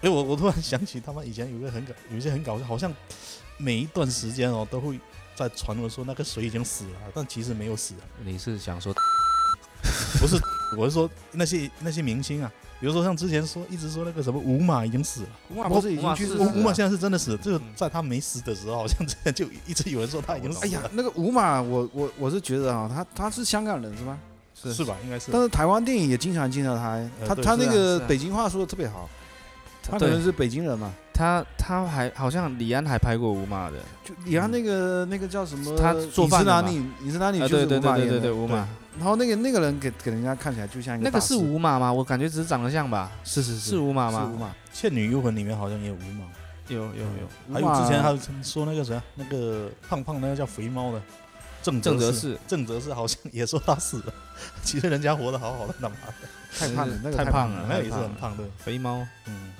Speaker 2: 哎，我我突然想起他们以前有个很搞，有一些很搞笑，好像每一段时间哦都会在传闻说那个谁已经死了，但其实没有死啊，
Speaker 1: 你是想说，
Speaker 2: 不是，我是说那些那些明星啊，比如说像之前说一直说那个什么吴马已经死了。
Speaker 3: 五马不是已经去
Speaker 1: 五
Speaker 3: 世
Speaker 1: 马
Speaker 2: 吴
Speaker 1: 是
Speaker 2: 吴
Speaker 1: 啊
Speaker 2: 马现在是真的死，就是
Speaker 1: 嗯
Speaker 2: 在他没死的时候，好像之前就一直有人说他已经死
Speaker 3: 哎
Speaker 2: 了，
Speaker 3: 呀，那个五马，我我我是觉得啊，他他是香港人是吗？
Speaker 1: 是
Speaker 2: 是吧？应该是
Speaker 3: 但是台湾电影也经常见到他哎，
Speaker 2: 呃
Speaker 3: 他
Speaker 2: 对
Speaker 3: 他
Speaker 2: 是
Speaker 3: 那
Speaker 2: 啊
Speaker 3: 个
Speaker 1: 是啊
Speaker 3: 北京话说的特别好，他可
Speaker 1: 对
Speaker 3: 能是北京人嘛。
Speaker 1: 他他还好像李安还拍过五马的，
Speaker 3: 就你看那个那个叫什么，
Speaker 1: 嗯他做饭的
Speaker 3: 哪
Speaker 1: 嘛
Speaker 3: 里？你是哪里？
Speaker 1: 啊，
Speaker 3: 就是
Speaker 1: 对对
Speaker 3: 五
Speaker 1: 对
Speaker 3: 马
Speaker 1: 对
Speaker 3: 演
Speaker 1: 对
Speaker 3: 的
Speaker 1: 对，。五马
Speaker 3: 然后那个那个人给给人家看起来就像一
Speaker 1: 那
Speaker 3: 大
Speaker 1: 个
Speaker 3: 师
Speaker 1: 是五马吗？我感觉只是长得像吧，
Speaker 3: 是是
Speaker 1: 是
Speaker 3: 五
Speaker 1: 五马
Speaker 3: 是
Speaker 1: 吗
Speaker 3: 五？马，
Speaker 2: 《倩女幽魂》里面好像也有吴马，
Speaker 1: 有有有，
Speaker 3: 五
Speaker 2: 还有
Speaker 3: 马
Speaker 2: 之前还有说那个谁啊，那个胖胖那个叫肥猫的郑
Speaker 1: 郑则
Speaker 2: 仕，
Speaker 1: 仕
Speaker 2: 郑则仕好像也说他死了， 其实人家活得好好的，他妈的，
Speaker 3: 太胖了，那个
Speaker 1: 太
Speaker 3: 胖
Speaker 1: 胖了
Speaker 2: 那也是很胖对，
Speaker 1: 肥猫
Speaker 2: 嗯，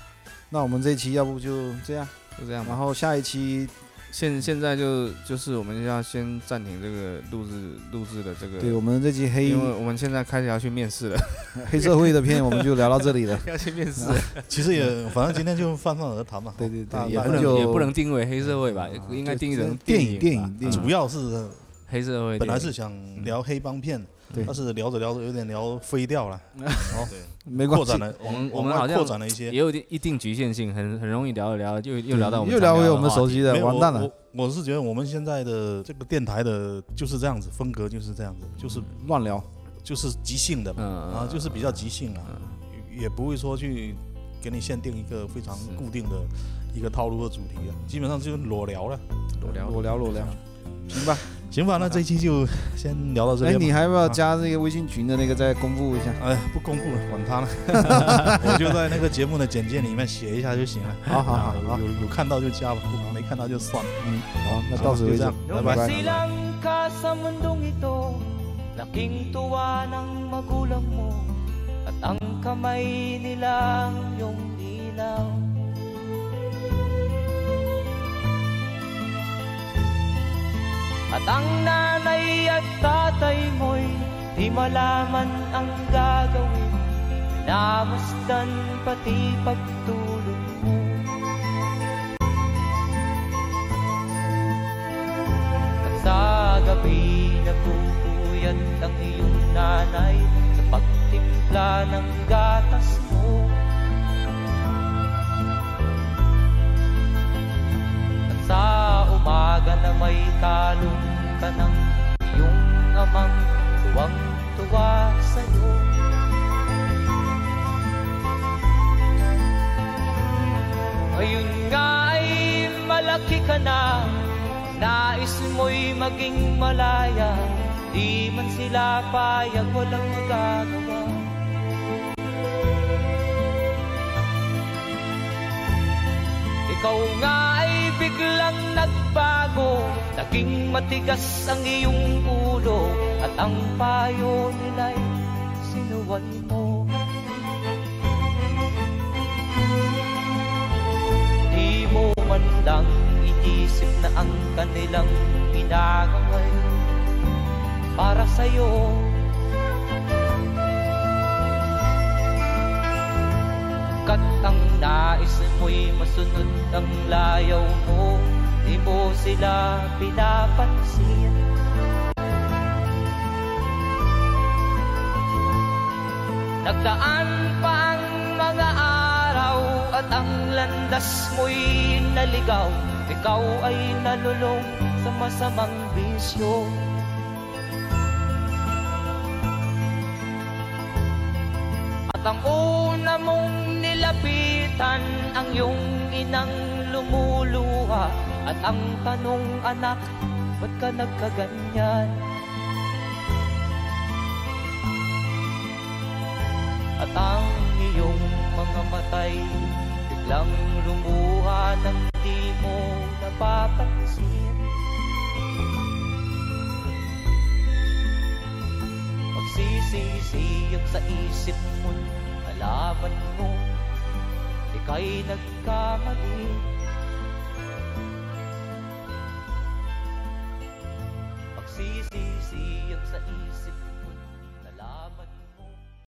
Speaker 3: 那我们这一期要不就这样，
Speaker 1: 就这样吧
Speaker 3: 然。后下一期
Speaker 1: 现现在就就是我们要先暂停这个录制录制的这个，
Speaker 3: 对我们这期黑
Speaker 1: 因为我们现在开始要去面试了，
Speaker 3: 黑社会的片我们就聊到这 里了。
Speaker 1: 要去面试，
Speaker 2: 其实也反正今天就泛泛而谈嘛，
Speaker 3: 对对
Speaker 2: 那
Speaker 3: 对，也
Speaker 2: 啊那
Speaker 3: 不
Speaker 2: 就
Speaker 3: 能
Speaker 1: 也不能定位黑社会吧，
Speaker 3: 嗯
Speaker 1: 应该定义
Speaker 3: 对
Speaker 1: 成
Speaker 3: 电
Speaker 1: 影
Speaker 3: 影
Speaker 1: 电
Speaker 3: 电影电影
Speaker 2: 主要是
Speaker 1: 黑社会电影。
Speaker 2: 本来是想聊黑帮片，
Speaker 3: 对
Speaker 2: 但是聊着聊着有点聊飞掉 了，哦
Speaker 3: 没关
Speaker 2: 扩
Speaker 3: 系
Speaker 2: 展。 了，
Speaker 1: 我们
Speaker 2: 往
Speaker 1: 我们
Speaker 2: 外
Speaker 1: 好像
Speaker 2: 扩展了一些
Speaker 1: 也，有一定一定局限性，很很容易聊一聊，又又聊到我们
Speaker 3: 又聊回我们
Speaker 1: 手
Speaker 3: 熟
Speaker 1: 机。
Speaker 3: 悉的
Speaker 2: 没，有
Speaker 3: 完蛋了，
Speaker 2: 我我我是觉得我们现在的这个电台的就是这样子，风格就是这样子，就是
Speaker 3: 乱聊。
Speaker 2: 就是即兴的嘛，
Speaker 1: 嗯
Speaker 2: 啊，就是比较即兴啊，也也不会说去给你限定一个非常
Speaker 1: 是
Speaker 2: 固定的一个套路和主题啊，基本上就是裸聊了。
Speaker 1: 裸聊
Speaker 3: 裸聊裸聊，行吧。
Speaker 2: 行吧，那这一期就先聊到这
Speaker 3: 哎，
Speaker 2: 边吧。
Speaker 3: 你还要不要加这个微信群的那个再公布一下？
Speaker 2: 哎呀，不公布了，管他呢，我就在那个节目的简介里面写一下就行了。
Speaker 3: 好好好
Speaker 2: 啊
Speaker 3: 好
Speaker 2: 有有看到就加吧，不没看到就算了。嗯，
Speaker 3: 好，那到此为
Speaker 2: 就这
Speaker 3: 止
Speaker 2: 样，
Speaker 3: 拜
Speaker 2: 拜拜。
Speaker 3: 拜
Speaker 4: Sri Lanka sa mundong ito Laking tuwa ng magulang mo At ang kamay nila ang iyong ilaw At ang nanay at tatay mo'y Di malaman ang gagawin Pinamasdan pati pagtulog mo At sa gabi nagpupuyat ang iyong nanay Sa pagtimpla ng gatas mo At sa umaga na may talong ka ng iyong amang Tuwang-tuwa sa'yo Ngayon nga ay malaki ka na Nais mo'y maging malaya Di man sila payag walang magagawa Ikaw nga ay biglang nagbago Naging matigas ang iyong ulo At ang payo nila'y sinuwal mo Di mo man lang inisip na ang kanilang ginagawa para sa'yo At ang nais mo'y masunod ang layaw mo Di mo sila pinapansin Nagdaan pa ang mga araw At ang landas mo'y naligaw Ikaw ay nalulong sa masamang bisyo At ang una mong nilapitan ang iyong inang lumuluha At ang tanong anak, ba't ka nagkaganyan? At ang iyong mga matay biglang lumuha ng di mo napapansin Magsisisiyag sa isip mo Alaman mo Ika'y nagkamali Magsisisiyag sa isip mo